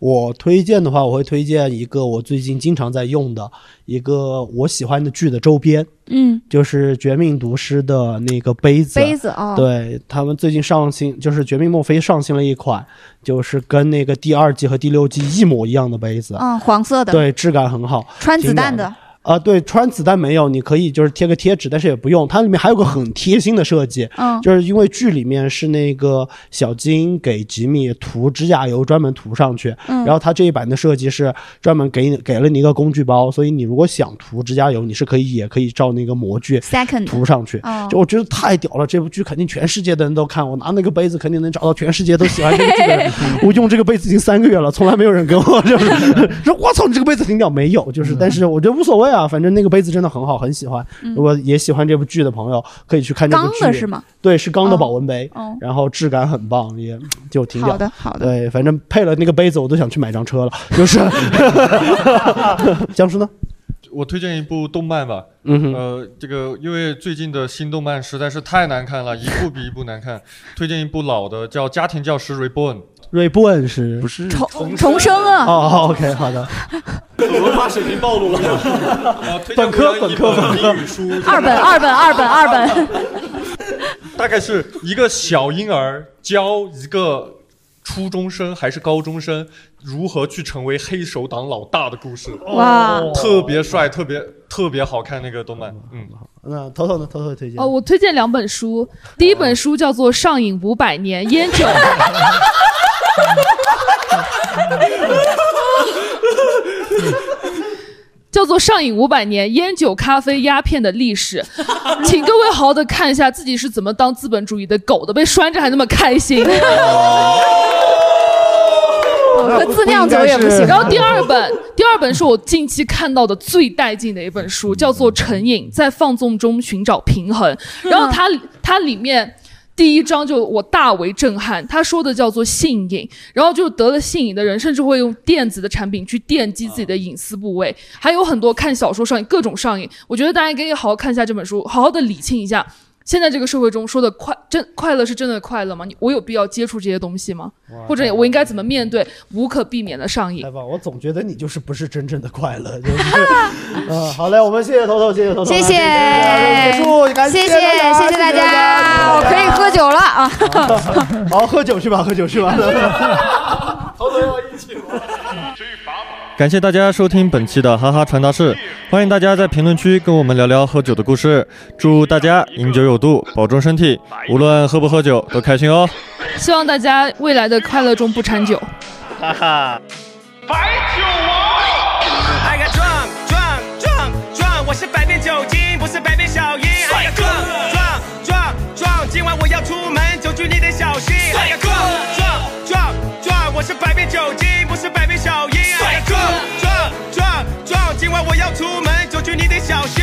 我推荐的话，我会推荐一个我最近经常在用的一个我喜欢的剧的周边，嗯，就是《绝命毒师》的那个杯子。杯子哦 [laughs] 对他们最近上新，就是《绝命墨菲》上新了一款，就是跟那个第二季和第六季一模一样的杯子。嗯，黄色的，对，，质感很好，穿子弹挺的暖。啊，对，穿子弹没有，你可以就是贴个贴纸，但是也不用。它里面还有个很贴心的设计，嗯就是因为剧里面是那个小金给吉米涂指甲油，专门涂上去，嗯然后它这一版的设计是专门给你给了你一个工具包，所以你如果想涂指甲油，你是可以也可以照那个模具 Second 涂上去。哦就我觉得太屌了，这部剧肯定全世界的人都看，我拿那个杯子肯定能找到全世界都喜欢这个剧的人。 [laughs] 我用这个杯子已经三个月了，从来没有人跟我 [laughs] 就是说，我操，你这个杯子挺屌，没有，就是，但是我觉得无所谓啊，反正那个杯子真的很好，很喜欢。嗯如果也喜欢这部剧的朋友，可以去看这部剧。钢的是吗？对，是钢的保温杯，哦哦然后质感很棒，也就挺屌。好的好的对，反正配了那个杯子，我都想去买张车了。 [laughs] 就是，江叔呢？我推荐一部动漫吧，嗯哼呃，这个因为最近的新动漫实在是太难看了，一部比一部难看。推荐一部老的，叫《家庭教师 Reborn》。瑞波恩是不是重重生啊哦哦，OK，好的。文化水平暴露了。本科本科本科书二本二本二本二本，大概是一个小婴儿教一个。初中生还是高中生如何去成为黑手党老大的故事。哇特别帅，特别特别好看那个动漫。嗯，那头头呢？头头推荐哦，我推荐两本书，第一本书叫做《上瘾五百年：烟酒》。叫做《上瘾五百年：烟酒、咖啡、鸦片的 [laughs] 历史》，请各位好好的看一下自己是怎么当资本主义的狗的，被拴着还那么开心。那自酿酒也不行然后第二本，第二本是我近期看到的最带劲的一本嗯书，叫做《成瘾：在放纵中寻找平衡》。然后嗯它它里面。第一章就我大为震撼，他说的叫做性瘾，然后就得了性瘾的人，甚至会用电子的产品去电击自己的隐私部位，还有很多看小说上瘾，各种上瘾。我觉得大家可以好好看一下这本书，好好的理清一下，现在这个社会中说的快真快乐是真的快乐吗？你我有必要接触这些东西吗哇？或者我应该怎么面对无可避免的上瘾来？吧，我总觉得你就是不是真正的快 [laughs] 乐，就是，嗯，好嘞，我们谢谢头头，谢谢头头，啊谢谢，那这个节目结束，感谢谢谢谢谢大家，我可以喝酒了啊！好，喝酒去吧，喝酒去吧。感谢大家收听本期的哈哈传达室，欢迎大家在评论区跟我们聊聊喝酒的故事。祝大家饮酒有度，保重身体，无论喝不喝酒都开心哦。希望大家未来的快乐中不掺酒。哈哈。 I got drunk drunk drunk drunk，我是百变酒精，不是百变小樱。I got drunk drunk drunk drunk，今晚我要出门，酒局你得小心。I got drunk drunk drunk drunk，我是百变酒精，不是百变小樱。I got drunk drunk drunk drunk，今晚我要出门，酒局你得小心。